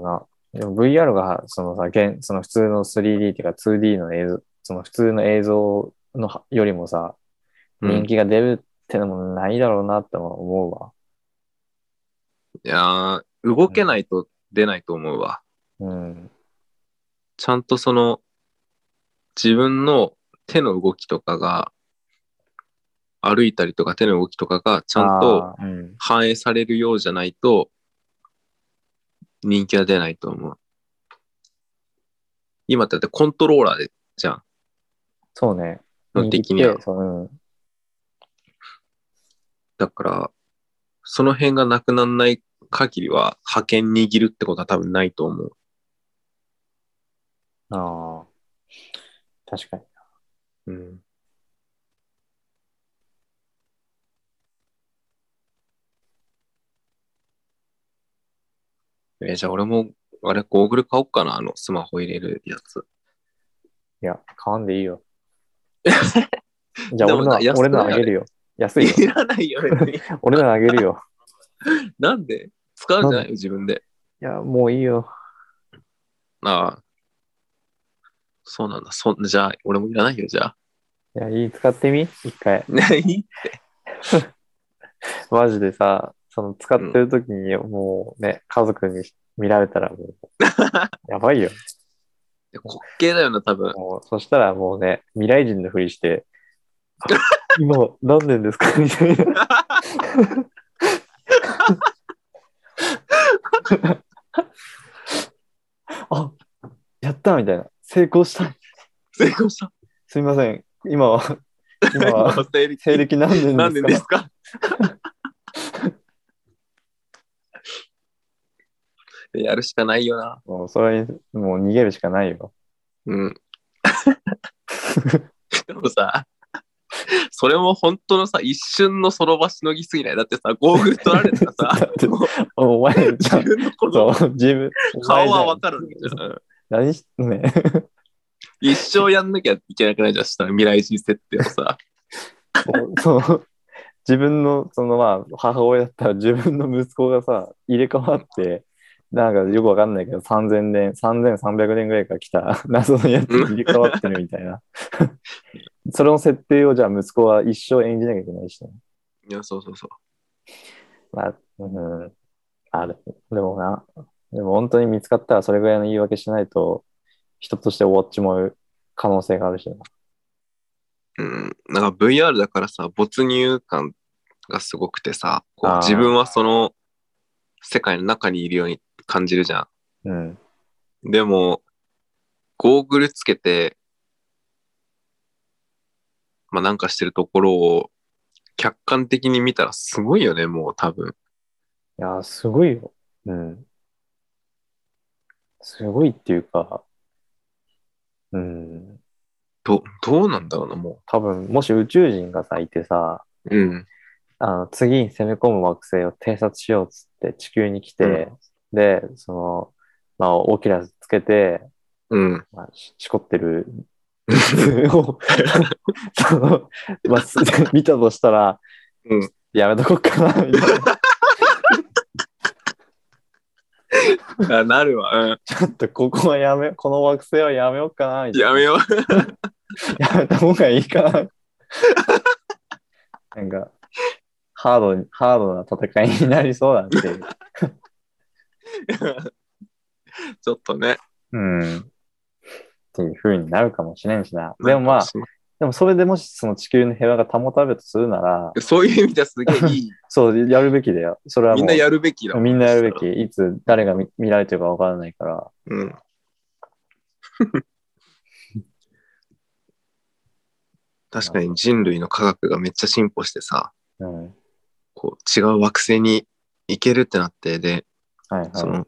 Speaker 1: うな。でも VR が、そのさ、現、その普通の 3D っていうか 2D の映像、その普通の映像のはよりもさ、
Speaker 2: うん
Speaker 1: 人気が出るってのもないだろうなって思うわ。
Speaker 2: いやー動けないと出ないと思うわ。
Speaker 1: うん。
Speaker 2: ちゃんとその、自分の手の動きとかが、歩いたりとか手の動きとかがちゃんと
Speaker 1: あー、うん。
Speaker 2: 反映されるようじゃないと、人気は出ないと思う。今ってだってコントローラーで、じゃん。
Speaker 1: そうね。
Speaker 2: の的には
Speaker 1: 握ってそう、うん。
Speaker 2: だから、その辺がなくならない限りは、派遣握るってことは多分ないと思う。
Speaker 1: ああ。確かに。
Speaker 2: うん。えーじゃあ俺も、あれ、ゴーグル買おうかな、あの、スマホ入れるやつ。
Speaker 1: いや、買わんでいい
Speaker 2: *laughs*
Speaker 1: よ。じゃあ
Speaker 2: で
Speaker 1: 俺
Speaker 2: も
Speaker 1: の
Speaker 2: な安、
Speaker 1: 俺
Speaker 2: くない
Speaker 1: のあげるよ。安いよ。
Speaker 2: *laughs* いらないよ、別に。
Speaker 1: 俺のあげるよ。
Speaker 2: なんで使うんじゃないよ、自分で。
Speaker 1: いや、もういいよ。
Speaker 2: ああ。そうなんだ。そんじゃあ、俺もいらないよ、じゃあ。
Speaker 1: いや、いい、使ってみ一回。
Speaker 2: ない
Speaker 1: マジでさ、その使ってる時にもうね、家族に見られたらもう、 *laughs* やばいよ。
Speaker 2: で滑稽だよな、多分。
Speaker 1: もうそしたらもうね、未来人のふりして、
Speaker 2: *laughs*
Speaker 1: あ今何年ですかみ *laughs* たいな。あ、やったみたいな。成功した。
Speaker 2: 成功した。
Speaker 1: すみません。今は、今は、
Speaker 2: *laughs* 成立
Speaker 1: 西暦何年ですか
Speaker 2: 何年ですか *laughs* やるしかないよな。
Speaker 1: もうそれに、もう逃げるしかないよ。 *laughs*
Speaker 2: うん。でもさ、それも本当のさ、一瞬のその場しのぎすぎない。だってさ、ゴーグル取られたら
Speaker 1: だ
Speaker 2: さ
Speaker 1: って、
Speaker 2: もう
Speaker 1: お
Speaker 2: *laughs*
Speaker 1: 前、じゃ
Speaker 2: 自分のこと
Speaker 1: そう、自分、
Speaker 2: 顔は
Speaker 1: わ
Speaker 2: わかるわけじゃん。
Speaker 1: 何し、ね。 *laughs*
Speaker 2: 一生やんなきゃいけなくないじゃん、したら未来人設定をさ。
Speaker 1: そうそう自分の、そのまあ、母親だったら自分の息子がさ、入れ替わって、なんかよくわかんないけど、3000年、3300年ぐらいから来た *laughs* 謎のやつに入れ替わってるみたいな。 *laughs* それの設定をじゃあ息子は一生演じなきゃいけないしね。
Speaker 2: *laughs* いや、そうそうそう。
Speaker 1: まあ、うん。ある。でもな、でも本当に見つかったらそれぐらいの言い訳しないと、人として終わっちまう可能性があるしな。
Speaker 2: うん、なんか VR だからさ没入感がすごくてさこう
Speaker 1: あー
Speaker 2: 自分はその世界の中にいるように感じるじゃ
Speaker 1: うん。
Speaker 2: んでもゴーグルつけてまあなんかしてるところを客観的に見たらすごいよねもう多分
Speaker 1: いやー、すごいよ。うん。すごいっていうか、うん。
Speaker 2: どどうなんだろうなも
Speaker 1: 多分、もし宇宙人がさ、いてさ、
Speaker 2: ううん
Speaker 1: あの、次に攻め込む惑星を偵察しようっつって地球に来て、
Speaker 2: うん
Speaker 1: で、その、まあ、オキュラスつけて、
Speaker 2: うん
Speaker 1: まあ、ししこって
Speaker 2: *laughs*
Speaker 1: る *laughs* を、その、まあ、す *laughs* 見たとしたら、
Speaker 2: うん
Speaker 1: やめとこっかな、みたいな。
Speaker 2: あなるわ、うん、
Speaker 1: ちょっとここはやめ、この惑星はやめようかな、みたいな。
Speaker 2: やめよう
Speaker 1: やめた方がいいかな。 *laughs* なんか、ハードに、ハードな戦いになりそうだっていう。
Speaker 2: *laughs* ちょっとね
Speaker 1: うん。っていう風になるかもしれんしな。でもまあ、でもそれでもしその地球の平和が保たれるとするなら、
Speaker 2: そういう意味ではすげ
Speaker 1: *laughs*
Speaker 2: えいい
Speaker 1: そう、やるべきだよ。それはもう。
Speaker 2: みんなやるべきだ。
Speaker 1: みんなやるべき。いつ誰が見見られてるかわからないから。 *laughs*
Speaker 2: うん。確かに人類の科学がめっちゃ進歩してさ、
Speaker 1: うん。はい
Speaker 2: こう違う惑星に行けるってなって、で、
Speaker 1: はい。
Speaker 2: その、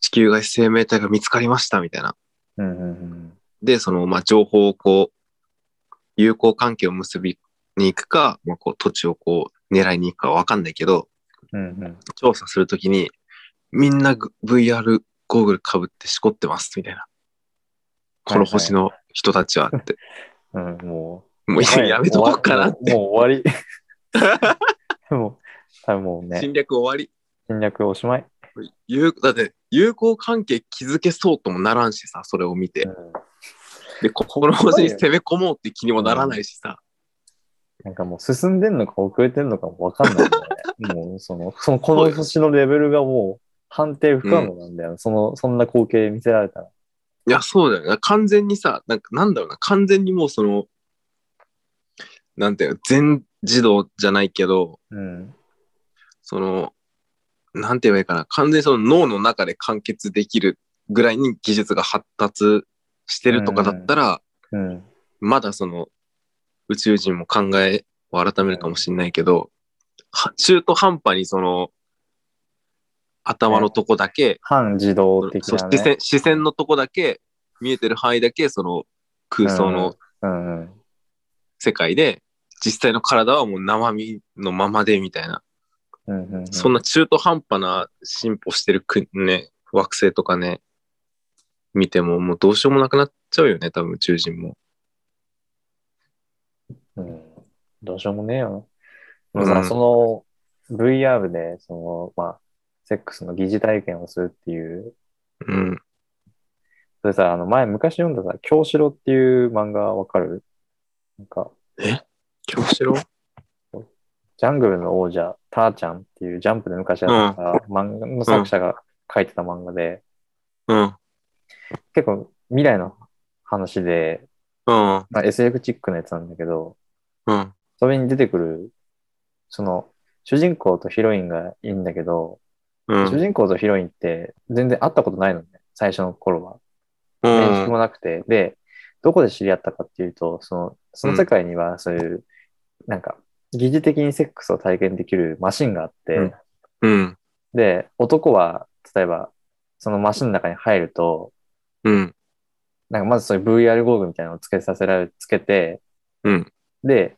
Speaker 2: 地球外生命体が見つかりましたみたいな。
Speaker 1: うんうんうん。
Speaker 2: で、その、まあ、情報をこう、友好関係を結びに行くか、まあ、こう、土地をこう、狙いに行くかわかんないけど、
Speaker 1: うんうん。
Speaker 2: 調査するときに、みんなぐ VR ゴーグル被ってしこってます、みたいな。この星の人たちはって。
Speaker 1: うん、もう。
Speaker 2: もういややめとこうかなって。
Speaker 1: もうもう終わり。
Speaker 2: *laughs*
Speaker 1: もう、多分もうね、
Speaker 2: 侵略終わり。
Speaker 1: 侵略おしまい。
Speaker 2: 友だって、友好関係築けそうともならんしさ、それを見て
Speaker 1: う。ん
Speaker 2: で、ここの星に攻め込もうって気にもならないしさ。
Speaker 1: なんかもう進んでんのか遅れてんのかもわかんないんだよ
Speaker 2: *laughs*
Speaker 1: ね。もうその、その、この星のレベルがもう判定不可能なんだよ。その、そんな光景見せられたら。
Speaker 2: いや、そうだよな。完全にさ、なんかなんだろうな、完全にもうその、なんていうの、全自動じゃないけど、
Speaker 1: うん。
Speaker 2: その、なんて言えばいいかな、完全にその脳の中で完結できるぐらいに技術が発達してるとかだったら、
Speaker 1: うん。
Speaker 2: まだその、宇宙人も考えを改めるかもしれないけど、は中途半端にその、頭のとこだけ、
Speaker 1: 反自動的
Speaker 2: そう
Speaker 1: な、
Speaker 2: 視線
Speaker 1: ね。
Speaker 2: 視線のとこだけ、見えてる範囲だけ、その空想の
Speaker 1: うんうん。
Speaker 2: 世界で、実際の体はもう生身のままでみたいな。
Speaker 1: うんうんうん、
Speaker 2: そんな中途半端な進歩してるく、ね、惑星とかね、見てももうどうしようもなくなっちゃうよね、多分宇宙人も。
Speaker 1: うんどうしようもねえよ
Speaker 2: う
Speaker 1: な。
Speaker 2: ん
Speaker 1: でもさ、その VR で、その、まあ、セックスの疑似体験をするっていう、
Speaker 2: うん。
Speaker 1: それさ、あの、前昔読んださ、京四郎っていう漫画わかるなんか、
Speaker 2: え京四郎
Speaker 1: ジャングルの王者、ターちゃんっていうジャンプで昔やってた漫画の作者が書いてた漫画で、
Speaker 2: うん。
Speaker 1: 結構未来の話で、
Speaker 2: うん。
Speaker 1: まあ、SF チックなやつなんだけど、
Speaker 2: うん。
Speaker 1: それに出てくる、その、主人公とヒロインがいいんだけど、
Speaker 2: うん。
Speaker 1: 主人公とヒロインって全然会ったことないのね、最初の頃は。
Speaker 2: う
Speaker 1: 面識
Speaker 2: ん。
Speaker 1: もなくて、で、どこで知り合ったかっていうと、その、その世界にはそういう、なんか、疑似的にセックスを体験できるマシンがあって、
Speaker 2: うんうん。
Speaker 1: で、男は、例えば、そのマシンの中に入ると、
Speaker 2: うん。
Speaker 1: なんかまずそういう VR ゴーグルみたいなのをつけさせられ、つけて、
Speaker 2: うん
Speaker 1: で、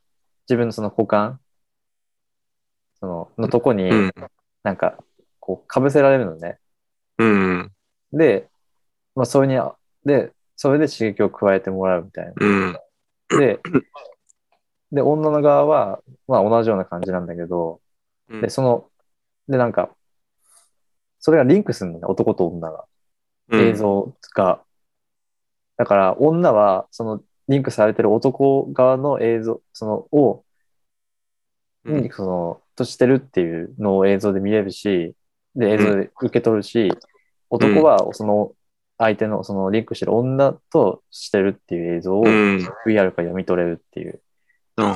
Speaker 1: 自分のその股間、その、のとこに
Speaker 2: う、ん。
Speaker 1: なんか、こう、被せられるのね。
Speaker 2: うん。
Speaker 1: で、まあ、それに、で、それで刺激を加えてもらうみたいな。
Speaker 2: うん。 *coughs*
Speaker 1: で、で、女の側は、まあ同じような感じなんだけど、で、その、で、なんか、それがリンクするんだね、男と女が。映像が。だから、女は、その、リンクされてる男側の映像、その、を、
Speaker 2: うん。
Speaker 1: その、としてるっていうのを映像で見れるし、で、映像で受け取るし、男は、その、相手の、その、リンクしてる女としてるっていう映像を、
Speaker 2: うん。
Speaker 1: VR から読み取れるっていう。
Speaker 2: うん。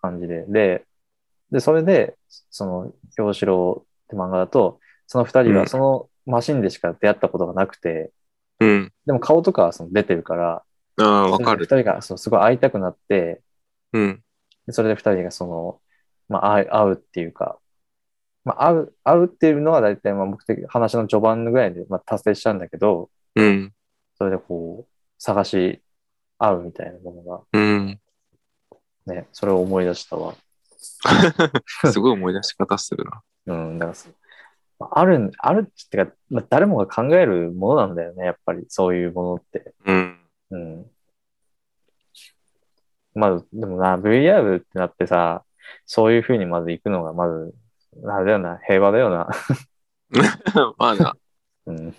Speaker 1: 感じで。で、で、それで、その、京志郎って漫画だと、その二人
Speaker 2: う
Speaker 1: は
Speaker 2: ん
Speaker 1: そのマシンでしか出会ったことがなくて、
Speaker 2: うん。
Speaker 1: でも顔とかはその出てるから、
Speaker 2: ああ、わか
Speaker 1: 二
Speaker 2: る。
Speaker 1: 人がそうすごい会いたくなって、
Speaker 2: うん。
Speaker 1: でそれで二人がその、まあ、会う会うっていうか、まあ、会う、会うっていうのは大体まあ目的、話の序盤ぐらいでまあ達成しちゃうんだけど、
Speaker 2: うん。
Speaker 1: それでこう、探し合うみたいなもの *laughs*
Speaker 2: うん。
Speaker 1: が、ね、それを思い出したわ。
Speaker 2: すごい思い出し方するな。
Speaker 1: うん、だからそうまああるん、あるってか、まあ、誰もが考えるものなんだよね、やっぱり、そういうものって。
Speaker 2: うん。 *laughs*
Speaker 1: うん。まあ、でもな、VR ってなってさ、そういう風にまず行くのが、まず、あれだよな、平和だよな。 *laughs*
Speaker 2: まあな。
Speaker 1: うん。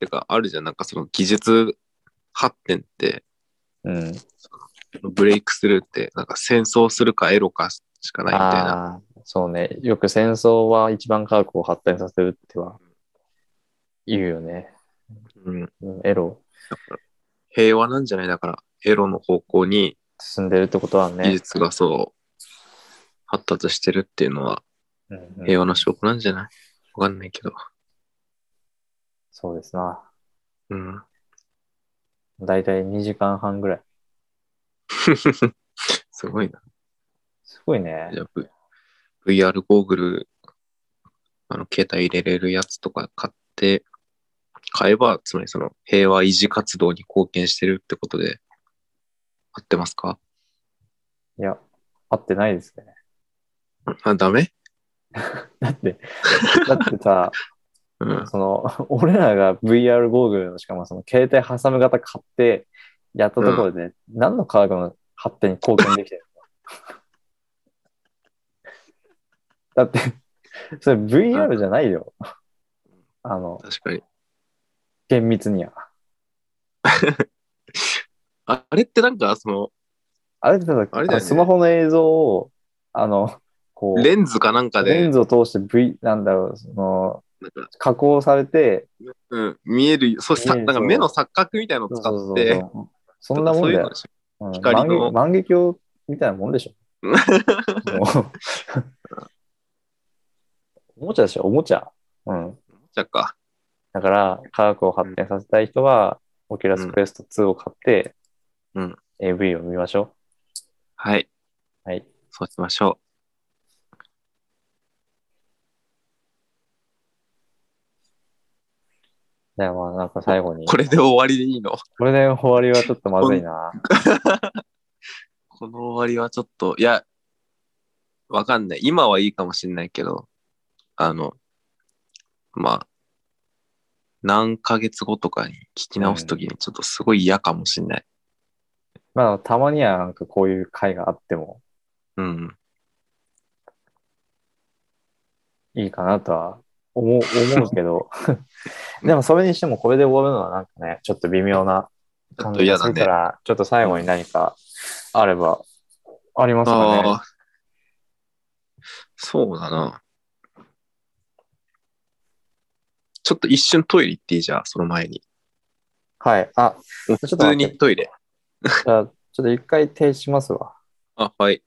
Speaker 2: てか、あるじゃん。なんかその技術発展って、
Speaker 1: うん。
Speaker 2: ブレイクスルーって、なんか戦争するかエロかしかないみたいな。
Speaker 1: ああー、そうね。よく戦争は一番科学を発展させるっては言うよね。
Speaker 2: うん。
Speaker 1: うんエロ
Speaker 2: 平和なんじゃないだから、エロの方向に
Speaker 1: 進んでるってことは
Speaker 2: 技
Speaker 1: ね。
Speaker 2: 術がそう、発達してるっていうのは
Speaker 1: うんうん
Speaker 2: 平和の証拠なんじゃないわかんないけど。
Speaker 1: そうですな。
Speaker 2: うん。
Speaker 1: だいたい2時間半ぐらい。
Speaker 2: すごいな。
Speaker 1: すごいね
Speaker 2: じ。ゃあ、v、VR ゴーグル、あの、携帯入れれるやつとか買って、買えば、つまりその、平和維持活動に貢献してるってことで、合ってますか
Speaker 1: いや、合ってないですね。
Speaker 2: あ、ダメ
Speaker 1: だって、だってさ、
Speaker 2: うん。
Speaker 1: その、 *laughs* 俺らが VR ゴーグルの、しかもその携帯挟む型買ってやったところで、何の科学の発展に貢献できてるの *laughs* だって、それ VR じゃないよ。あの、
Speaker 2: 確かに。
Speaker 1: 厳密には。
Speaker 2: ああれってなんか、その、
Speaker 1: あれってただ、
Speaker 2: あれだよね
Speaker 1: あのスマホの映像を、あの、こう、
Speaker 2: レンズかなんか
Speaker 1: レ
Speaker 2: で
Speaker 1: ン、ズを通して V、なんだろう、その、
Speaker 2: なんか、
Speaker 1: 加工されて、
Speaker 2: うん、見える、そうさ、
Speaker 1: 見える
Speaker 2: なんか
Speaker 1: そう
Speaker 2: 目の錯覚みたいのを
Speaker 1: そうそ
Speaker 2: 使っ
Speaker 1: うそう
Speaker 2: て、
Speaker 1: そうそんなもんだよ。
Speaker 2: そう
Speaker 1: うん
Speaker 2: 光の
Speaker 1: 万華鏡万華鏡みたいなもんでし
Speaker 2: *laughs* いうのでしょ
Speaker 1: ょ。もう *laughs* おもちゃでしょ、おもちゃ。うん。
Speaker 2: じゃあか。
Speaker 1: だから、科学を発展させたい人は、オキュラスクエスト2を買って、
Speaker 2: うん
Speaker 1: AV を見ましょ
Speaker 2: はい、
Speaker 1: う。はい。
Speaker 2: そうしましょう。
Speaker 1: じゃあまあ、なんか最後に。
Speaker 2: これで終わりでいいの
Speaker 1: これで終わりはちょっとまずいな。
Speaker 2: この終わりはちょっと、いや、わかんない。今はいいかもしんないけど、あの、まあ、何ヶ月後とかに聞き直すときにちょっとすごい嫌かもしんない。
Speaker 1: まあ、たまにはなんかこういう回があっても
Speaker 2: うん。
Speaker 1: いいかなとは思う、思うけ
Speaker 2: *laughs*
Speaker 1: ど。でも、それにしてもこれで終わるのはなんかね、ちょっと微妙な
Speaker 2: ちょ
Speaker 1: 感
Speaker 2: っ
Speaker 1: じが
Speaker 2: と嫌
Speaker 1: す
Speaker 2: だ
Speaker 1: るか
Speaker 2: ね。
Speaker 1: ら、ちょっと最後に何かあれば、ありますかね
Speaker 2: あ。そうだな。ちょっと一瞬トイレ行っていいじゃん、その前に。
Speaker 1: はい。あ、
Speaker 2: もう
Speaker 1: ちょ
Speaker 2: 普
Speaker 1: っと待
Speaker 2: 通
Speaker 1: って
Speaker 2: にトイレ。
Speaker 1: じゃあ、ちょっと一回停止しますわ。
Speaker 2: あ、はい。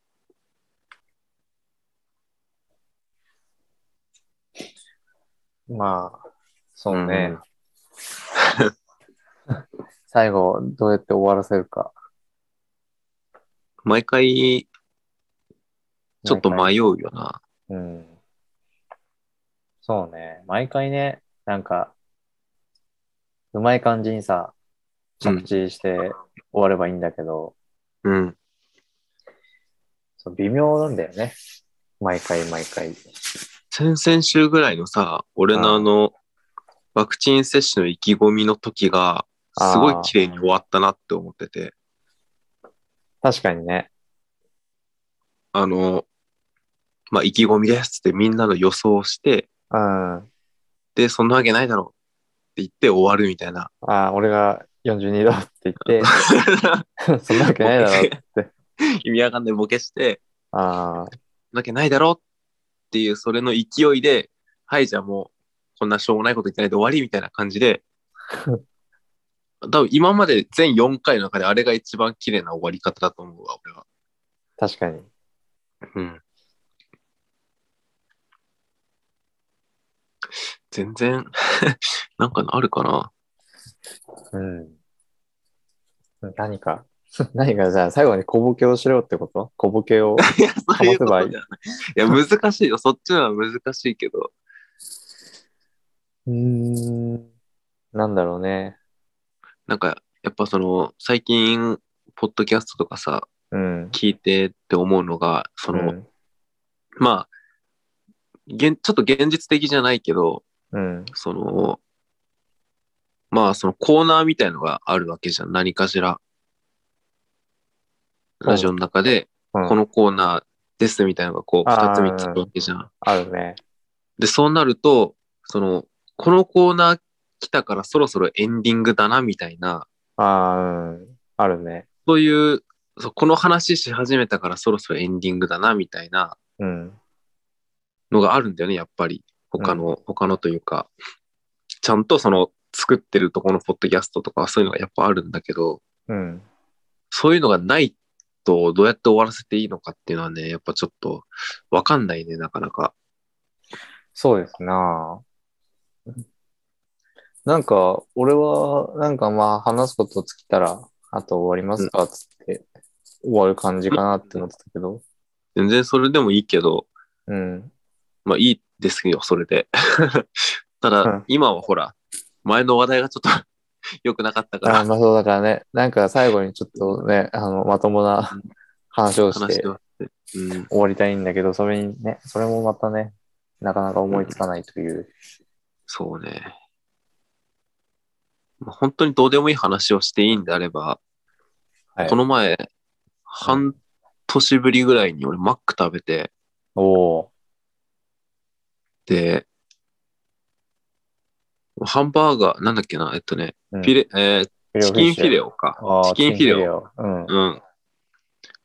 Speaker 1: まあ、そうね。
Speaker 2: うん
Speaker 1: *laughs* 最後、どうやって終わらせるか。
Speaker 2: 毎回、ちょっと
Speaker 1: 毎
Speaker 2: 迷うよな。
Speaker 1: 回。うん。そうね。毎回ね、なんか、うまい感じにさ、
Speaker 2: うん
Speaker 1: 着地して終わればいいんだけど、
Speaker 2: うん。
Speaker 1: そう微妙なんだよね。毎回毎回。
Speaker 2: 先々週ぐらいのさ、俺のあの、ワクチン接種の意気込みの時が、すごい綺麗に終わったなって思ってて、
Speaker 1: 確かにね。
Speaker 2: あの、まあ、意気込みですってみんなの予想をして、
Speaker 1: うん。あ
Speaker 2: で、そんなわけないだろうって言って終わるみたいな。
Speaker 1: あ、俺が42度って *laughs* 言って、そんなわけないだ
Speaker 2: *laughs*
Speaker 1: ろうって。
Speaker 2: 意味わかんないボケして、
Speaker 1: ああ、
Speaker 2: そんなわけないだろっていう、それの勢いで、はい、じゃあもう、こんなしょうもないこと言ってないで終わりみたいな感じで、多分今まで全4回の中であれが一番綺麗な終わり方だと思うわ、俺は。
Speaker 1: 確かに。
Speaker 2: うん。全然、 *laughs* なんかあるか *laughs* な
Speaker 1: うん。何か、 *laughs* 何かじゃあ最後に小ボケをしろってこと小ボケ
Speaker 2: *laughs*
Speaker 1: を。
Speaker 2: いや、そういうことじゃない。
Speaker 1: 保て
Speaker 2: いや、難しいよ。そっちのは難しいけど。
Speaker 1: うーん。なんだろうね。
Speaker 2: なんか、やっぱその、最近、ポッドキャストとかさ、
Speaker 1: うん。
Speaker 2: 聞いてって思うのが、その、
Speaker 1: うん
Speaker 2: まあ、現ちょっと現実的じゃないけど、
Speaker 1: うん。
Speaker 2: その、まあ、そのコーナーみたいのがあるわけじゃん。何かしら。
Speaker 1: うん
Speaker 2: ラジオの中で、
Speaker 1: うん
Speaker 2: このコーナーですみたいなのがこう、
Speaker 1: あー
Speaker 2: 二つ三つあるわけじゃん。
Speaker 1: あるね。
Speaker 2: で、そうなると、その、このコーナー来たからそろそろエンディングだな、みたいな、
Speaker 1: ああ、うん。あるね。
Speaker 2: そういう、そうこの話し始めたからそろそろエンディングだな、みたいな
Speaker 1: うん。
Speaker 2: のがあるんだよね、やっぱり。他の、他のというか、ちゃんとその、作ってるとこのポッドキャストとかそういうのがやっぱあるんだけど、
Speaker 1: うん。
Speaker 2: そういうのがないとどうやって終わらせていいのかっていうのはね、やっぱちょっとわかんないね、なかなか。
Speaker 1: そうですななんか、俺は、なんかまあ話すこと尽きたら、あと終わりますか、つって、終わる感じかなって思ってたけど。
Speaker 2: 全然それでもいいけど、
Speaker 1: うん。
Speaker 2: まあいいですよ、それで。 *laughs* ただ、
Speaker 1: うん
Speaker 2: 今はほら、前の話題がちょっと *laughs* 良くなかったか
Speaker 1: あ
Speaker 2: ら、
Speaker 1: まあそうだからね、なんか最後にちょっとね、あの、まともな話をし
Speaker 2: 話しててます。うん。
Speaker 1: 終わりたいんだけど、それにね、それもまたね、なかなか思いつかないという。
Speaker 2: そうね。まあ、本当にどうでもいい話をしていいんであれば、
Speaker 1: はい
Speaker 2: この前、半年ぶりぐらいに俺マック食べて、
Speaker 1: おお
Speaker 2: で、ハンバーガー、なんだっけな、えっとね、
Speaker 1: ー、うん
Speaker 2: フィレ、えーチキンフィレ
Speaker 1: オ。
Speaker 2: オか。
Speaker 1: あー
Speaker 2: チキンフィレオ
Speaker 1: オ。うん。
Speaker 2: うん。ま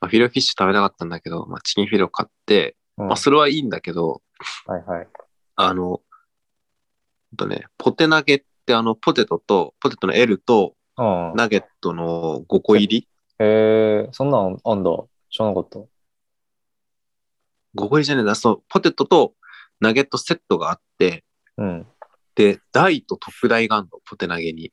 Speaker 2: あフィレオフィッシュ食べたかったんだけど、まあ、チキンフィレオ買って、
Speaker 1: うん
Speaker 2: まあ、それはいいんだけど、
Speaker 1: はいはい。
Speaker 2: あの、ほんとね、ポテ投げってあの、ポテトと、ポテトの L と、
Speaker 1: うん。
Speaker 2: ナゲットの5個入り
Speaker 1: へえー、そんなんあんだ。知らなかった。
Speaker 2: ?5 個入りじゃねえな、そう、ポテトとナゲットセットがあって、
Speaker 1: うん。
Speaker 2: で、大と特大があるの、ポテ投げに。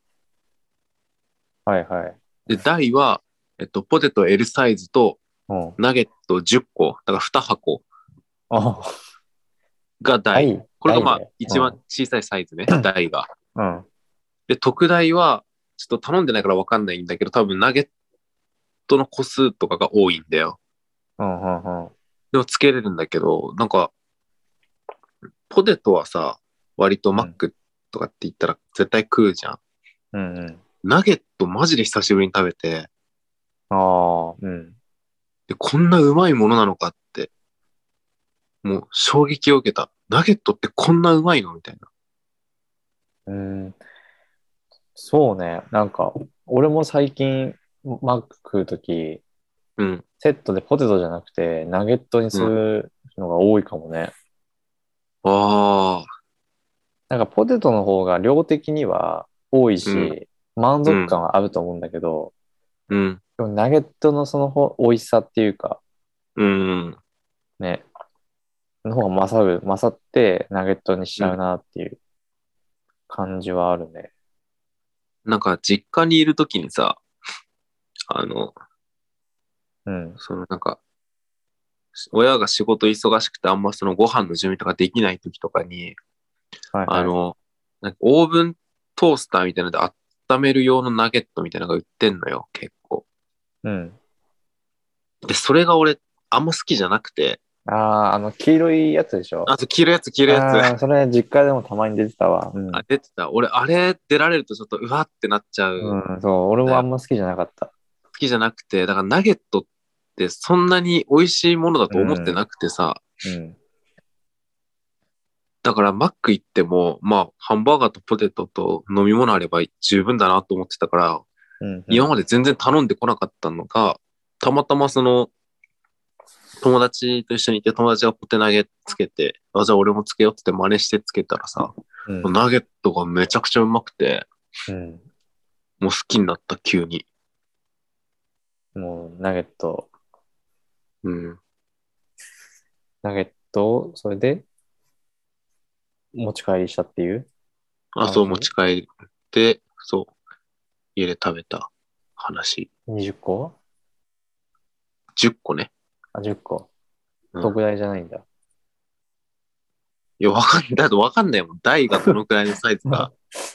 Speaker 1: はいはい。
Speaker 2: で、大は、えっと、ポテト L サイズと
Speaker 1: うん。
Speaker 2: ナゲット10個、だから2箱
Speaker 1: あ、
Speaker 2: が大。
Speaker 1: はい。
Speaker 2: これがまあ
Speaker 1: ないね、
Speaker 2: 一番小さいサイズね、大が。
Speaker 1: うん。うん
Speaker 2: で、特大は、ちょっと頼んでないからわかんないんだけど、多分ナゲットの個数とかが多いんだよ。
Speaker 1: うんうんうん。
Speaker 2: でもつけれるんだけど、なんか、ポテトはさ、割とマックとかって言ったら絶対食うじゃん。
Speaker 1: うんうん。
Speaker 2: ナゲットマジで久しぶりに食べて、
Speaker 1: ああ、うん。
Speaker 2: で、こんなうまいものなのかって、もう衝撃を受けた。ナゲットってこんなうまいのみたいな。
Speaker 1: うん。そうね。なんか、俺も最近、マック食うとき、
Speaker 2: うん。
Speaker 1: セットでポテトじゃなくて、ナゲットにするのが多いかもね。
Speaker 2: ああ、
Speaker 1: なんかポテトの方が量的には多いし、
Speaker 2: うん
Speaker 1: 満足感はあると思うんだけど、
Speaker 2: うん、
Speaker 1: でもナゲットのその方美味しさっていうか、
Speaker 2: うん、
Speaker 1: ね、の方が勝る、勝ってナゲットにしちゃうなっていう感じはあるね。
Speaker 2: なんか実家にいるときにさ、あの、
Speaker 1: うん。
Speaker 2: そのなんか、親が仕事忙しくてあんまそのご飯の準備とかできない時とかに、
Speaker 1: はい、はい。
Speaker 2: あの、なんかオーブントースターみたいなので温める用のナゲットみたいなのが売ってんのよ、結構。
Speaker 1: うん。
Speaker 2: で、それが俺、あんま好きじゃなくて、
Speaker 1: ああ、あの、黄色いやつでしょ。
Speaker 2: あと、着るやつ、着るやつ。
Speaker 1: あーそれ、実家でもたまに出てたわ。うん。
Speaker 2: *laughs* あ、出てた。俺、あれ出られるとちょっと、うわってなっちゃう。好
Speaker 1: うん、そう、俺もあんま好きじゃなかった。
Speaker 2: きじゃなくて、だからナゲットってそんなに美味しいものだと思ってなくてさ、
Speaker 1: うん。
Speaker 2: だからマック行っても、まあ、ハンバーガーとポテトと飲み物あれば十分だなと思ってたから、
Speaker 1: うん、
Speaker 2: 今まで全然頼んでこなかったのが、たまたまその、友達と一緒にいて友達がポテ投げつけて、あ、じゃあ俺もつけようって言って真似してつけたらさ、
Speaker 1: うん、
Speaker 2: ナゲットがめちゃくちゃうまくて、
Speaker 1: うん。
Speaker 2: もう好きになった、急に。
Speaker 1: もう、ナゲット、
Speaker 2: うん。
Speaker 1: ナゲットを、それで、持ち帰りしたっていう。なる
Speaker 2: あ、そう、
Speaker 1: ほど
Speaker 2: 持ち帰って、そう、家で食べた話。
Speaker 1: 20個
Speaker 2: 10個ね。
Speaker 1: あ、10個。
Speaker 2: うん
Speaker 1: 特大じゃないんだ。
Speaker 2: いや、わかんない。だってわかんないもん。台がどのくらいのサイズか。 *laughs*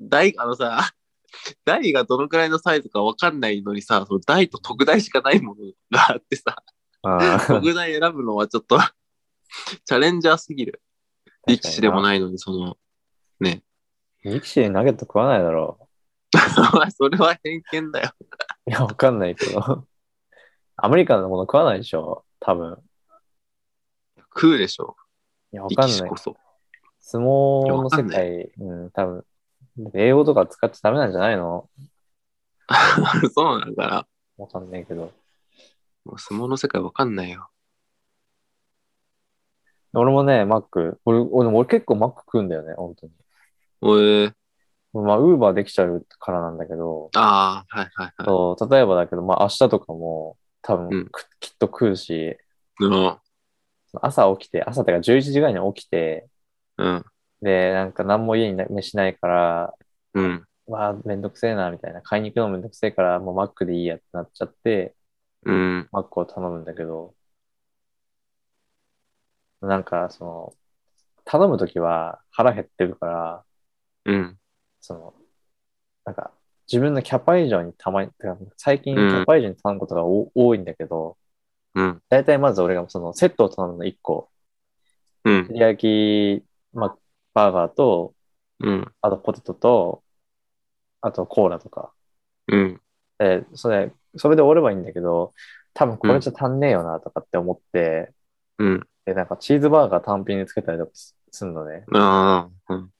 Speaker 2: 台、あのさ、台がどのくらいのサイズかわかんないのにさ、その台と特大しかないものがあってさ、
Speaker 1: あ *laughs* ー
Speaker 2: 特大選ぶのはちょっと、 *laughs* チャレンジャーすぎる。力士でも
Speaker 1: い。
Speaker 2: ないのに、その、 *laughs* ね。
Speaker 1: 力士でナゲット食わないだろ
Speaker 2: お前それは偏見だよ。
Speaker 1: う。いや、わかんないけど。アメリカンのもの食わないでしょ多分。
Speaker 2: 食うでしょ。
Speaker 1: いや、わか
Speaker 2: 力
Speaker 1: ん
Speaker 2: 士
Speaker 1: ない
Speaker 2: こ。そ。 *laughs*
Speaker 1: 相撲の世界、うん、多分、英語とか使っちゃダメなんじゃないの
Speaker 2: そうなんかな。
Speaker 1: わかんないけど。
Speaker 2: もう相撲の世界わかんないよ。
Speaker 1: 俺もね、マック、俺、俺俺結構マック食うんだよね、本当に。
Speaker 2: おえ
Speaker 1: まあ、ウーバーできちゃうからなんだけど、
Speaker 2: ああ、はいはいはい。
Speaker 1: そう例えばだけど、まあ、明日とかも、多分、
Speaker 2: うん
Speaker 1: くきっと食うし、
Speaker 2: うん。
Speaker 1: 朝起きて、朝ってか11時ぐらいに起きて、
Speaker 2: うん。
Speaker 1: で、なんか何も家にな飯ないから、
Speaker 2: うん。
Speaker 1: わあ、めんどくせえな、みたいな。買いに行くのめんどくせえから、もうマックでいいやってなっちゃって、
Speaker 2: うん。
Speaker 1: マックを頼むんだけど、なんか、その、頼むときは腹減ってるから、
Speaker 2: うん。
Speaker 1: その、なんか、自分のキャパ以上にたまに、てか最近キャパ以上に頼むことがお、多いんだけど、
Speaker 2: うん。
Speaker 1: だいたいまず俺がそのセットを頼むの1個、
Speaker 2: うん
Speaker 1: 照。り焼き、まあ、バーガーと、
Speaker 2: うん。
Speaker 1: あとポテトと、あとコーラとか。
Speaker 2: うん。
Speaker 1: えそれ、それで折ればいいんだけど、多分これじゃ足んねえよなとかって思って、
Speaker 2: うん。
Speaker 1: で、なんかチーズバーガー単品につけたりとかすすんのね。
Speaker 2: ああ。うん。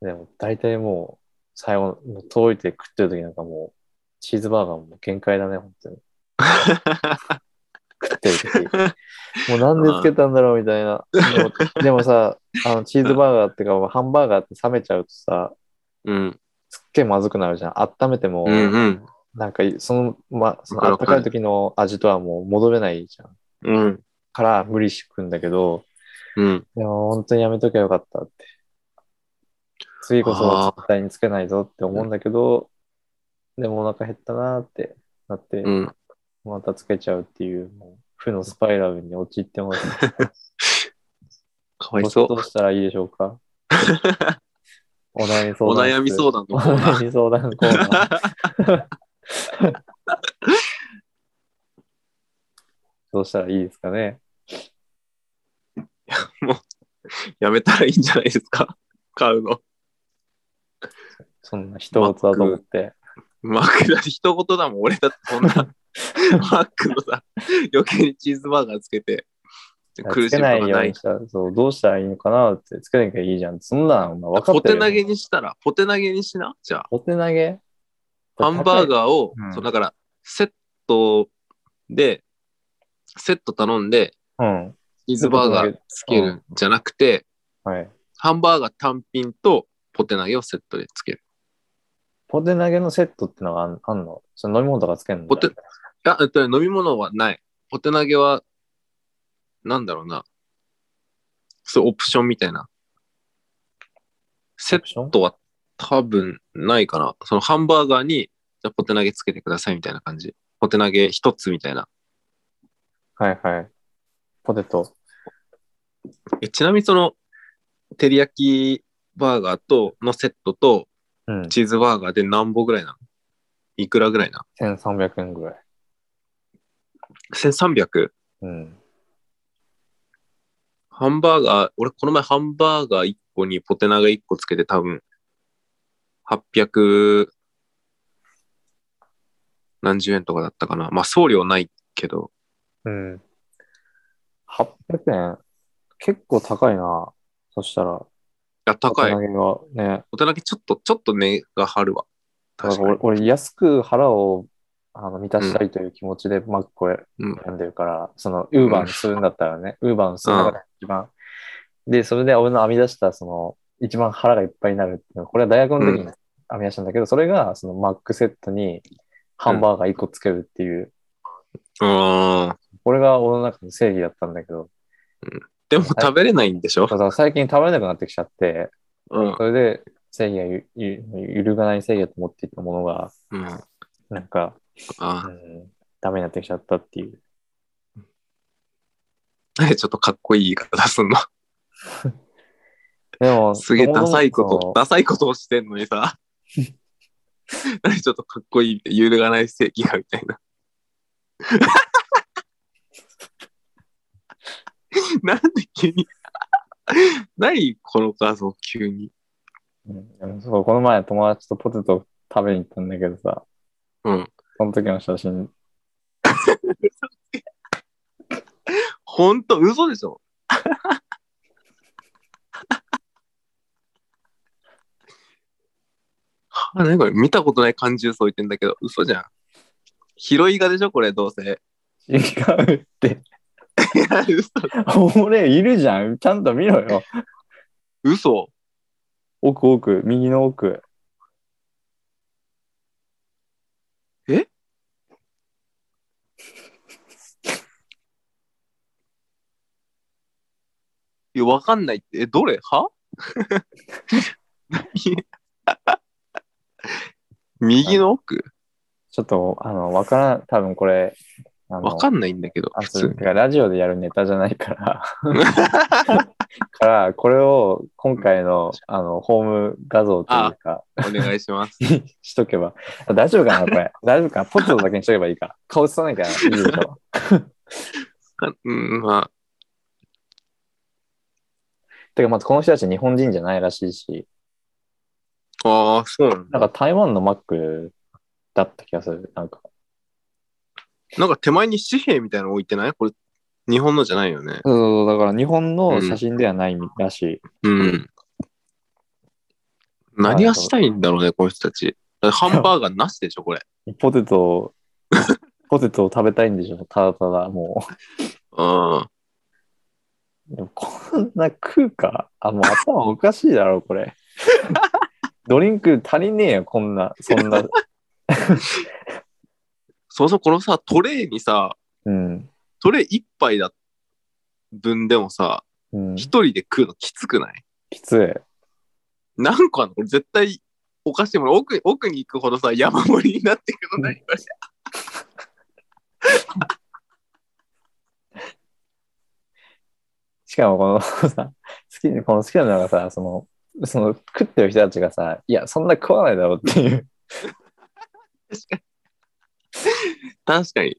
Speaker 1: でも大体もう、最後、もう遠いて食ってる時なんかもう、チーズバーガーも限界だね、本当に。食ってる
Speaker 2: *laughs*
Speaker 1: 時。もうなんでつけたんだろうみたいな。でもでもさ、あのチーズバーガーってか、ハンバーガーって冷めちゃうとさ、
Speaker 2: うん。
Speaker 1: すっげえまずくなるじゃん。温めても、
Speaker 2: うん。うん。
Speaker 1: なんかその、ま、その
Speaker 2: わ
Speaker 1: あった
Speaker 2: かるわか
Speaker 1: か
Speaker 2: る
Speaker 1: い時の味とはもう戻れないじゃん。
Speaker 2: うん。
Speaker 1: から無理してくんだけど、
Speaker 2: うん。
Speaker 1: でも本当にやめときゃよかったって。次こ
Speaker 2: あ
Speaker 1: そ
Speaker 2: ー
Speaker 1: 絶対につけないぞって思うんだけど、でもお腹減ったなーってなって、
Speaker 2: うん。
Speaker 1: またつけちゃうっていう、もう負のスパイラルに陥ってます。
Speaker 2: かわい
Speaker 1: ど
Speaker 2: そう
Speaker 1: うど。うしたらいいでしょう
Speaker 2: *laughs*
Speaker 1: かお悩み相談室。
Speaker 2: お悩み相談の
Speaker 1: お
Speaker 2: コーナー
Speaker 1: 悩み相談コーナー。
Speaker 2: *laughs*
Speaker 1: どうしたらいいですかね
Speaker 2: やめたらいいんじゃないですか買うの。
Speaker 1: そんな人事だと思って。
Speaker 2: マックだって一言だもん。俺だってそんな、マックのさ、余計にチーズバーガーつけて、苦
Speaker 1: つ
Speaker 2: しい
Speaker 1: け
Speaker 2: こと
Speaker 1: ない
Speaker 2: が
Speaker 1: よ
Speaker 2: な
Speaker 1: う
Speaker 2: い
Speaker 1: に。したら、そう、どうしたらいいのかなって、つけなきゃいいじゃん。そんなん、まあ、分か
Speaker 2: ポ
Speaker 1: って
Speaker 2: テ
Speaker 1: るよ
Speaker 2: 投げにしたら、ポテ投げにしな。じゃあ、
Speaker 1: ポテ投げ
Speaker 2: ハンバーガーを
Speaker 1: う、ん
Speaker 2: そうだから、セットで、セット頼んで、
Speaker 1: ー。うん。
Speaker 2: イズバーガーつけるんじゃなくて、
Speaker 1: はい。
Speaker 2: ハンバーガー単品とポテ投げをセットでつける。
Speaker 1: ポテ投げのセットってのがあんあんのその飲み物とかつけんの
Speaker 2: ポテあ、えっと、飲み物はない。ポテ投げは、なんだろうな。そう、オプションみたいな。セ
Speaker 1: ッ
Speaker 2: ッ
Speaker 1: ト
Speaker 2: トは多分ないかな。そのハンバーガーに、じゃあポテ投げつけてくださいみたいな感じ。ポテ投げ一つみたいな。
Speaker 1: はいはい。ポテト。
Speaker 2: えちなみにその、照り焼きバーガーとのセットと
Speaker 1: うん。
Speaker 2: チーズバーガーで何本ぐらいなのいくらぐらいな
Speaker 1: 1300円ぐらい。
Speaker 2: ?1300?
Speaker 1: うん。
Speaker 2: ハンバーガー、俺この前ハンバーガー1個にポテナが1個つけて多分、800何十円とかだったかな。まあ送料ないけど、
Speaker 1: うん。800円。結構高いな。そしたら。
Speaker 2: いや、高い
Speaker 1: ポ。テ投げがね。
Speaker 2: ポテナげちょっと、ちょっと値が張るわ。
Speaker 1: だ
Speaker 2: 確
Speaker 1: か
Speaker 2: から
Speaker 1: 俺
Speaker 2: に。
Speaker 1: 俺安く腹をあの満たしたいという気持ちでマックを
Speaker 2: うん
Speaker 1: 選んでるから、そのウーバーにするんだったらね、ウーバーにするのが一番。で、それで俺の編み出した、その、一番腹がいっぱいになるっていうのはこれは大学の時に編み出したんだけど、それがそのマックセットにハンバーガー1個つけるっていう、
Speaker 2: あー
Speaker 1: これが俺の中の正義だったんだけど、
Speaker 2: でも食べれないんでしょ
Speaker 1: ただ最近食べれなくなってきちゃって、
Speaker 2: うん。
Speaker 1: それで正義がゆゆ揺るがない正義だと思っていたものが、
Speaker 2: うん。あ
Speaker 1: なんか、う
Speaker 2: あ
Speaker 1: ん、ダメになってきちゃったっていう。
Speaker 2: ー。 *laughs* ちょっとかっこいい言い方すんの。
Speaker 1: でも、
Speaker 2: すげえダサいこ
Speaker 1: そ
Speaker 2: と
Speaker 1: の、
Speaker 2: ダサいことをしてんのにさ。何ちょっとかっこいいって、揺るがない正義がみたいな。 *laughs* なんで急に。 *laughs* 何この画像急に。
Speaker 1: うんそう、この前友達とポテト食べに行ったんだけどさ、
Speaker 2: うん。
Speaker 1: その時の写真、
Speaker 2: ほんと、嘘でしょ *laughs* はあ何これ見たことない感じ添えてんだけど、嘘じゃん。拾い画でしょこれ、どうせ。 *laughs*
Speaker 1: 違うって。
Speaker 2: いや嘘
Speaker 1: 俺、いるじゃん。ちゃんと見ろよ。
Speaker 2: 嘘
Speaker 1: 奥奥、右の奥。
Speaker 2: えいや、わかんないって。え、どれは *laughs* 何右の奥
Speaker 1: ちょっと、あの、わからん、多分これ、あ
Speaker 2: わかんないんだけど、
Speaker 1: あ
Speaker 2: 普
Speaker 1: そ
Speaker 2: 通
Speaker 1: うてかラジオでやるネタじゃない
Speaker 2: *laughs*
Speaker 1: から。から、これを今回のあのホーム画像というか、
Speaker 2: に。お願いします。
Speaker 1: しとけば。あ大丈夫かなこれ。大丈夫かなポテトだけにしとけばいいか。顔映さないからいいでしょ。
Speaker 2: あうん、まあ、
Speaker 1: てか、まずこの人たち日本人じゃないらしいし。
Speaker 2: ああ、そうなん
Speaker 1: な
Speaker 2: だ。
Speaker 1: んか台湾のマックだった気がする。なんか、
Speaker 2: なんか手前に紙幣みたいなの置いてないこれ、日本のじゃないよ
Speaker 1: そうそ
Speaker 2: ね。
Speaker 1: うそうだから日本の写真ではないらしい。
Speaker 2: うん。何がしたいんだろうね、この人たち。だってハンバーガーなしでしょ、これ。
Speaker 1: ポテトを、ポテトを食べたいんでしょ、ただただ、も
Speaker 2: うん。
Speaker 1: う。でもこんな食うかあ、もう頭おかしいだろ、これ。ドリンク足りねえよ、こんな、そんな。
Speaker 2: そもそもこのさ、トレイにさ、
Speaker 1: うん。
Speaker 2: トレイ一杯だ分でもさ、
Speaker 1: うん、
Speaker 2: 一人で食うのきつくない
Speaker 1: きつい。
Speaker 2: 何個あんの俺絶対おかしいもの奥奥に行くほどさ山盛りになってくの何これ
Speaker 1: しかもこのさ、好き、この好きなのがさ、その、その食ってる人たちがさ、いや、そんな食わないだろうっていう、
Speaker 2: 確かに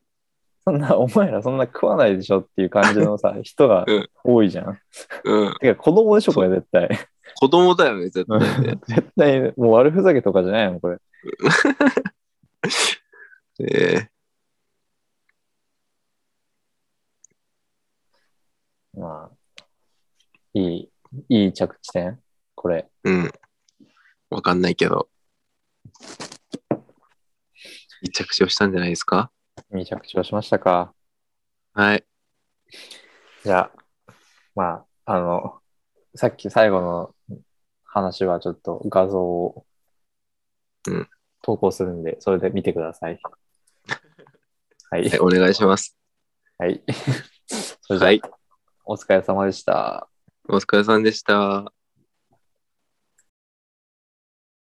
Speaker 1: そんな、お前らそんな食わないでしょっていう感じのさ、人が
Speaker 2: *laughs* うん
Speaker 1: 多いじゃん。
Speaker 2: うん
Speaker 1: てか子供でしょ、これ絶対。
Speaker 2: 子供だよね絶対ね
Speaker 1: 絶対、もう悪ふざけとかじゃないの、これ。
Speaker 2: ええ
Speaker 1: まあ、いい、いい着地点これ。
Speaker 2: うんわかんないけど一着地をしたんじゃないですか
Speaker 1: いい着地をしましたか。
Speaker 2: はい
Speaker 1: じゃあ、まあ、あの、さっき最後の話はちょっと画像を
Speaker 2: うん
Speaker 1: 投稿するんで、それで見てくだ
Speaker 2: *laughs*
Speaker 1: さい。はい
Speaker 2: はい、。お願いします。
Speaker 1: はい。それじゃあ *laughs*
Speaker 2: はい。
Speaker 1: お疲れ様でした。
Speaker 2: お疲れさんでした。